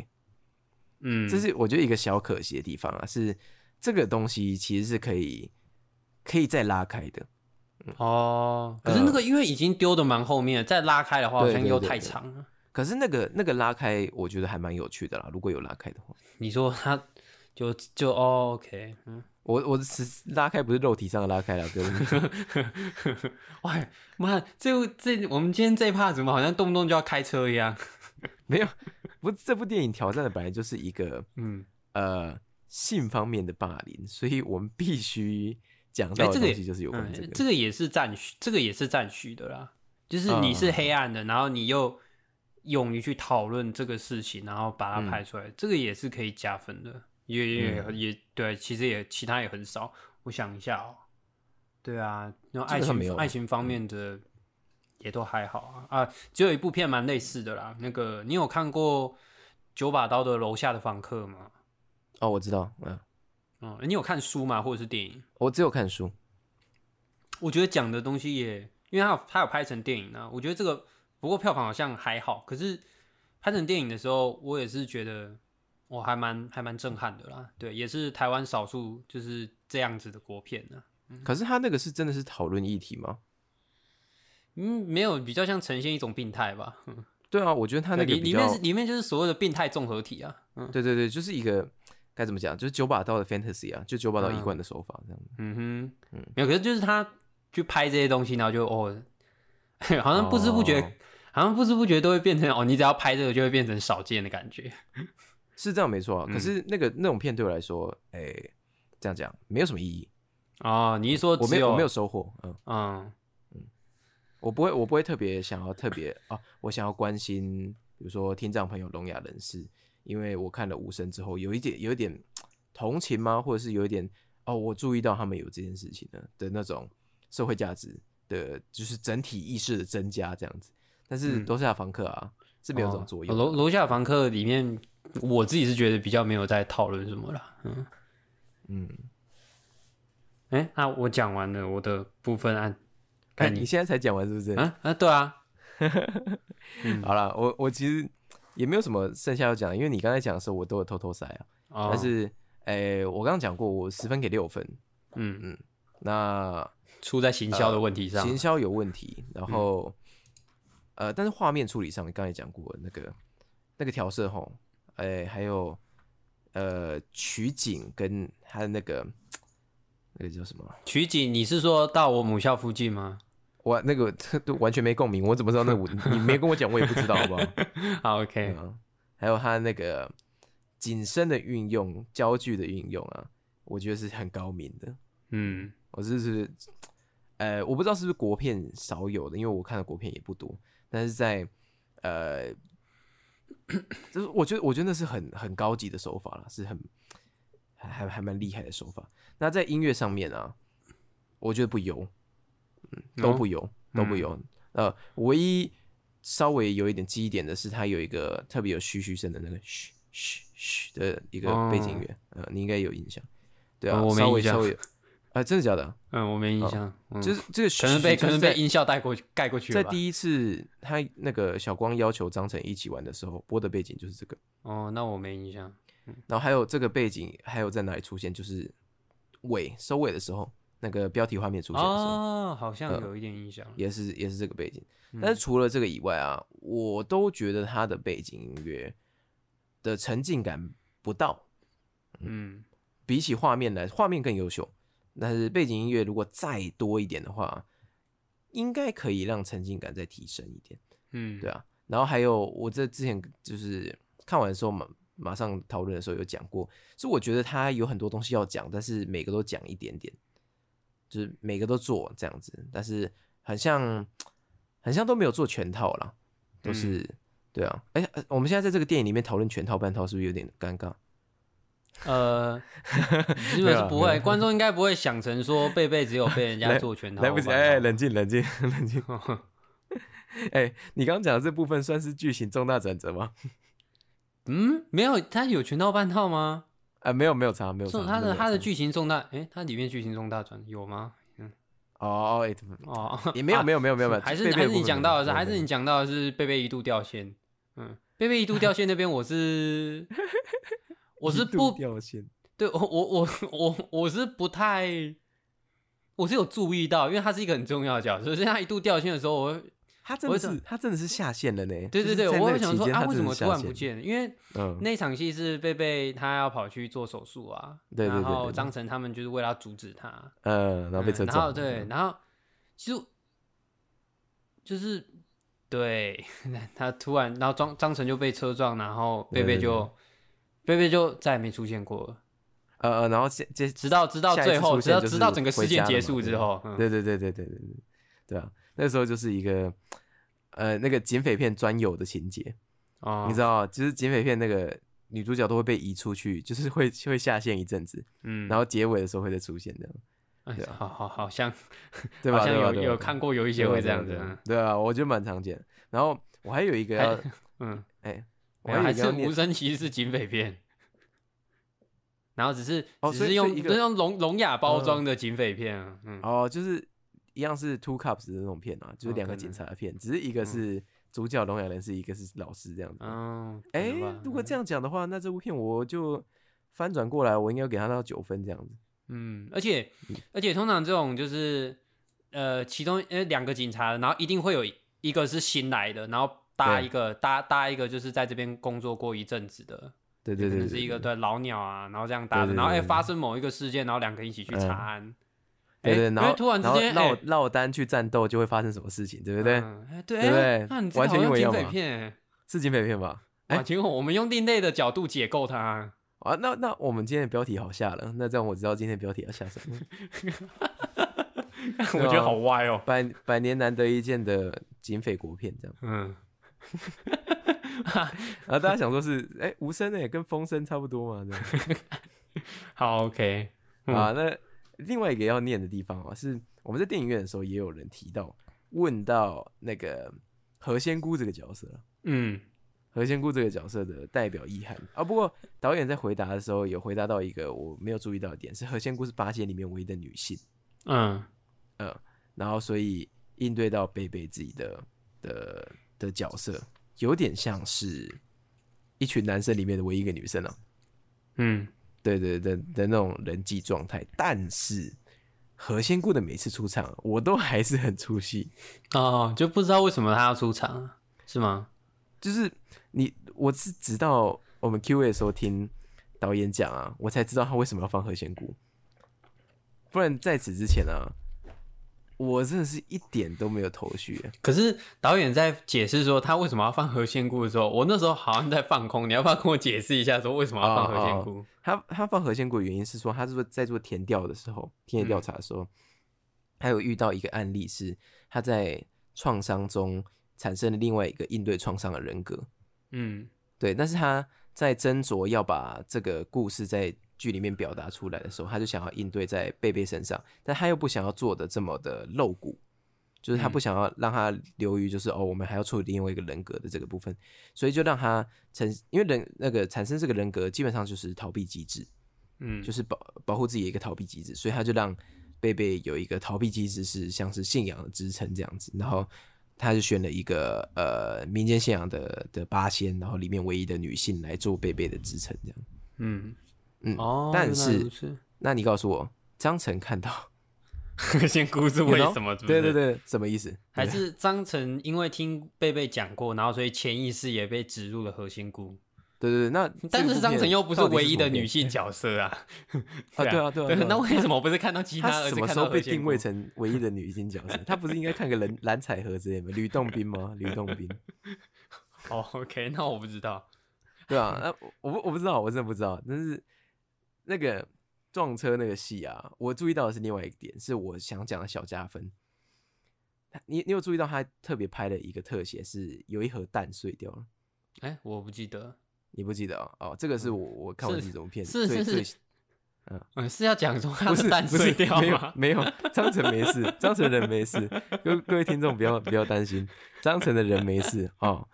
[SPEAKER 2] 嗯，
[SPEAKER 1] 这是我觉得一个小可惜的地方啊。是这个东西其实是可以可以再拉开的，
[SPEAKER 2] 哦。可是那个因为已经丢的蛮后面了，再拉开的话好
[SPEAKER 1] 对
[SPEAKER 2] 像
[SPEAKER 1] 对
[SPEAKER 2] 又
[SPEAKER 1] 对
[SPEAKER 2] 太
[SPEAKER 1] 对
[SPEAKER 2] 长了。
[SPEAKER 1] 可是那个那个拉开，我觉得还蛮有趣的啦。如果有拉开的话，
[SPEAKER 2] 你说他就就哦，OK，嗯，
[SPEAKER 1] 我我只是拉开不是肉体上的拉开啦，各位。
[SPEAKER 2] 哇妈，这这我们今天这一趴怎么好像动不动就要开车一样？
[SPEAKER 1] 没有，不，这部电影挑战的本来就是一个
[SPEAKER 2] 嗯，
[SPEAKER 1] 呃性方面的霸凌，所以我们必须讲
[SPEAKER 2] 哎、
[SPEAKER 1] 到的
[SPEAKER 2] 这个
[SPEAKER 1] 东
[SPEAKER 2] 也
[SPEAKER 1] 西就是有关这
[SPEAKER 2] 嗯
[SPEAKER 1] 个。
[SPEAKER 2] 这个也是赞许，这个也是赞许的啦。就是你是
[SPEAKER 1] 嗯
[SPEAKER 2] 黑暗的，然后你又勇于去讨论这个事情，然后把
[SPEAKER 1] 嗯
[SPEAKER 2] 它拍出来，这个也是可以加分的。也也、也对，其实也其他也很少。我想一下哦，对啊，然后爱
[SPEAKER 1] 基本上没有
[SPEAKER 2] 情
[SPEAKER 1] 啊
[SPEAKER 2] 爱情方面的也都还好啊啊，只有一部片蛮类似的啦。那个你有看过《九把刀的楼下的房客》吗？
[SPEAKER 1] 哦，我知道，嗯，
[SPEAKER 2] 嗯，你有看书吗？或者是电影？
[SPEAKER 1] 我只有看书，
[SPEAKER 2] 我觉得讲的东西也，因为他有他有拍成电影啊，我觉得这个不过票房好像还好，可是拍成电影的时候，我也是觉得我还蛮还蛮震撼的啦。对，也是台湾少数就是这样子的国片啊呢、
[SPEAKER 1] 可是他那个是真的是讨论议题吗？
[SPEAKER 2] 嗯，没有比较像呈现一种病态吧？嗯
[SPEAKER 1] 对啊，我觉得他那个
[SPEAKER 2] 里
[SPEAKER 1] 比
[SPEAKER 2] 里
[SPEAKER 1] 较
[SPEAKER 2] 面是里面就是所谓的病态综合体啊。嗯
[SPEAKER 1] 对对对，就是一个该怎么讲，就是九把刀的 fantasy 啊，就九把刀
[SPEAKER 2] 嗯
[SPEAKER 1] 一贯的手法这样。
[SPEAKER 2] 嗯哼
[SPEAKER 1] 嗯，
[SPEAKER 2] 没有，可是就是他去拍这些东西，然后就哦， 好像不知不觉，
[SPEAKER 1] 哦
[SPEAKER 2] 好像不知不觉都会变成哦，你只要拍这个就会变成少见的感觉。
[SPEAKER 1] 是这样没错啊。可
[SPEAKER 2] 嗯
[SPEAKER 1] 是那个那种片对我来说，哎、这样讲没有什么意义，
[SPEAKER 2] 哦，你是说
[SPEAKER 1] 我
[SPEAKER 2] 只
[SPEAKER 1] 没
[SPEAKER 2] 有
[SPEAKER 1] 我没有收获，嗯，
[SPEAKER 2] 嗯
[SPEAKER 1] 我不会我不会特别想要特别啊，我想要关心，比如说听障朋友聋哑人士，因为我看了《无声》之后，有一点有一点同情吗？或者是有一点哦，我注意到他们有这件事情了的那种社会价值的，就是整体意识的增加这样子。但是
[SPEAKER 2] 嗯
[SPEAKER 1] 楼下房客啊、是没有这种
[SPEAKER 2] 哦
[SPEAKER 1] 作用的，
[SPEAKER 2] 楼楼下房客里面，我自己是觉得比较没有在讨论什么啦。嗯，
[SPEAKER 1] 嗯。
[SPEAKER 2] 哎、那我讲完了我的部分啊，
[SPEAKER 1] 哎、
[SPEAKER 2] 看
[SPEAKER 1] 你
[SPEAKER 2] 你
[SPEAKER 1] 现在才讲完是不是？
[SPEAKER 2] 啊啊，对啊，
[SPEAKER 1] 好了，我我其实也没有什么剩下要讲，因为你刚才讲的时候我都有偷偷塞啊。
[SPEAKER 2] 哦、
[SPEAKER 1] 但是，哎、我刚刚讲过，我十分给六分。
[SPEAKER 2] 嗯，
[SPEAKER 1] 那
[SPEAKER 2] 出在行销的问题上，
[SPEAKER 1] 呃行销有问题，
[SPEAKER 2] 嗯
[SPEAKER 1] 然后、呃，但是画面处理上，刚才讲过那个那个调色吼，哎、还有呃取景跟它的那个那个叫什么啊？
[SPEAKER 2] 取景，你是说到我母校附近吗？
[SPEAKER 1] 我那个 都完全没共鸣，我怎么知道那我你没跟我讲，我也不知道，好不 好？
[SPEAKER 2] 好，OK，、
[SPEAKER 1] 啊，还有他那个景深的运用、焦距的运用啊，我觉得是很高明的。
[SPEAKER 2] 嗯
[SPEAKER 1] 我就是，呃，我不知道是不是国片少有的，因为我看的国片也不多，但是在呃， 就是我觉得我觉得那是很很高级的手法了，是很还还还蛮厉害的手法。那在音乐上面啊，我觉得不油，嗯，都不油，都不油。
[SPEAKER 2] 嗯
[SPEAKER 1] 呃，唯一稍微有一点记忆点的是，它有一个特别有嘘嘘声的那个嘘嘘嘘的一个背景音乐，呃，你应该有印象。对啊，
[SPEAKER 2] 哦我没
[SPEAKER 1] 稍微
[SPEAKER 2] 印象
[SPEAKER 1] 稍微有，啊、真的假的？
[SPEAKER 2] 嗯，我没印象，嗯、
[SPEAKER 1] 哦就是这个
[SPEAKER 2] 可能被
[SPEAKER 1] 嘘
[SPEAKER 2] 可
[SPEAKER 1] 就是
[SPEAKER 2] 能
[SPEAKER 1] 在
[SPEAKER 2] 被音效带过去盖过去了
[SPEAKER 1] 在
[SPEAKER 2] 吧。
[SPEAKER 1] 第一次他那个小光要求张晨一起玩的时候播的背景就是这个，
[SPEAKER 2] 哦，那我没印象。
[SPEAKER 1] 然后还有这个背景还有在哪里出现，就是尾收尾的时候那个标题画面出现的时候，
[SPEAKER 2] 哦，嗯好像有一点印象。
[SPEAKER 1] 呃也是也是这个背景。但是除了这个以外啊，我都觉得他的背景音乐的沉浸感不到，
[SPEAKER 2] 嗯
[SPEAKER 1] 比起画面来，画面更优秀。但是背景音乐如果再多一点的话，应该可以让沉浸感再提升一点。
[SPEAKER 2] 嗯，
[SPEAKER 1] 对啊，然后还有我这之前就是看完的时候马马上讨论的时候有讲过，是我觉得他有很多东西要讲，但是每个都讲一点点，就是每个都做这样子，但是很像很像都没有做全套啦，都是、对啊，哎、呃我们现在在这个电影里面讨论全套半套是不是有点尴尬？
[SPEAKER 2] 呃，基
[SPEAKER 1] 没
[SPEAKER 2] 本
[SPEAKER 1] 有
[SPEAKER 2] 是
[SPEAKER 1] 啦没
[SPEAKER 2] 不
[SPEAKER 1] 有
[SPEAKER 2] 会，观众应该不会想成说贝贝只有被人家做全套
[SPEAKER 1] 来
[SPEAKER 2] 版
[SPEAKER 1] 不及，
[SPEAKER 2] 吧。
[SPEAKER 1] 哎、冷静，冷静， 冷静。哎、你刚刚讲的这部分算是剧情重大转折吗？
[SPEAKER 2] 嗯，没有，他有全套半套吗？
[SPEAKER 1] 啊、没有，没有差，没有差。
[SPEAKER 2] 重他
[SPEAKER 1] 没
[SPEAKER 2] 的
[SPEAKER 1] 有
[SPEAKER 2] 他的
[SPEAKER 1] 差
[SPEAKER 2] 剧情重大，诶，他里面剧情重大转有吗？
[SPEAKER 1] 哦哦，哎
[SPEAKER 2] 哦，
[SPEAKER 1] 也没有，没
[SPEAKER 2] 有，
[SPEAKER 1] 有，没有，没有，没有，
[SPEAKER 2] 还
[SPEAKER 1] 贝
[SPEAKER 2] 是
[SPEAKER 1] 贝
[SPEAKER 2] 还是
[SPEAKER 1] 部分
[SPEAKER 2] 你讲到的
[SPEAKER 1] 没
[SPEAKER 2] 是，
[SPEAKER 1] 有
[SPEAKER 2] 还
[SPEAKER 1] 没
[SPEAKER 2] 是
[SPEAKER 1] 有
[SPEAKER 2] 你讲到的是贝贝一度掉线。嗯，贝贝一度掉线那边 我是我是
[SPEAKER 1] 一度
[SPEAKER 2] 不
[SPEAKER 1] 掉线。
[SPEAKER 2] 对我我我我我是不太，我是有注意到，因为他是一个很重要的角色，所以他一度掉线的时候，我会
[SPEAKER 1] 他真的
[SPEAKER 2] 我
[SPEAKER 1] 是，他真的是下线了呢。
[SPEAKER 2] 对
[SPEAKER 1] 就
[SPEAKER 2] 对对，
[SPEAKER 1] 是在
[SPEAKER 2] 我
[SPEAKER 1] 那
[SPEAKER 2] 会想
[SPEAKER 1] 期
[SPEAKER 2] 说
[SPEAKER 1] 间
[SPEAKER 2] 啊，
[SPEAKER 1] 他
[SPEAKER 2] 为什
[SPEAKER 1] 真
[SPEAKER 2] 么
[SPEAKER 1] 的是
[SPEAKER 2] 突然
[SPEAKER 1] 下
[SPEAKER 2] 不
[SPEAKER 1] 线？
[SPEAKER 2] 见了？因为
[SPEAKER 1] 嗯，
[SPEAKER 2] 那场戏是贝贝他要跑去做手术啊，
[SPEAKER 1] 对对对
[SPEAKER 2] 然
[SPEAKER 1] 对
[SPEAKER 2] 后
[SPEAKER 1] 对
[SPEAKER 2] 张晨他们就是为了要阻止他，
[SPEAKER 1] 呃，然后被车
[SPEAKER 2] 嗯
[SPEAKER 1] 撞。
[SPEAKER 2] 然后对，，然后其实就是对 他突然，然后张张晨就被车撞，然后
[SPEAKER 1] 对
[SPEAKER 2] 贝贝
[SPEAKER 1] 对
[SPEAKER 2] 就贝贝就再也没出现过了。
[SPEAKER 1] 呃，呃然后接接
[SPEAKER 2] 直到直到
[SPEAKER 1] 下一次
[SPEAKER 2] 最后，
[SPEAKER 1] 出
[SPEAKER 2] 直到
[SPEAKER 1] 现就是
[SPEAKER 2] 直到整个事
[SPEAKER 1] 回家
[SPEAKER 2] 件
[SPEAKER 1] 了
[SPEAKER 2] 结
[SPEAKER 1] 嘛
[SPEAKER 2] 束
[SPEAKER 1] 对
[SPEAKER 2] 之后，嗯
[SPEAKER 1] 对对对对对对对，对啊，那时候就是一个呃那个警匪片专有的情节，
[SPEAKER 2] 哦，
[SPEAKER 1] 你知道，就是警匪片那个女主角都会被移出去，就是会会下线一阵子，
[SPEAKER 2] 嗯，
[SPEAKER 1] 然后结尾的时候会再出现这样，
[SPEAKER 2] 哎
[SPEAKER 1] 对啊
[SPEAKER 2] 好好好像
[SPEAKER 1] 对吧？
[SPEAKER 2] 好像
[SPEAKER 1] 对吧
[SPEAKER 2] 有
[SPEAKER 1] 对吧
[SPEAKER 2] 有看过有一
[SPEAKER 1] 一
[SPEAKER 2] 些会这样子，嗯
[SPEAKER 1] 对啊，我觉得蛮常见的。然后我还有一个要
[SPEAKER 2] 还嗯，
[SPEAKER 1] 哎，我
[SPEAKER 2] 没有，
[SPEAKER 1] 有
[SPEAKER 2] 还
[SPEAKER 1] 一个
[SPEAKER 2] 是
[SPEAKER 1] 要
[SPEAKER 2] 无
[SPEAKER 1] 念
[SPEAKER 2] 声其实是警匪片，然后只是
[SPEAKER 1] 哦
[SPEAKER 2] 只
[SPEAKER 1] 所以所
[SPEAKER 2] 是
[SPEAKER 1] 以
[SPEAKER 2] 用
[SPEAKER 1] 一个
[SPEAKER 2] 就是用聋聋哑包
[SPEAKER 1] 嗯
[SPEAKER 2] 装的警匪片啊，嗯，
[SPEAKER 1] 哦，就是一样是 Two Cups 的那种片啊，就
[SPEAKER 2] 哦
[SPEAKER 1] 是两
[SPEAKER 2] 可
[SPEAKER 1] 个
[SPEAKER 2] 能
[SPEAKER 1] 警察的片，只是一个是主角聋哑人士，一个是老师这样子。
[SPEAKER 2] 嗯，可
[SPEAKER 1] 哎
[SPEAKER 2] 能吧，
[SPEAKER 1] 如果这，样讲的话，那这部片我就翻转过来，我应该给他到九分这样子。
[SPEAKER 2] 嗯，而且而且通常这种就是呃，其中呃两个警察，然后一定会有一个是新来的，然后搭
[SPEAKER 1] 对
[SPEAKER 2] 一个搭搭一个就是在这边工作过一阵子的，
[SPEAKER 1] 对对
[SPEAKER 2] 可
[SPEAKER 1] 对
[SPEAKER 2] 能
[SPEAKER 1] 对，
[SPEAKER 2] 是一个
[SPEAKER 1] 对
[SPEAKER 2] 对老鸟啊，然后这样搭的，
[SPEAKER 1] 对对
[SPEAKER 2] 然后哎、
[SPEAKER 1] 对对
[SPEAKER 2] 发生某一个事件，然后两个一起去
[SPEAKER 1] 嗯
[SPEAKER 2] 查案，哎、
[SPEAKER 1] 对对，
[SPEAKER 2] 因
[SPEAKER 1] 然
[SPEAKER 2] 为
[SPEAKER 1] 后
[SPEAKER 2] 突然之
[SPEAKER 1] 后
[SPEAKER 2] 间
[SPEAKER 1] 落
[SPEAKER 2] 哎
[SPEAKER 1] 落单去战斗就会发生什么事情，对不对？
[SPEAKER 2] 嗯哎对
[SPEAKER 1] 对不
[SPEAKER 2] 哎
[SPEAKER 1] 对
[SPEAKER 2] 那你这
[SPEAKER 1] 完
[SPEAKER 2] 个
[SPEAKER 1] 全
[SPEAKER 2] 好
[SPEAKER 1] 一
[SPEAKER 2] 像
[SPEAKER 1] 模一样
[SPEAKER 2] 警匪
[SPEAKER 1] 嘛哎
[SPEAKER 2] 片
[SPEAKER 1] 是警匪片吧？哎
[SPEAKER 2] 哎，哇，结果我们用另类的角度解 构它，
[SPEAKER 1] 啊，那那我们今天的标题好下了，那这样我知道今天标题要下什么。
[SPEAKER 2] 我觉得好歪哦，
[SPEAKER 1] 百百年难得一见的警匪国片这样，
[SPEAKER 2] 嗯，
[SPEAKER 1] 然后大家想说是哎、无声呢、跟风声差不多嘛，这样
[SPEAKER 2] 好 OK，嗯
[SPEAKER 1] 啊，那另外一个要念的地方啊，是我们在电影院的时候也有人提到，问到那个何仙姑这个角色，
[SPEAKER 2] 嗯
[SPEAKER 1] 何仙姑这个角色的代表意涵啊。不过导演在回答的时候有回答到一个我没有注意到的点，是何仙姑是八仙里面唯一的女性，
[SPEAKER 2] 嗯
[SPEAKER 1] 然后所以应对到贝贝自己的的的角色，有点像是一群男生里面的唯一一个女生啊。
[SPEAKER 2] 嗯，
[SPEAKER 1] 对对对的那种人际状态。但是何仙姑的每次出场，我都还是很出戏。
[SPEAKER 2] 哦，就不知道为什么他要出场啊，是吗？
[SPEAKER 1] 就是你，我是直到我们 Q A 的时候听导演讲啊，我才知道他为什么要放何仙姑。不然在此之前啊，我真的是一点都没有头绪。
[SPEAKER 2] 可是导演在解释说他为什么要放 何仙姑的时候，我那时候好像在放空，你要不要跟我解释一下说为什么
[SPEAKER 1] 哦
[SPEAKER 2] 要放何仙姑？
[SPEAKER 1] 他他放何仙姑的原因是说，他是说在做填调的时候，田野调查的时候，还有遇到一个案例是他在创伤中产生了另外一个应对创伤的人格，
[SPEAKER 2] 嗯
[SPEAKER 1] 对，但是他在斟酌要把这个故事在剧里面表达出来的时候，他就想要应对在贝贝身上，但他又不想要做的这么的露骨，就是他不想要让他流于就是、哦，我们还要处理另外一个人格的这个部分，所以就让他产，因为人那个产生这个人格基本上就是逃避机制，
[SPEAKER 2] 嗯，
[SPEAKER 1] 就是保保护自己的一个逃避机制，所以他就让贝贝有一个逃避机制是像是信仰的支撑这样子，然后他就选了一个呃民间信仰的的八仙，然后里面唯一的女性来做贝贝的支撑这样。
[SPEAKER 2] 嗯
[SPEAKER 1] 嗯，
[SPEAKER 2] 哦，
[SPEAKER 1] 但
[SPEAKER 2] 原来
[SPEAKER 1] 是
[SPEAKER 2] 如此
[SPEAKER 1] 那你告诉我，张晨看到
[SPEAKER 2] 何仙姑是 为
[SPEAKER 1] You know？
[SPEAKER 2] 什么？是不
[SPEAKER 1] 对
[SPEAKER 2] 是
[SPEAKER 1] 对对，什么意思？
[SPEAKER 2] 还是张晨因为听贝贝讲过，然后所以潜意识也被植入了核心菇。
[SPEAKER 1] 对对对，那
[SPEAKER 2] 但
[SPEAKER 1] 这
[SPEAKER 2] 是
[SPEAKER 1] 部
[SPEAKER 2] 张晨
[SPEAKER 1] 片
[SPEAKER 2] 又不是
[SPEAKER 1] 到底
[SPEAKER 2] 唯一
[SPEAKER 1] 什么
[SPEAKER 2] 的女
[SPEAKER 1] 片
[SPEAKER 2] 性角色啊。
[SPEAKER 1] 啊，对啊对啊对啊，
[SPEAKER 2] 那为什么不是看到其他，
[SPEAKER 1] 他
[SPEAKER 2] 而
[SPEAKER 1] 什
[SPEAKER 2] 是
[SPEAKER 1] 么
[SPEAKER 2] 看
[SPEAKER 1] 时
[SPEAKER 2] 到
[SPEAKER 1] 候
[SPEAKER 2] 何
[SPEAKER 1] 被
[SPEAKER 2] 仙
[SPEAKER 1] 定
[SPEAKER 2] 姑
[SPEAKER 1] 位？成唯一的女性角色？他不是应该看个蓝蓝采和之类的吗？吕洞宾吗？吕洞宾。
[SPEAKER 2] 哦，OK，那 我不知道。
[SPEAKER 1] 对
[SPEAKER 2] 嗯
[SPEAKER 1] 啊，那我我不我不知道，我真的不知道。但是那个撞车那个戏啊，我注意到的是另外一个点，是我想讲的小加分。他你你有注意到他特别拍了一个特写，是有一盒蛋碎掉了，
[SPEAKER 2] 哎、我不记得，
[SPEAKER 1] 你不记得啊、哦？这个是我我看完
[SPEAKER 2] 嗯是
[SPEAKER 1] 这种片
[SPEAKER 2] 是
[SPEAKER 1] 最
[SPEAKER 2] 是
[SPEAKER 1] 最
[SPEAKER 2] 是，嗯，是要讲说他
[SPEAKER 1] 不是
[SPEAKER 2] 的蛋
[SPEAKER 1] 不
[SPEAKER 2] 碎
[SPEAKER 1] 是
[SPEAKER 2] 掉
[SPEAKER 1] 没有
[SPEAKER 2] 吗？
[SPEAKER 1] 没有，张晨没事，张晨人没事，各位各位听众不要不要担心，张晨的人没事哦。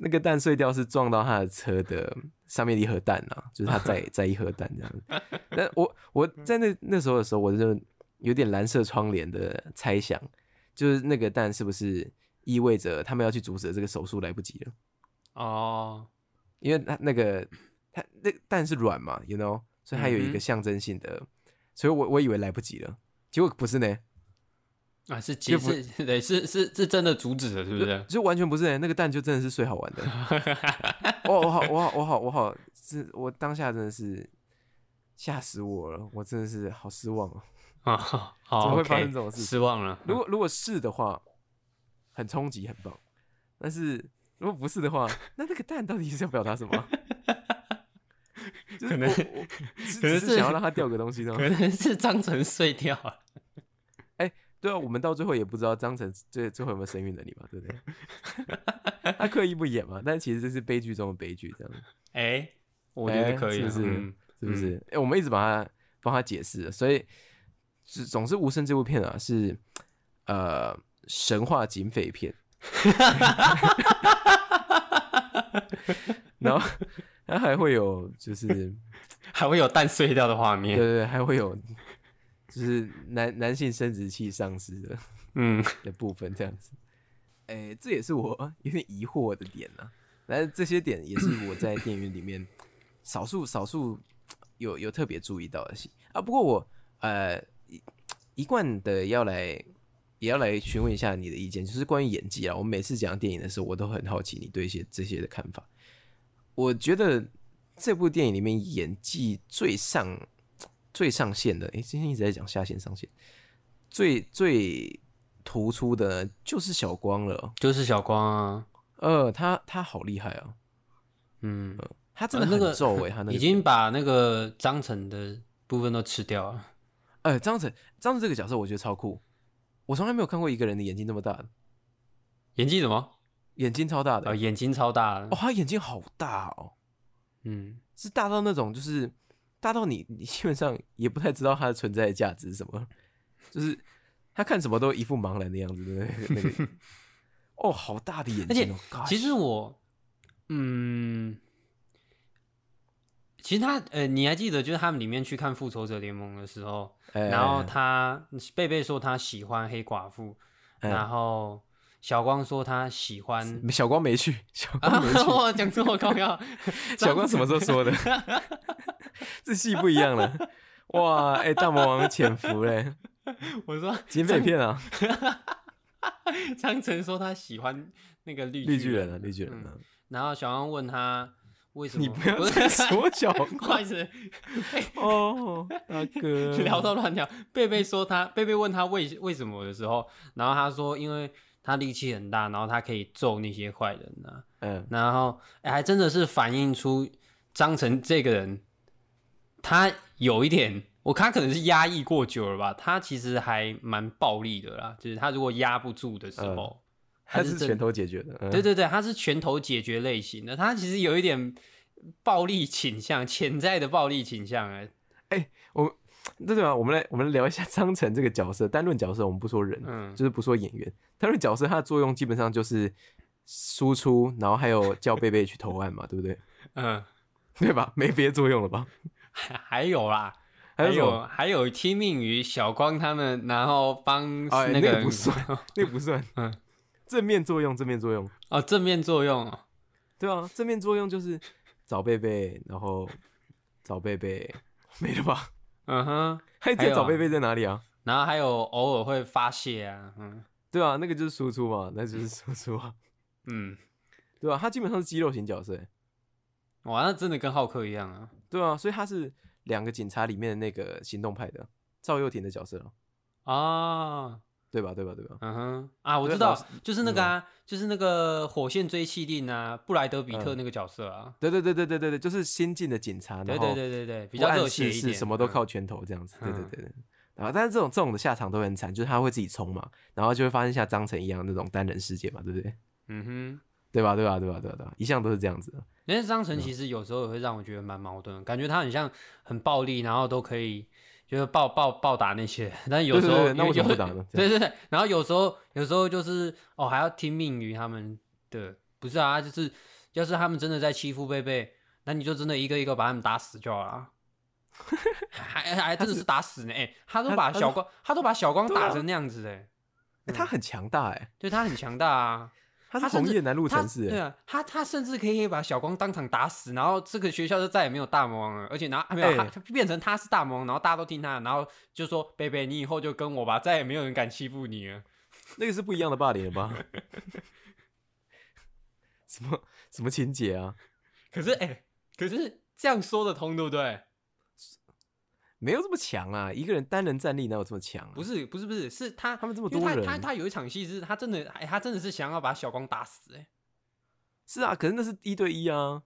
[SPEAKER 1] 那个蛋碎掉是撞到他的车的上面的一盒蛋啊，就是他载载一盒蛋这样子。但我我在那那时候的时候，我就有点蓝色窗帘的猜想，就是那个蛋是不是意味着他们要去阻止这个手术来不及了？
[SPEAKER 2] 哦，
[SPEAKER 1] 因为它那个它那个蛋是软嘛，you know，所以它有一个
[SPEAKER 2] 嗯哼
[SPEAKER 1] 象征性的，所以我我以为来不及了，结果不是呢，
[SPEAKER 2] 啊，是其
[SPEAKER 1] 就不
[SPEAKER 2] 实是对，是是是真的阻止了，是不啊是？
[SPEAKER 1] 就完全不是呢，那个蛋就真的是最好玩 的。哇，我好，我好，我好，我好，是我当下真的是吓死我了，我真的是好失望哦。
[SPEAKER 2] 啊，好，
[SPEAKER 1] 怎么会
[SPEAKER 2] OK，
[SPEAKER 1] 发生这种事
[SPEAKER 2] 失望了。
[SPEAKER 1] 如 果如果是的话，很冲击，很棒。 但是如果不是的话，那那个蛋到底是要表达什么？就是
[SPEAKER 2] 可能
[SPEAKER 1] 我我只
[SPEAKER 2] 可能
[SPEAKER 1] 只
[SPEAKER 2] 是
[SPEAKER 1] 是想要让他掉个东西呢。
[SPEAKER 2] 可能是章程碎掉了。
[SPEAKER 1] 对啊，我们到最后也不知道张晨最最后有没有生育能力嘛，对不对？他刻意不演嘛，但其实这是悲剧中的悲剧，这样
[SPEAKER 2] 哎、我觉得
[SPEAKER 1] 哎
[SPEAKER 2] 可以啊，
[SPEAKER 1] 是不是
[SPEAKER 2] 嗯
[SPEAKER 1] 是不是？哎、我们一直帮他帮他解释，所以只总是无声这部片啊是呃神话警匪片， 然后然后还会有就是
[SPEAKER 2] 还会有蛋碎掉的画
[SPEAKER 1] 对
[SPEAKER 2] 面。
[SPEAKER 1] 对对，还会有就是男男性生殖器丧失的
[SPEAKER 2] 嗯，
[SPEAKER 1] 的部分，这 样子。哎、这也是我有点疑惑的点啊。但是这些点也是我在电影里面少数少数有有特别注意到的戏啊。不过我呃一一贯的要来也要来询问一下你的意见，就是关于演技啊。我每次讲电影的时候，我都很好奇你对一些这些的看法。我觉得这部电影里面演技最上最上线的，哎、今天一直在讲下线上线，最最突出的就是小光了。
[SPEAKER 2] 就是小光啊，
[SPEAKER 1] 呃，他他好厉害啊！
[SPEAKER 2] 嗯，
[SPEAKER 1] 他真的
[SPEAKER 2] 呃那
[SPEAKER 1] 很
[SPEAKER 2] 个
[SPEAKER 1] 皱哎、他那个
[SPEAKER 2] 已经把那个章程的部分都吃掉了。
[SPEAKER 1] 呃张子张子这个角色我觉得超酷，我从来没有看过一个人的眼睛那么大的，
[SPEAKER 2] 眼睛什么？
[SPEAKER 1] 眼睛超大的、
[SPEAKER 2] 呃，眼睛超大了
[SPEAKER 1] 哦，。他眼睛好大哦，
[SPEAKER 2] 嗯，
[SPEAKER 1] 是大到那种就是大到你你基本上也不太知道它的存在的价值是什么，就是他看什么都一副茫然的样子的那个那个 哦，好大的眼
[SPEAKER 2] 而且
[SPEAKER 1] 睛哦，gosh，
[SPEAKER 2] 其实我，嗯，其实他，呃，你还记得就是他们里面去看《复仇者联盟》的时候，
[SPEAKER 1] 哎
[SPEAKER 2] 然后他贝贝说他喜欢黑寡妇，
[SPEAKER 1] 嗯
[SPEAKER 2] 然后小光说他喜欢。
[SPEAKER 1] 哎小光没去， 小
[SPEAKER 2] 啊
[SPEAKER 1] 光没去，！
[SPEAKER 2] 我讲错，高要
[SPEAKER 1] 小光什么时候说的？这戏不一样了，哇！哎、大魔王潜伏嘞，
[SPEAKER 2] 我说
[SPEAKER 1] 警匪片啊，
[SPEAKER 2] 张晨说他喜欢那个绿
[SPEAKER 1] 绿巨人啊，绿巨人啊，
[SPEAKER 2] 然后小光问他为嗯什么？
[SPEAKER 1] 你不 要
[SPEAKER 2] 是
[SPEAKER 1] 再说小
[SPEAKER 2] 不好
[SPEAKER 1] 光
[SPEAKER 2] 意思，
[SPEAKER 1] 哦，大哥，
[SPEAKER 2] 聊到乱聊。贝贝说他贝贝问他为为什么的时候，然后他说因为他力气很大，然后他可以揍那些坏人啊。
[SPEAKER 1] 嗯，
[SPEAKER 2] 然后、哎还真的是反映出张晨这个人，他有一点，我看他可能是压抑过久了吧，他其实还蛮暴力的啦，就是他如果压不住的时候，
[SPEAKER 1] 嗯他是
[SPEAKER 2] 是真
[SPEAKER 1] 拳头解决的，嗯、
[SPEAKER 2] 对对对，他是拳头解决类型的，他其实有一点暴力倾向，潜在的暴力倾向哎，
[SPEAKER 1] 我对对啊，我们来我们来聊一下张晨这个角色，单论角色我们不说人，
[SPEAKER 2] 嗯
[SPEAKER 1] 就是不说演员，单论角色他的作用基本上就是输出，然后还有叫贝贝去投案嘛，对 不对？
[SPEAKER 2] 嗯，
[SPEAKER 1] 对吧？没别的作用了吧？
[SPEAKER 2] 还还有啦，
[SPEAKER 1] 还有什么
[SPEAKER 2] 有啊还有听命于小光他们，然后帮
[SPEAKER 1] 哎
[SPEAKER 2] 那
[SPEAKER 1] 那个
[SPEAKER 2] 个
[SPEAKER 1] 不算那个不算，
[SPEAKER 2] 嗯，
[SPEAKER 1] 正面作用，正面作用，
[SPEAKER 2] 哦正面作用哦，
[SPEAKER 1] 对啊，正面作用就是找贝贝，然后找贝贝，没了吧？
[SPEAKER 2] 嗯哼，
[SPEAKER 1] 还
[SPEAKER 2] 还
[SPEAKER 1] 在
[SPEAKER 2] 有啊
[SPEAKER 1] 找贝贝在哪里啊？
[SPEAKER 2] 然后还有偶尔会发泄啊，嗯
[SPEAKER 1] 对啊，那个就是输出嘛，那就是输出啊，
[SPEAKER 2] 嗯，
[SPEAKER 1] 对啊，他基本上是肌肉型角色欸，
[SPEAKER 2] 哇，那真的跟浩克一样啊，
[SPEAKER 1] 对啊，所以他是两个警察里面的那个行动派的赵又廷的角色啊，
[SPEAKER 2] 啊、
[SPEAKER 1] 对吧？对吧？对吧？
[SPEAKER 2] 嗯哼啊，我
[SPEAKER 1] 哦对
[SPEAKER 2] 知道
[SPEAKER 1] 老师，
[SPEAKER 2] 就是那个啊，就是那个火线追气令啊，布莱德比特
[SPEAKER 1] 嗯
[SPEAKER 2] 那个角色啊，
[SPEAKER 1] 对对对对对对对，就是新进的警察，
[SPEAKER 2] 对
[SPEAKER 1] 然后
[SPEAKER 2] 对对对对，比
[SPEAKER 1] 不
[SPEAKER 2] 较
[SPEAKER 1] 按
[SPEAKER 2] 热血
[SPEAKER 1] 世
[SPEAKER 2] 一
[SPEAKER 1] 事，
[SPEAKER 2] 点，
[SPEAKER 1] 什么都
[SPEAKER 2] 嗯
[SPEAKER 1] 靠拳头这样子，对对
[SPEAKER 2] 嗯
[SPEAKER 1] 对对。啊，但是这种这种的下场都很惨，就是他会自己冲嘛，然后就会发生像张晨一样那种单人世界嘛，对不对？
[SPEAKER 2] 嗯哼，
[SPEAKER 1] 对吧？对吧？对吧？对吧？对吧？一向都是这样子的。
[SPEAKER 2] 但是张
[SPEAKER 1] 嗯
[SPEAKER 2] 晨其实有时候也会让我觉得蛮矛盾的，感觉他很像很暴力，然后都可以就是暴暴暴打那些，但有时候
[SPEAKER 1] 对对对那
[SPEAKER 2] 有
[SPEAKER 1] 为什么
[SPEAKER 2] 有
[SPEAKER 1] 不打 呢这
[SPEAKER 2] 对
[SPEAKER 1] 样
[SPEAKER 2] 对对，然后有时候有时候就是哦还要听命于他们的，不是啊，就是要是他们真的在欺负贝贝，那你就真的一个一个把他们打死就好了啊。 还还还真的是打死呢！哎、他都
[SPEAKER 1] 他
[SPEAKER 2] 把
[SPEAKER 1] 他
[SPEAKER 2] 小
[SPEAKER 1] 都
[SPEAKER 2] 光，他都把小光
[SPEAKER 1] 对啊
[SPEAKER 2] 打成那样子哎、
[SPEAKER 1] 欸他很强大哎，
[SPEAKER 2] 对他很强大啊。
[SPEAKER 1] 他
[SPEAKER 2] 他
[SPEAKER 1] 是
[SPEAKER 2] 甚
[SPEAKER 1] 红
[SPEAKER 2] 至
[SPEAKER 1] 叶南路
[SPEAKER 2] 他
[SPEAKER 1] 城市
[SPEAKER 2] 对
[SPEAKER 1] 欸，
[SPEAKER 2] 啊，他他甚至可以把小光当场打死，然后这个学校就再也没有大魔王了，而且然后、啊、没有、
[SPEAKER 1] 哎
[SPEAKER 2] 他他变成他是大魔王，然后大家都听他的，然后就说贝贝，你以后就跟我吧，再也没有人敢欺负你了。
[SPEAKER 1] 那个是不一样的霸凌了吧？ 什么什么情节啊？
[SPEAKER 2] 可是哎、可是这样说得通对不对？
[SPEAKER 1] 没有这么强啊！一个人单人战力哪有这么强啊？
[SPEAKER 2] 不是不是不是，是他
[SPEAKER 1] 他们这么
[SPEAKER 2] 因为
[SPEAKER 1] 多
[SPEAKER 2] 他
[SPEAKER 1] 人
[SPEAKER 2] 他他有一场戏是他真的哎、他真的是想要把小光打死哎、
[SPEAKER 1] 是啊，可是那是一对一啊。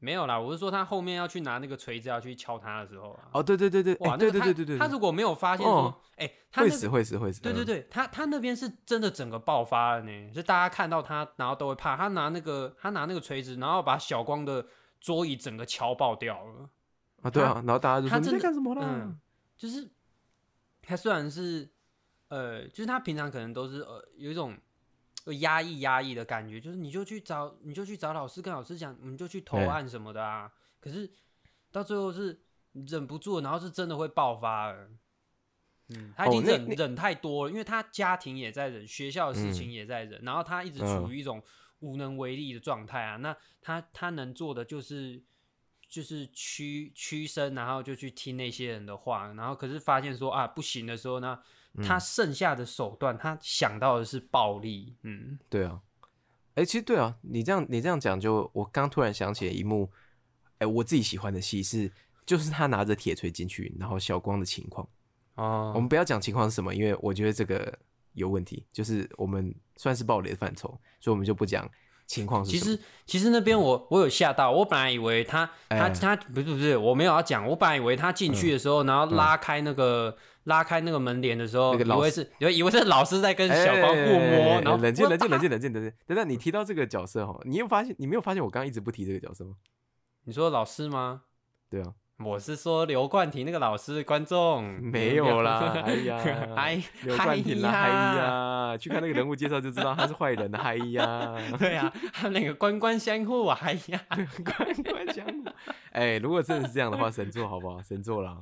[SPEAKER 2] 没有啦，我是说他后面要去拿那个锤子要去敲他的时候啊。
[SPEAKER 1] 哦，对对对对，
[SPEAKER 2] 哇，
[SPEAKER 1] 哎
[SPEAKER 2] 那
[SPEAKER 1] 对
[SPEAKER 2] 个
[SPEAKER 1] 对
[SPEAKER 2] 他
[SPEAKER 1] 对对对，
[SPEAKER 2] 他
[SPEAKER 1] 对
[SPEAKER 2] 如果没有发现说
[SPEAKER 1] 哦，
[SPEAKER 2] 哎，他
[SPEAKER 1] 会
[SPEAKER 2] 那
[SPEAKER 1] 死
[SPEAKER 2] 个，
[SPEAKER 1] 会死会死，
[SPEAKER 2] 对对
[SPEAKER 1] 嗯，
[SPEAKER 2] 对，他他那边是真的整个爆发了呢，是大家看到他，然后都会怕。他拿那个他拿那个锤子，然后把小光的桌椅整个敲爆掉了。
[SPEAKER 1] 啊对啊，然后大家就说
[SPEAKER 2] 他
[SPEAKER 1] 你
[SPEAKER 2] 真
[SPEAKER 1] 在
[SPEAKER 2] 的
[SPEAKER 1] 干什么啦
[SPEAKER 2] 嗯？，就是他虽然是呃，就是他平常可能都是呃有一种呃压抑压抑的感觉，就是你就去找你就去找老师跟老师讲，你就去投
[SPEAKER 1] 对
[SPEAKER 2] 案什么的啊。可是到最后是忍不住，然后是真的会爆发了。嗯，他已
[SPEAKER 1] 哦
[SPEAKER 2] 经
[SPEAKER 1] 那
[SPEAKER 2] 忍、
[SPEAKER 1] 那
[SPEAKER 2] 忍太多了，因为他家庭也在忍，学校的事情也在忍，然后他一直处
[SPEAKER 1] 嗯
[SPEAKER 2] 于一种无能为力的状态啊。那他他能做的就是就是屈屈身，然后就去听那些人的话，然后可是发现说啊不行的时候呢，
[SPEAKER 1] 嗯
[SPEAKER 2] 他剩下的手段，他想到的是暴力，嗯，
[SPEAKER 1] 对啊，哎、其实对啊，你这样你这样讲就，我刚突然想起了一幕，哎、我自己喜欢的戏是，就是他拿着铁锤进去，然后小光的情况。我
[SPEAKER 2] 哦，
[SPEAKER 1] 们不要讲情况是什么，因为我觉得这个有问题，就是我们算是暴雷的范畴，所以我们就不讲情况是
[SPEAKER 2] 其
[SPEAKER 1] 什么。嗯
[SPEAKER 2] 实其实那边我我有吓到，我本来以为他他
[SPEAKER 1] 哎嗯
[SPEAKER 2] 他不是不是，我没有要讲，我本来以为他进去的时候，然后拉开那个拉开那个门帘的时候，
[SPEAKER 1] 那个
[SPEAKER 2] 以
[SPEAKER 1] 老
[SPEAKER 2] 为
[SPEAKER 1] 师
[SPEAKER 2] 是以为以为是老师在跟小光互
[SPEAKER 1] 哎
[SPEAKER 2] 摸，然后
[SPEAKER 1] 冷静
[SPEAKER 2] 我
[SPEAKER 1] 冷静
[SPEAKER 2] 打
[SPEAKER 1] 冷静冷静冷静。等等，你提到这个角色哈，你有发现你没有发现我刚刚一直不提这个角色吗？
[SPEAKER 2] 你说老师吗？
[SPEAKER 1] 对啊，
[SPEAKER 2] 我是说刘冠廷那个老师，观众
[SPEAKER 1] 没有啦，哎呀，
[SPEAKER 2] 哎，
[SPEAKER 1] 刘冠廷啦，
[SPEAKER 2] 哎
[SPEAKER 1] 嗨
[SPEAKER 2] 呀，
[SPEAKER 1] 呀，去看那个人物介绍就知道他是坏人的，嗨呀，
[SPEAKER 2] 对啊，他那个官官相护啊，哎呀，
[SPEAKER 1] 关关讲我，哎，如果真的是这样的话，神作好不好？神作啦，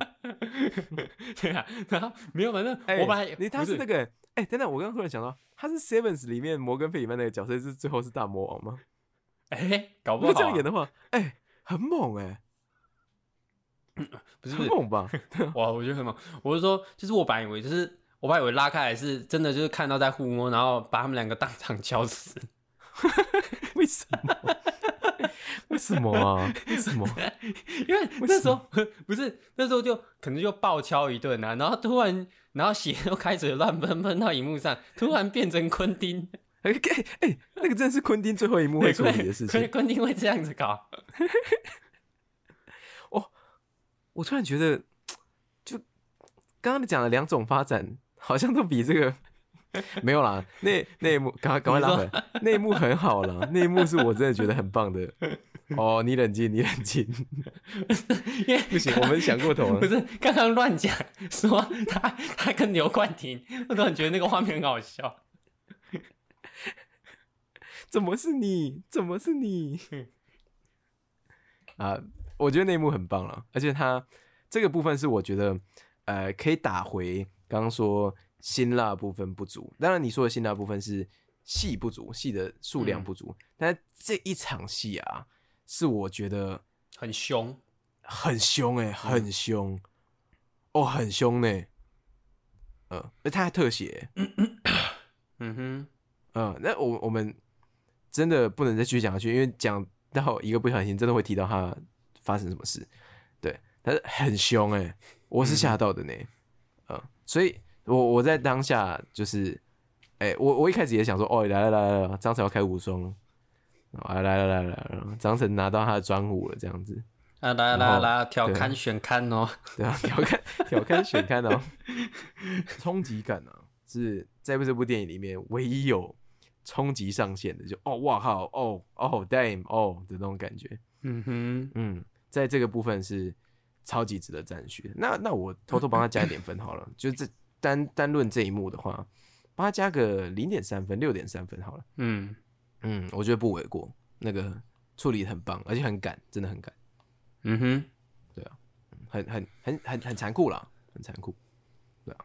[SPEAKER 2] 对啊，然后没有，反正
[SPEAKER 1] 哎，
[SPEAKER 2] 我本来
[SPEAKER 1] 你他
[SPEAKER 2] 不
[SPEAKER 1] 是
[SPEAKER 2] 是
[SPEAKER 1] 那个，哎，等等，我刚刚突然想到，他是 Sevens 里面摩根费里曼那个角色是最后是大魔王吗？
[SPEAKER 2] 哎，搞
[SPEAKER 1] 如
[SPEAKER 2] 不好
[SPEAKER 1] 果
[SPEAKER 2] 啊
[SPEAKER 1] 这样演的话，哎，很猛哎，
[SPEAKER 2] 不是
[SPEAKER 1] 很
[SPEAKER 2] 不是，
[SPEAKER 1] 猛吧？
[SPEAKER 2] 哇，我觉得很猛。我是说，就是我本来以为就是。我本来以为拉开来是真的，就是看到在互摸，然后把他们两个当场敲死。
[SPEAKER 1] 为什么？为什么啊？为什么？
[SPEAKER 2] 因为那时候 不是那时候就可能就暴敲一顿啊，然后突然然后血都开始乱喷喷到荧幕上，突然变成昆汀，
[SPEAKER 1] 哎哎、那个真的是昆汀最后一幕会处理的事
[SPEAKER 2] 昆
[SPEAKER 1] 情。
[SPEAKER 2] 昆汀会这样子搞，
[SPEAKER 1] 我突然觉得，就刚刚你讲的两种发展，好像都比这个 没有啦。那那一幕，赶快赶快拉回来。那一幕很好啦，那一幕是我真的觉得很棒的。哦，你冷静，你冷静，
[SPEAKER 2] 因为
[SPEAKER 1] 不行，我们想过头
[SPEAKER 2] 不
[SPEAKER 1] 了。
[SPEAKER 2] 是刚刚乱讲说他他跟刘冠廷，我突然觉得那个画面很好笑。
[SPEAKER 1] 怎么是你？怎么是你？ 啊，我觉得那一幕很棒了，而且他这个部分是我觉得，呃，可以打回刚刚说辛辣部分不足。当然，你说的辛辣部分是戏不足，戏的数量不足。但这一场戏啊，是我觉得
[SPEAKER 2] 很凶，
[SPEAKER 1] 很凶哎、很凶，哦，很凶呢、呃，而他还特写欸、
[SPEAKER 2] 嗯哼，
[SPEAKER 1] 嗯，那我我们真的不能再继续讲下去，因为讲到一个不小心，真的会提到他发生什么事。对，但是很凶哎、我是吓到的呢。嗯，所以我我在当下就是，哎、我我一开始也想说，哦，来了来了来了，张晨要开无双了，啊，来了来了来了，张晨拿到他的专武了，这样子，
[SPEAKER 2] 啊来
[SPEAKER 1] 然
[SPEAKER 2] 来
[SPEAKER 1] 后
[SPEAKER 2] 来，调
[SPEAKER 1] 对
[SPEAKER 2] 侃选刊哦，
[SPEAKER 1] 对啊，挑看挑看选看哦， 冲击感啊，是在这部电影里面唯一有冲击上限的，就哦哇靠，哦哦 damn 哦的那种感觉。
[SPEAKER 2] 嗯哼，
[SPEAKER 1] 嗯，在这个部分是超级值得赞许的。那那我偷偷帮他加一点分好了，就这单单论这一幕的话，帮他加个零点三分、六点三分好了。
[SPEAKER 2] 嗯，
[SPEAKER 1] 嗯，我觉得不为过，那个处理得很棒，而且很赶，真的很赶，
[SPEAKER 2] 嗯哼，
[SPEAKER 1] 很很很很很残酷啦，很残酷。对啊，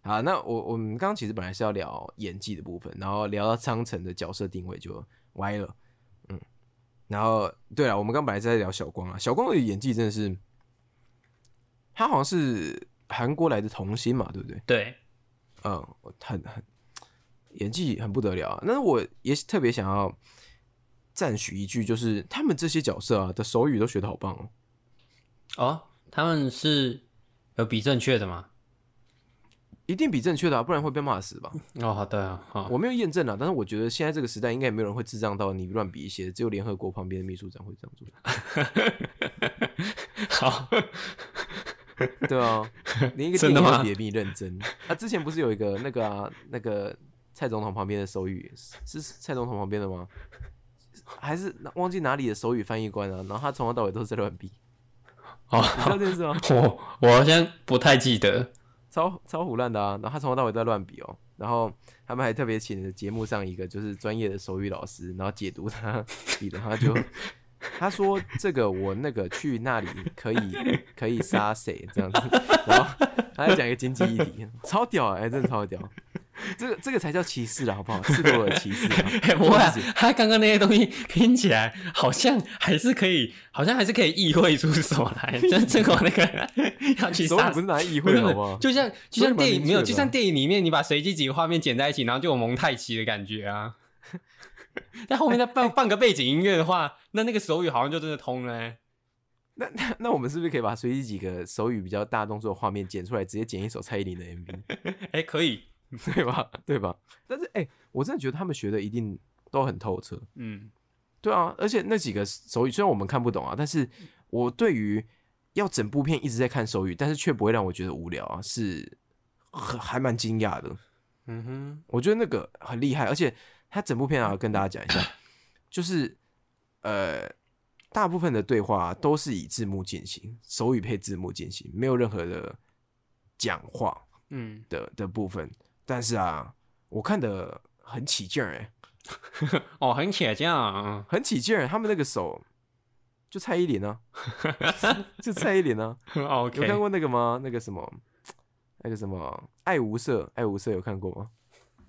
[SPEAKER 1] 好，那我我们刚刚其实本来是要聊演技的部分，然后聊到苍城的角色定位就歪了，嗯，然后对了，我们刚本来是在聊小光啊，小光的演技真的是，他好像是韩国来的童星嘛，对不对？
[SPEAKER 2] 对，
[SPEAKER 1] 嗯，很很演技很不得了、啊。那我也特别想要赞许一句，就是他们这些角色啊的手语都学的好棒哦。
[SPEAKER 2] 哦，他们是有比正确的吗？
[SPEAKER 1] 一定比正确的、啊，不然会被骂死吧？
[SPEAKER 2] 哦，好的，好，
[SPEAKER 1] 我没有验证啊，但是我觉得现在这个时代应该也没有人会智障到你乱比一些，只有联合国旁边的秘书长会这样做。
[SPEAKER 2] 好，
[SPEAKER 1] 对啊，连一个
[SPEAKER 2] 真
[SPEAKER 1] 电
[SPEAKER 2] 的
[SPEAKER 1] 影
[SPEAKER 2] 吗
[SPEAKER 1] 都比比认真。啊，之前不是有一个那个啊，那个蔡总统旁边的手语是是蔡总统旁边的吗？还是忘记哪里的手语翻译官啊？然后他从头到尾都是在乱比，你知道
[SPEAKER 2] 好，
[SPEAKER 1] 这件事吗？
[SPEAKER 2] 我我好像不太 记得。
[SPEAKER 1] 超超胡乱的啊！然后他从头到尾都在乱比哦。然后他们还特别请了节目上一个就是专业的手语老师，然后解读他 比的，他就他说这个我那个去那里可以 可以杀谁这样子，然后他在讲一个经济议题，超屌哎、真的超屌！这个这个才叫歧视了，好不好？赤裸裸的歧视 啊
[SPEAKER 2] 哎，！不会、啊
[SPEAKER 1] 这种事情，
[SPEAKER 2] 他刚刚那些东西拼起来，好像还是可以，好像还是可以意会出什么 来。这这个那个要去
[SPEAKER 1] 手
[SPEAKER 2] 杀
[SPEAKER 1] 语不是拿来意
[SPEAKER 2] 不
[SPEAKER 1] 会
[SPEAKER 2] 是
[SPEAKER 1] 的好不好？
[SPEAKER 2] 就像就像
[SPEAKER 1] 所以蛮
[SPEAKER 2] 电影
[SPEAKER 1] 明
[SPEAKER 2] 没有，
[SPEAKER 1] 确的
[SPEAKER 2] 就像电影里面你把随机几个画面剪在一起，然后就有蒙太奇的感觉啊。 但后 面再放放个背景音乐的话，那那个手语好像就真的通了欸、
[SPEAKER 1] 那那那我们是不是可以把随机几个手语比较大动作的画面剪出来，直接剪一首蔡依林的 MV？
[SPEAKER 2] 哎、可以，
[SPEAKER 1] 对吧？ 对吧？但是哎、我真的觉得他们学的一定都很透彻。
[SPEAKER 2] 嗯，
[SPEAKER 1] 对啊，而且那几个手语虽然我们看不懂啊，但是我对于要整部片一直在看手语，但是却不会让我觉得无聊啊，是很还蛮惊讶的。
[SPEAKER 2] 嗯哼，
[SPEAKER 1] 我觉得那个很厉害，而且他整部片啊，跟大家讲一下，就是呃，大部分的对话、啊都是以字幕进行，手语配字幕进行，没有任何的讲话。
[SPEAKER 2] 嗯，
[SPEAKER 1] 的的部分，但是啊，我看的很起劲儿、欸，
[SPEAKER 2] 哦，很且这样啊，
[SPEAKER 1] 很起劲儿。欸他们那个手，就蔡依林 啊，就蔡依林啊，
[SPEAKER 2] 嗯
[SPEAKER 1] 有看
[SPEAKER 2] ，OK，
[SPEAKER 1] 过那个吗？那个什么，那个什么，爱无色，爱无色有看过吗？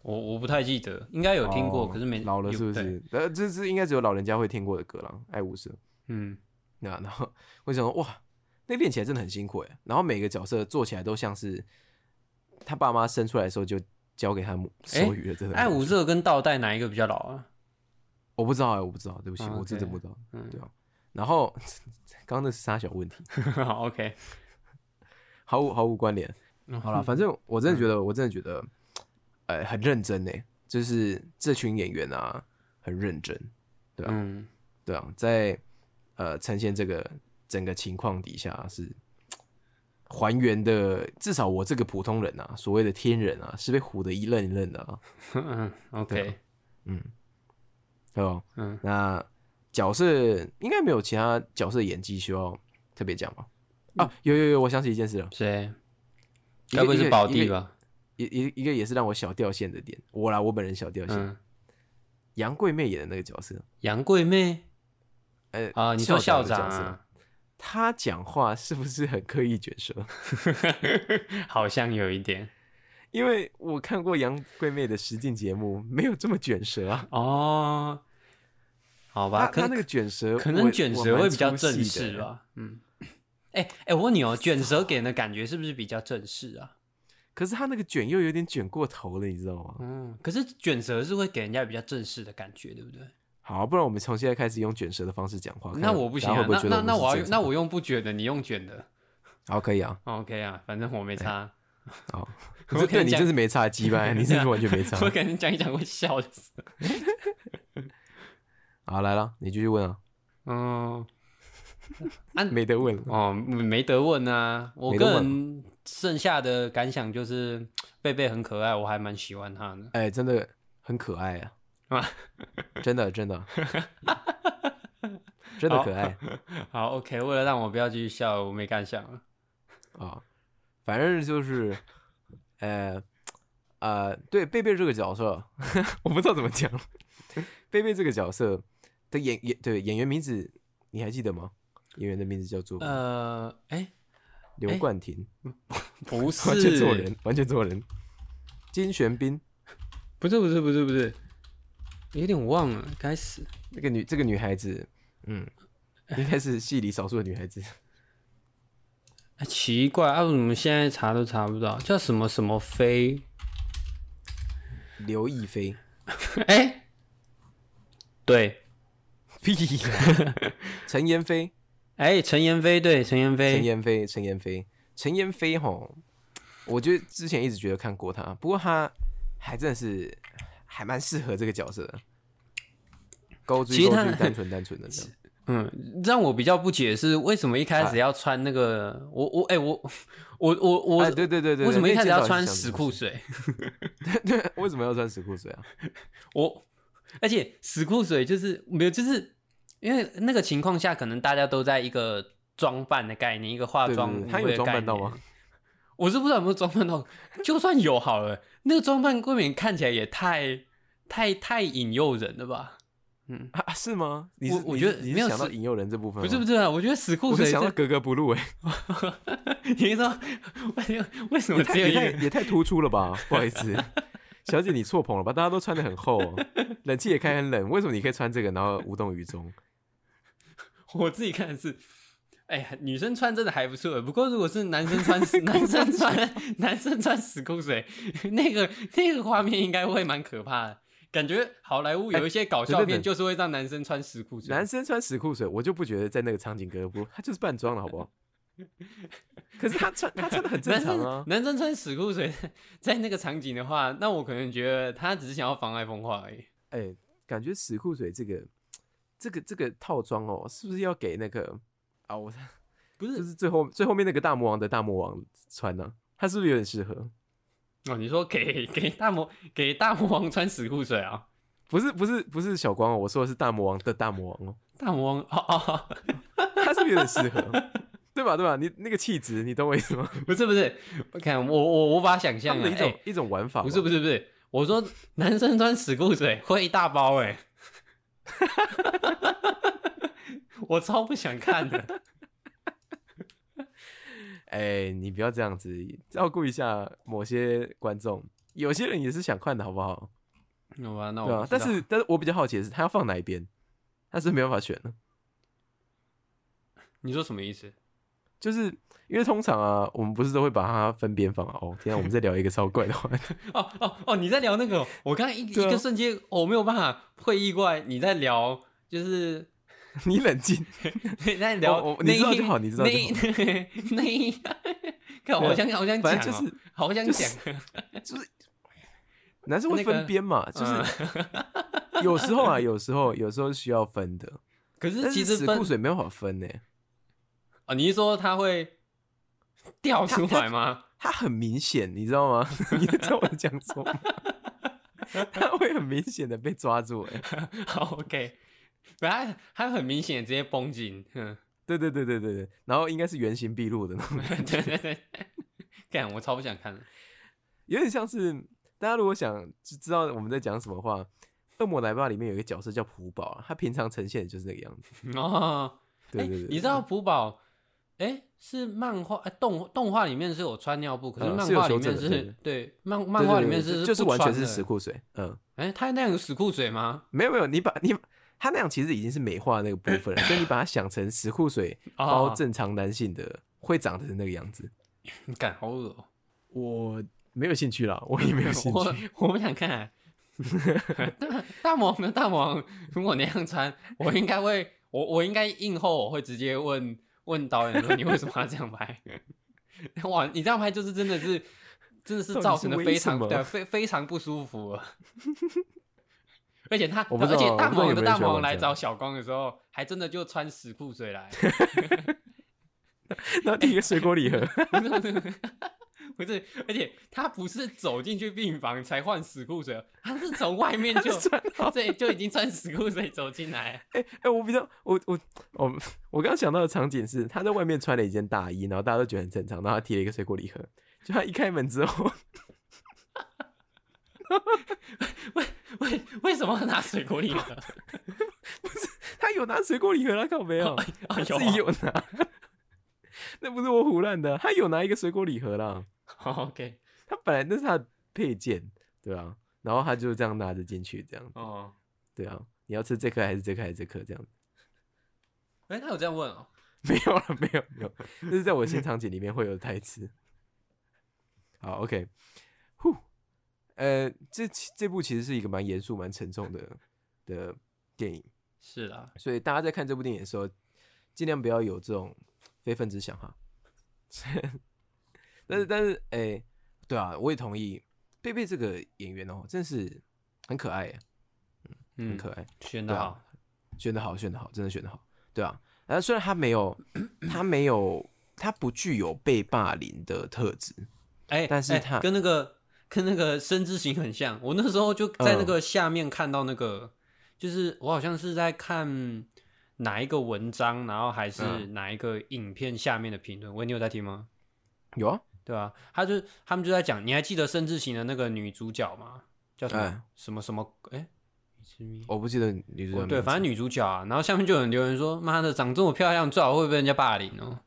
[SPEAKER 2] 我我不太记得，应该有听过，
[SPEAKER 1] 哦
[SPEAKER 2] 可是没
[SPEAKER 1] 老了
[SPEAKER 2] 有
[SPEAKER 1] 是不？
[SPEAKER 2] 对
[SPEAKER 1] 是？呃，这是应该只有老人家会听过的歌了，爱无色。
[SPEAKER 2] 嗯，
[SPEAKER 1] 那然后我想说，哇，那练起来真的很辛苦哎。然后每个角色做起来都像是他爸妈生出来的时候就教给他母手语的，真的。
[SPEAKER 2] 爱五色跟倒带哪一个比较老啊？
[SPEAKER 1] 我不知道哎、我不知道，对不起，
[SPEAKER 2] 啊
[SPEAKER 1] 我真的
[SPEAKER 2] OK
[SPEAKER 1] 不知道。
[SPEAKER 2] 嗯
[SPEAKER 1] 对啊。然后刚刚那是啥小问题，
[SPEAKER 2] 好，OK，
[SPEAKER 1] 毫无毫无关联。嗯好 了，反正我真的觉得，我真的觉得，呃，很认真呢、就是这群演员啊，很认真，对啊
[SPEAKER 2] 嗯，
[SPEAKER 1] 对啊，在呃呈现这个整个情况底下是还原的，至少我这个普通人啊，所谓的天人啊，是被唬得一愣一愣的啊，
[SPEAKER 2] 嗯
[SPEAKER 1] 对
[SPEAKER 2] ，OK，
[SPEAKER 1] 嗯，对吧？
[SPEAKER 2] 嗯，
[SPEAKER 1] 那角色应该没有其他角色演技需要特别讲吧？啊，有有有，我想起一件事了，
[SPEAKER 2] 谁？
[SPEAKER 1] 一
[SPEAKER 2] 该
[SPEAKER 1] 个
[SPEAKER 2] 不会是宝
[SPEAKER 1] 一
[SPEAKER 2] 弟
[SPEAKER 1] 个
[SPEAKER 2] 吧？
[SPEAKER 1] 一一一个也是让我小掉线的点，我啦，我本人小掉线。
[SPEAKER 2] 嗯，
[SPEAKER 1] 杨贵妹演的那个角色，
[SPEAKER 2] 杨贵妹
[SPEAKER 1] 呃
[SPEAKER 2] 啊，你说校
[SPEAKER 1] 校
[SPEAKER 2] 长
[SPEAKER 1] 的角色
[SPEAKER 2] 啊？
[SPEAKER 1] 她讲话是不是很刻意卷舌？
[SPEAKER 2] 好像有一点
[SPEAKER 1] 因为我看过杨贵妹的实境节目，没有这么卷舌啊。
[SPEAKER 2] 哦。好吧，
[SPEAKER 1] 她
[SPEAKER 2] 可
[SPEAKER 1] 她那个卷舌，
[SPEAKER 2] 可
[SPEAKER 1] 我
[SPEAKER 2] 能卷舌会比较正。
[SPEAKER 1] 我蛮出
[SPEAKER 2] 式
[SPEAKER 1] 戏的欸
[SPEAKER 2] 吧。嗯，哎、哎、我问你哦，卷舌给人的感觉是不是比较正式啊？
[SPEAKER 1] 可是她那个卷又有点卷过头了，你知道吗？
[SPEAKER 2] 嗯，可是卷舌是会给人家比较正式的感觉，对不对？
[SPEAKER 1] 好，不然我们从现在开始用卷舌的方式讲话。
[SPEAKER 2] 那我不行
[SPEAKER 1] 大家
[SPEAKER 2] 啊
[SPEAKER 1] 会，
[SPEAKER 2] 那
[SPEAKER 1] 会觉得
[SPEAKER 2] 那那
[SPEAKER 1] 是
[SPEAKER 2] 我要
[SPEAKER 1] 正
[SPEAKER 2] 用
[SPEAKER 1] 常
[SPEAKER 2] 那我用不卷的，你用卷的
[SPEAKER 1] 好可以啊，
[SPEAKER 2] ，OK 啊，反正我
[SPEAKER 1] 哎
[SPEAKER 2] 没差。
[SPEAKER 1] 好， 这
[SPEAKER 2] 我可能
[SPEAKER 1] 对你
[SPEAKER 2] 讲
[SPEAKER 1] 真是没差鸡 掰，你真是完全没差。
[SPEAKER 2] 我感觉讲一讲会笑死。
[SPEAKER 1] 好，来了，你继续问啊，
[SPEAKER 2] 嗯，
[SPEAKER 1] 没得问了。
[SPEAKER 2] 哦，没得问啊。我
[SPEAKER 1] 没得
[SPEAKER 2] 个
[SPEAKER 1] 问
[SPEAKER 2] 人剩下的感想就是，贝贝很可爱，我还蛮喜欢他的。
[SPEAKER 1] 哎，真的很可爱啊
[SPEAKER 2] 啊，
[SPEAKER 1] 真的真的 真的可爱
[SPEAKER 2] 好，OK，为了让我不要继续笑，我没敢想了。
[SPEAKER 1] 啊，反正就是，呃呃，对贝贝这个角色， 我不知道怎么讲了， 贝贝这个角色的演演对演员名字你还记得吗？演员的名字叫做
[SPEAKER 2] 呃，哎、
[SPEAKER 1] 刘
[SPEAKER 2] 哎
[SPEAKER 1] 冠廷，
[SPEAKER 2] 不是，
[SPEAKER 1] 完全做人，完全做人，金玄彬。
[SPEAKER 2] 不是，不是，不是，不是，有点忘了，该死。
[SPEAKER 1] 这个女这个女孩子，嗯，应该是戏里少数的女孩子。
[SPEAKER 2] 啊奇怪，啊，我怎么现在查都查不到，叫什么什么飞？
[SPEAKER 1] 刘亦菲，
[SPEAKER 2] 哎、 对，
[SPEAKER 1] 屁啦，陈妍霏，
[SPEAKER 2] 哎、陈妍霏，对，陈妍
[SPEAKER 1] 陈
[SPEAKER 2] 霏，
[SPEAKER 1] 妍霏，陈妍霏，陈妍霏吼，我觉得之前一直觉得看过他，不过他还真的是还蛮适合这个角色的，高
[SPEAKER 2] 其
[SPEAKER 1] 追
[SPEAKER 2] 实
[SPEAKER 1] 高
[SPEAKER 2] 他
[SPEAKER 1] 追，单纯单纯的这样。
[SPEAKER 2] 嗯，让我比较不解是为什么一
[SPEAKER 1] 啊
[SPEAKER 2] 开始要穿那个，我我哎、我我我 我、
[SPEAKER 1] 哎对对对对，
[SPEAKER 2] 为什么一开始要穿
[SPEAKER 1] 石
[SPEAKER 2] 死裤？水？
[SPEAKER 1] 对，为什么要穿石裤水啊？
[SPEAKER 2] 我而且死裤水就是没有，就是因为那个情况下，可能大家都在一个装扮的概念，一个化
[SPEAKER 1] 对
[SPEAKER 2] 妆
[SPEAKER 1] 对对他
[SPEAKER 2] 舞
[SPEAKER 1] 有
[SPEAKER 2] 会的
[SPEAKER 1] 装
[SPEAKER 2] 概
[SPEAKER 1] 扮到
[SPEAKER 2] 念
[SPEAKER 1] 吗？
[SPEAKER 2] 我是不知道有没有装扮到，就算有好了，那个装扮未免看起来也太太太引诱人了吧？嗯，
[SPEAKER 1] 啊，是吗？你
[SPEAKER 2] 我
[SPEAKER 1] 是
[SPEAKER 2] 我
[SPEAKER 1] 你
[SPEAKER 2] 觉
[SPEAKER 1] 是
[SPEAKER 2] 得
[SPEAKER 1] 你
[SPEAKER 2] 没
[SPEAKER 1] 是
[SPEAKER 2] 有
[SPEAKER 1] 想到
[SPEAKER 2] 是
[SPEAKER 1] 引诱人这部分吗？
[SPEAKER 2] 不是不是啊，我觉得死裤
[SPEAKER 1] 嗯我是
[SPEAKER 2] 水
[SPEAKER 1] 想到
[SPEAKER 2] 是，
[SPEAKER 1] 格格不入哎、
[SPEAKER 2] 你说为什么
[SPEAKER 1] 也太
[SPEAKER 2] 只有
[SPEAKER 1] 也
[SPEAKER 2] 一
[SPEAKER 1] 太
[SPEAKER 2] 个？
[SPEAKER 1] 也太突出了吧？ 不好意思，小姐你错捧了吧？大家都穿的很厚、哦，冷气也开很冷，为什么你可以穿这个然后无动于衷？
[SPEAKER 2] 我自己看的是，哎呀，女生穿真的还不错。不过如果是男生 穿，男生穿，男生穿死裤水， 那个那个画面应该会蛮可怕的。感觉好莱坞有一些搞笑
[SPEAKER 1] 等等
[SPEAKER 2] 片，就是会让男生穿死裤水。
[SPEAKER 1] 男生穿死裤水，我就不觉得在那个场景格格不入，他就是扮装了，好不 好？可是他穿他穿的很正
[SPEAKER 2] 男
[SPEAKER 1] 常
[SPEAKER 2] 生
[SPEAKER 1] 啊，
[SPEAKER 2] 男生穿死裤水， 在那个场景的话，那我可能觉得他只是想要妨碍风化而已。
[SPEAKER 1] 哎、感觉死裤水这个这个这个套装哦，是不是要给那个啊？我
[SPEAKER 2] 不
[SPEAKER 1] 就是是最后最后面那个大魔王的大魔王穿呢、他是不是有点适合？
[SPEAKER 2] 哦，你说给给大魔给大魔王穿死裤水啊？
[SPEAKER 1] 不是不是不是小光哦，我说的是大魔王的大魔王哦，
[SPEAKER 2] 大魔王 哦哦，哦
[SPEAKER 1] 他是不是有点适合？ 对吧？对吧？你那个气质，你懂我意思吗？
[SPEAKER 2] 不是不是，我看我我我无法想
[SPEAKER 1] 他
[SPEAKER 2] 象
[SPEAKER 1] 们的
[SPEAKER 2] 啊
[SPEAKER 1] 一
[SPEAKER 2] 哎
[SPEAKER 1] 种、一种玩法嘛，
[SPEAKER 2] 不是不是不是，我说男生穿死裤水会一大包哎、 我超不想看的。
[SPEAKER 1] 哎、你不要这样子，照顾一下某些观众，有些人也是想看的好不好？
[SPEAKER 2] 好吧，
[SPEAKER 1] 对
[SPEAKER 2] 那哦我
[SPEAKER 1] 吧、
[SPEAKER 2] 不知
[SPEAKER 1] 但
[SPEAKER 2] 道
[SPEAKER 1] 是但是我比较好奇的是，他要放哪一边？他是没办法选的，
[SPEAKER 2] 你说什么意思？
[SPEAKER 1] 就是因为通常啊，我们不是都会把它分边放啊。哦，天啊，我们在聊一个超怪的话题。
[SPEAKER 2] 哦哦哦，你在聊那个哦，我刚刚一、一
[SPEAKER 1] 对啊
[SPEAKER 2] 个瞬间、哦我没有办法会意过来，你在聊就是
[SPEAKER 1] 你冷静，
[SPEAKER 2] 你在聊
[SPEAKER 1] 哦哦
[SPEAKER 2] 内
[SPEAKER 1] 你知道就好你知道就
[SPEAKER 2] 内 内，看我好像好像
[SPEAKER 1] 反
[SPEAKER 2] 讲、
[SPEAKER 1] 正
[SPEAKER 2] 哦，
[SPEAKER 1] 就是
[SPEAKER 2] 好像讲、
[SPEAKER 1] 就是男生会
[SPEAKER 2] 那个
[SPEAKER 1] 分边嘛，就是
[SPEAKER 2] 嗯
[SPEAKER 1] 有时候啊，有时候有时候需要分的，
[SPEAKER 2] 可
[SPEAKER 1] 但
[SPEAKER 2] 是其
[SPEAKER 1] 是
[SPEAKER 2] 实
[SPEAKER 1] 死
[SPEAKER 2] 分
[SPEAKER 1] 裤水没办法分呢、
[SPEAKER 2] 哦，你是说他会掉出
[SPEAKER 1] 他
[SPEAKER 2] 来吗？
[SPEAKER 1] 它很明显，你知道吗？ 你知道我在讲什么吗？ 它会很明显的被抓住、欸，
[SPEAKER 2] 好，OK，本来他很明显直接绷紧，嗯，
[SPEAKER 1] 对对对对对对，然后应该是原形毕露的那种，
[SPEAKER 2] 对对对，干，我超不想看的。
[SPEAKER 1] 有点像是大家如果想知知道我们在讲什么话，《恶魔来吧》里面有一个角色叫普宝啊，他平常呈现的就是那个样子，
[SPEAKER 2] 哦，
[SPEAKER 1] 对
[SPEAKER 2] 哎
[SPEAKER 1] 对对，
[SPEAKER 2] 你知道普宝，哎、是漫画、哎动动画里面是有穿尿布，可是
[SPEAKER 1] 嗯
[SPEAKER 2] 漫
[SPEAKER 1] 是有
[SPEAKER 2] 画里
[SPEAKER 1] 修正
[SPEAKER 2] 面
[SPEAKER 1] 的
[SPEAKER 2] 是，
[SPEAKER 1] 对对
[SPEAKER 2] 对漫
[SPEAKER 1] 对
[SPEAKER 2] 漫画里面
[SPEAKER 1] 对对
[SPEAKER 2] 是
[SPEAKER 1] 就是
[SPEAKER 2] 不
[SPEAKER 1] 完全
[SPEAKER 2] 穿
[SPEAKER 1] 是
[SPEAKER 2] 的
[SPEAKER 1] 死。裤水，嗯。
[SPEAKER 2] 哎、他那样有死裤水吗？
[SPEAKER 1] 没有没有，你把你他那样其实已经是美化那个部分了，所以你把它想成石库水
[SPEAKER 2] 哦
[SPEAKER 1] 包正常男性的会长成那个样子，
[SPEAKER 2] 干，好恶哦、
[SPEAKER 1] 我没有兴趣啦，我也没有兴趣。
[SPEAKER 2] 我我 不想看、大大魔王的大魔王，如果那样穿，我应该会，我我应该映后我会直接问问导演说你为什么要这样拍？ 哇，你这样拍就是真的是，真的是造成的
[SPEAKER 1] 到底是
[SPEAKER 2] 非常
[SPEAKER 1] 为什么
[SPEAKER 2] 对啊非非常不舒服啊。 而且他，
[SPEAKER 1] 我不知道
[SPEAKER 2] 而且大魔
[SPEAKER 1] 我
[SPEAKER 2] 王
[SPEAKER 1] 不
[SPEAKER 2] 的
[SPEAKER 1] 知道有没有人
[SPEAKER 2] 大
[SPEAKER 1] 喜欢玩
[SPEAKER 2] 魔王
[SPEAKER 1] 这样
[SPEAKER 2] 来找小光的时候，还真的就穿死裤水 来。
[SPEAKER 1] 然后第一个水果礼 盒，
[SPEAKER 2] 不是不是不是，而且他不是走进去病房才换死裤水，他是从外面就
[SPEAKER 1] 算好。
[SPEAKER 2] 对就已经穿死裤水走进来。
[SPEAKER 1] 哎、哎、我比较我我我我刚想到的场景是他在外面穿了一件大衣，然后大家都觉得很正常，然后他提了一个水果礼盒，就他一开门之后，
[SPEAKER 2] 为为什么要拿水果礼 盒？
[SPEAKER 1] 他有拿水果礼盒了，看没有？
[SPEAKER 2] 啊
[SPEAKER 1] 他
[SPEAKER 2] 有
[SPEAKER 1] 自己有拿， 那不是我胡乱的，他有拿一个水果礼盒啦。
[SPEAKER 2] 好哦 OK
[SPEAKER 1] 他本来那是他的配件，对啊，然后他就这样拿着进去，这样，
[SPEAKER 2] 哦，
[SPEAKER 1] 对啊，你要吃这颗还是这颗还是这颗这样？
[SPEAKER 2] 哎、他有这样问哦。
[SPEAKER 1] 没有了，啊没有没有，这是在我新场景里面会有的台词。好，OK，呼，呃，这其这部其实是一个蛮严肃、蛮沉重的的电影，
[SPEAKER 2] 是啦，
[SPEAKER 1] 所以大家在看这部电影的时候，尽量不 要有这种非分之想哈。但是但是，哎、对啊，我也同意，贝贝这个演员哦，真是很可爱耶，
[SPEAKER 2] 嗯，
[SPEAKER 1] 很可啊爱，
[SPEAKER 2] 选的好，
[SPEAKER 1] 选的好，选的好，真的选的好，对啊。然后虽然他没 有，他没有，他不具有被霸凌的特质，
[SPEAKER 2] 哎、
[SPEAKER 1] 但是
[SPEAKER 2] 哎
[SPEAKER 1] 他
[SPEAKER 2] 跟那个跟那个深之行很像。我那时候就
[SPEAKER 1] 嗯
[SPEAKER 2] 在那个下面看到那个，就是我好像是在看哪一个文章，然后还是
[SPEAKER 1] 嗯
[SPEAKER 2] 哪一个影片下面的评论。喂，你有在听吗？
[SPEAKER 1] 有啊，
[SPEAKER 2] 对啊，他就他们就在讲，你还记得深之行的那个女主角吗？叫什么、
[SPEAKER 1] 哎
[SPEAKER 2] 什么什么？哎、欸，
[SPEAKER 1] 我不记得女主角
[SPEAKER 2] 对，
[SPEAKER 1] 名字
[SPEAKER 2] 反正女主角啊。然后下面就有人留言说：“妈的，长这么漂亮，最好会被人家霸凌哦。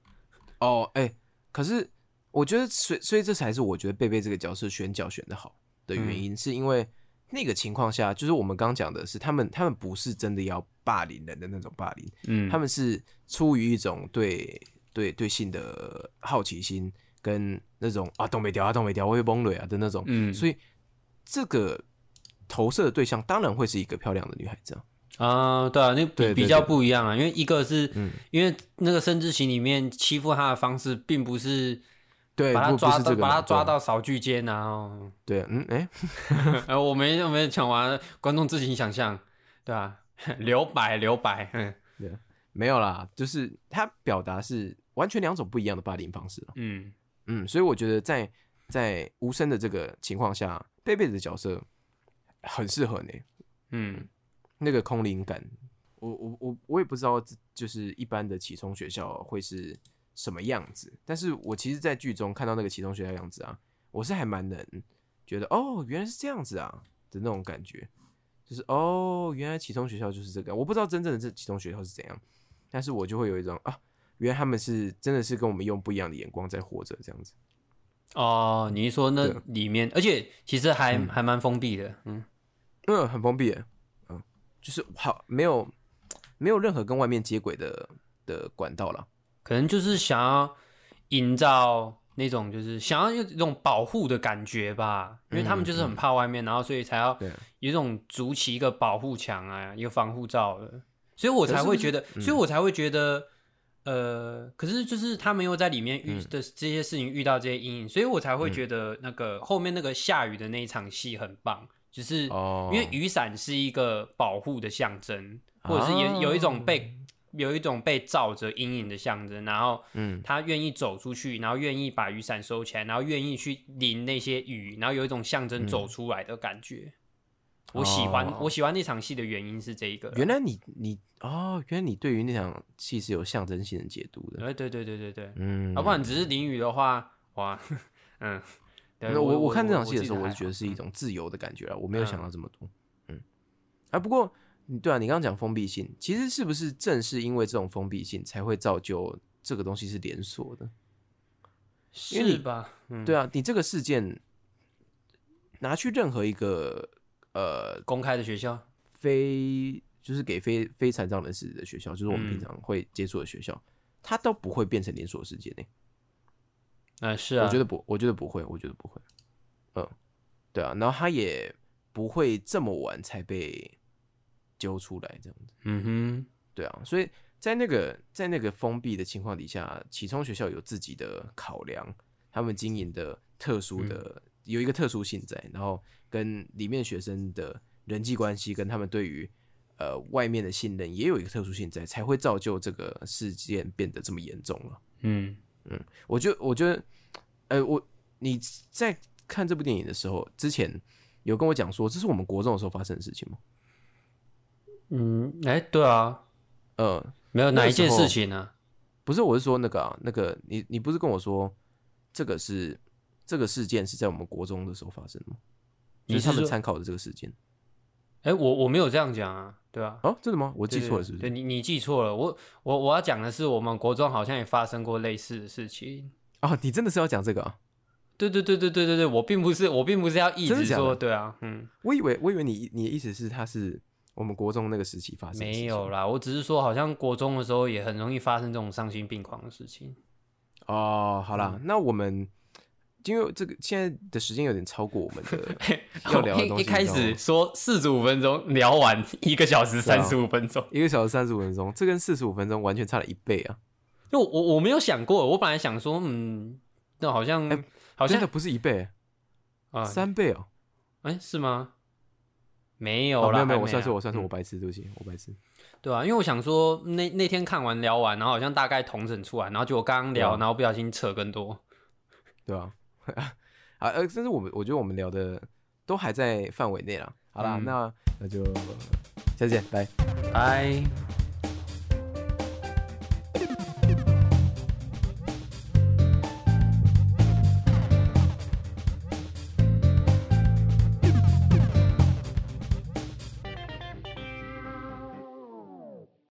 [SPEAKER 1] 哦，哎、可是我觉得，所以所以这才是我觉得贝贝这个角色选角选的好的原
[SPEAKER 2] 嗯
[SPEAKER 1] 因，是因为那个情况下，就是我们刚讲的是他们他们不是真的要霸凌人的那种霸凌，”
[SPEAKER 2] 嗯，
[SPEAKER 1] 他们是出于一种对对对性的好奇心跟那种啊东北调啊东北调我会崩溃啊的那种，
[SPEAKER 2] 嗯
[SPEAKER 1] 所以这个投射的对象当然会是一个漂亮的女孩子、啊，
[SPEAKER 2] 啊、对啊，那比
[SPEAKER 1] 对对
[SPEAKER 2] 比较
[SPEAKER 1] 对
[SPEAKER 2] 不一样啊，因为一个是、
[SPEAKER 1] 嗯
[SPEAKER 2] 因为那个生之行里面欺负他的方式，并不是
[SPEAKER 1] 对，
[SPEAKER 2] 把他
[SPEAKER 1] 不不
[SPEAKER 2] 抓
[SPEAKER 1] 是
[SPEAKER 2] 到、
[SPEAKER 1] 这个
[SPEAKER 2] 把他
[SPEAKER 1] 嘛
[SPEAKER 2] 抓
[SPEAKER 1] 对
[SPEAKER 2] 到扫具间啊。哦
[SPEAKER 1] 对，嗯，哎、
[SPEAKER 2] 呃，我没我没讲完，观众自行想象，对啊， 留白留白，嗯
[SPEAKER 1] 没有啦，就是他表达是完全两种不一样的霸凌方式了。
[SPEAKER 2] 嗯
[SPEAKER 1] 嗯，所以我觉得在在无声的这个情况下，贝贝的角色很适合你，
[SPEAKER 2] 嗯
[SPEAKER 1] 那个空灵感。我我我我也不知道，就是一般的启聪学校会是什么样子，但是我其实，在剧中看到那个启聪学校样子啊，我是还蛮能觉得哦，原来是这样子啊的那种感觉，就是哦，原来启聪学校就是这个，我不知道真正的这启聪学校是怎样，但是我就会有一种啊，原来他们是真的是跟我们用不一样的眼光在活着这样子。
[SPEAKER 2] 哦，你一说那
[SPEAKER 1] 对
[SPEAKER 2] 里面，而且其实还、还蛮封闭的，嗯
[SPEAKER 1] 嗯，很封闭耶，嗯，就是好没有没有任何跟外面接轨的的管道了，
[SPEAKER 2] 可能就是想要营造那种就是想要有一种保护的感觉吧，因为他们就是很怕外面，然后所以才要
[SPEAKER 1] 对啊
[SPEAKER 2] 有一种筑起一个保护墙啊，一个防护罩的，所以我
[SPEAKER 1] 可是
[SPEAKER 2] 才会
[SPEAKER 1] 是嗯
[SPEAKER 2] 觉得，所以我才会觉得。呃，可是就是他们又在里面
[SPEAKER 1] 嗯
[SPEAKER 2] 遇的这些事情，遇到这些阴影，所以我才会觉得那个后面那个下雨的那一场戏很棒，只是
[SPEAKER 1] 哦
[SPEAKER 2] 因为雨伞是一个保护的象征，或者是
[SPEAKER 1] 啊
[SPEAKER 2] 有有一种被有一种被罩着阴影的象征，然后
[SPEAKER 1] 嗯，
[SPEAKER 2] 他愿意走出去，然后愿意把雨伞收起来，然后愿意去淋那些雨，然后有一种象征走出来的感觉。我喜欢、
[SPEAKER 1] 嗯哦
[SPEAKER 2] 我喜欢那场戏的原因是这一个啦。
[SPEAKER 1] 原来你你哦，原来你对于那场戏是有象征性的解读的，
[SPEAKER 2] 哎，对对对对对，
[SPEAKER 1] 嗯，
[SPEAKER 2] 要、不然只是淋雨的话，哇，嗯，对
[SPEAKER 1] 那我
[SPEAKER 2] 我
[SPEAKER 1] 我看这场戏的时候，
[SPEAKER 2] 我
[SPEAKER 1] 我
[SPEAKER 2] 还
[SPEAKER 1] 是觉得
[SPEAKER 2] 好
[SPEAKER 1] 是一种自由的感觉啊，我没有
[SPEAKER 2] 嗯
[SPEAKER 1] 想到这么多。嗯，啊，不过你对啊，你刚刚讲封闭性，其实是不是正是因为这种封闭性，才会造就这个东西是连锁的？因为
[SPEAKER 2] 是
[SPEAKER 1] 你
[SPEAKER 2] 吧？嗯，
[SPEAKER 1] 对啊，你这个事件拿去任何一个呃
[SPEAKER 2] 公开的学校，
[SPEAKER 1] 非就是给非非残障人士的学校，就是我们
[SPEAKER 2] 嗯
[SPEAKER 1] 平常会接触的学校，它都不会变成连锁事件呢、
[SPEAKER 2] 嗯、是啊，
[SPEAKER 1] 我觉得不，我觉得不会，我觉得不会。嗯，对啊，然后他也不会这么晚才被揪出来这样子。
[SPEAKER 2] 嗯
[SPEAKER 1] 对啊，所以在那个在那个封闭的情况底下，启聪学校有自己的考量，他们经营的特殊的、有一个特殊性在，然后跟里面学生的人际关系跟他们对于呃外面的信任也有一个特殊性在，才会造就这个事件变得这么严重了。
[SPEAKER 2] 哼，嗯
[SPEAKER 1] 我就我觉得，呃，我你在看这部电影的时候，之前有跟我讲说，这是我们国中的时候发生的事情吗？
[SPEAKER 2] 嗯，哎、对啊，
[SPEAKER 1] 呃，
[SPEAKER 2] 没有
[SPEAKER 1] 那
[SPEAKER 2] 哪
[SPEAKER 1] 个
[SPEAKER 2] 一件
[SPEAKER 1] 时候
[SPEAKER 2] 事情呢、
[SPEAKER 1] 不是，我是说那个、啊、那个，你你不是跟我说这个是这个事件是在我们国中的时候发生的吗？
[SPEAKER 2] 你
[SPEAKER 1] 就是是他们
[SPEAKER 2] 说
[SPEAKER 1] 参考的这个事件
[SPEAKER 2] 哎、我我没有这样讲啊，对啊，
[SPEAKER 1] 哦，真的吗？我记
[SPEAKER 2] 对
[SPEAKER 1] 错了是不
[SPEAKER 2] 对
[SPEAKER 1] 是？
[SPEAKER 2] 你你记错了，我我我要讲的是，我们国中好像也发生过类似的事情。
[SPEAKER 1] 哦，你真的是要讲这个啊？
[SPEAKER 2] 对对对对对对对，我并不是我并不是要一
[SPEAKER 1] 真的
[SPEAKER 2] 直
[SPEAKER 1] 假的
[SPEAKER 2] 说对啊，嗯，
[SPEAKER 1] 我以为我以为你你的意思是它是我们国中那个时期发生的事
[SPEAKER 2] 没
[SPEAKER 1] 情
[SPEAKER 2] 有啦，我只是说好像国中的时候也很容易发生这种丧心病狂的事情。
[SPEAKER 1] 哦。好啦，
[SPEAKER 2] 嗯
[SPEAKER 1] 那我们因为这个现在的时间有点超过我们的 要聊的东
[SPEAKER 2] 一
[SPEAKER 1] 西，
[SPEAKER 2] 一开
[SPEAKER 1] 你知道
[SPEAKER 2] 始
[SPEAKER 1] 吗
[SPEAKER 2] 说四十五分钟聊完一个小时
[SPEAKER 1] 对啊
[SPEAKER 2] 三十五分钟，
[SPEAKER 1] 一个小时三十五分钟，这跟四十五分钟完全差了一倍啊！
[SPEAKER 2] 就我我没有想过，我本来想说嗯，那好像、好
[SPEAKER 1] 哎真
[SPEAKER 2] 像
[SPEAKER 1] 的不是一倍，
[SPEAKER 2] 啊，
[SPEAKER 1] 三倍哦，
[SPEAKER 2] 哎、是吗？没
[SPEAKER 1] 哦
[SPEAKER 2] 有
[SPEAKER 1] 没
[SPEAKER 2] 啦，
[SPEAKER 1] 有没有，
[SPEAKER 2] 还
[SPEAKER 1] 我算
[SPEAKER 2] 啊
[SPEAKER 1] 是我算是
[SPEAKER 2] 嗯
[SPEAKER 1] 我白痴，对不起，我白痴。
[SPEAKER 2] 对啊，因为我想说那那天看完聊完，然后好像大概统整出来，然后就我刚刚
[SPEAKER 1] 对
[SPEAKER 2] 聊，
[SPEAKER 1] 啊
[SPEAKER 2] 然后不小心扯更多。
[SPEAKER 1] 对啊， 啊呃，但是我们我觉得我们聊的都还在范围内啦。好啦，
[SPEAKER 2] 嗯
[SPEAKER 1] 那那就下次见，拜。
[SPEAKER 2] 拜。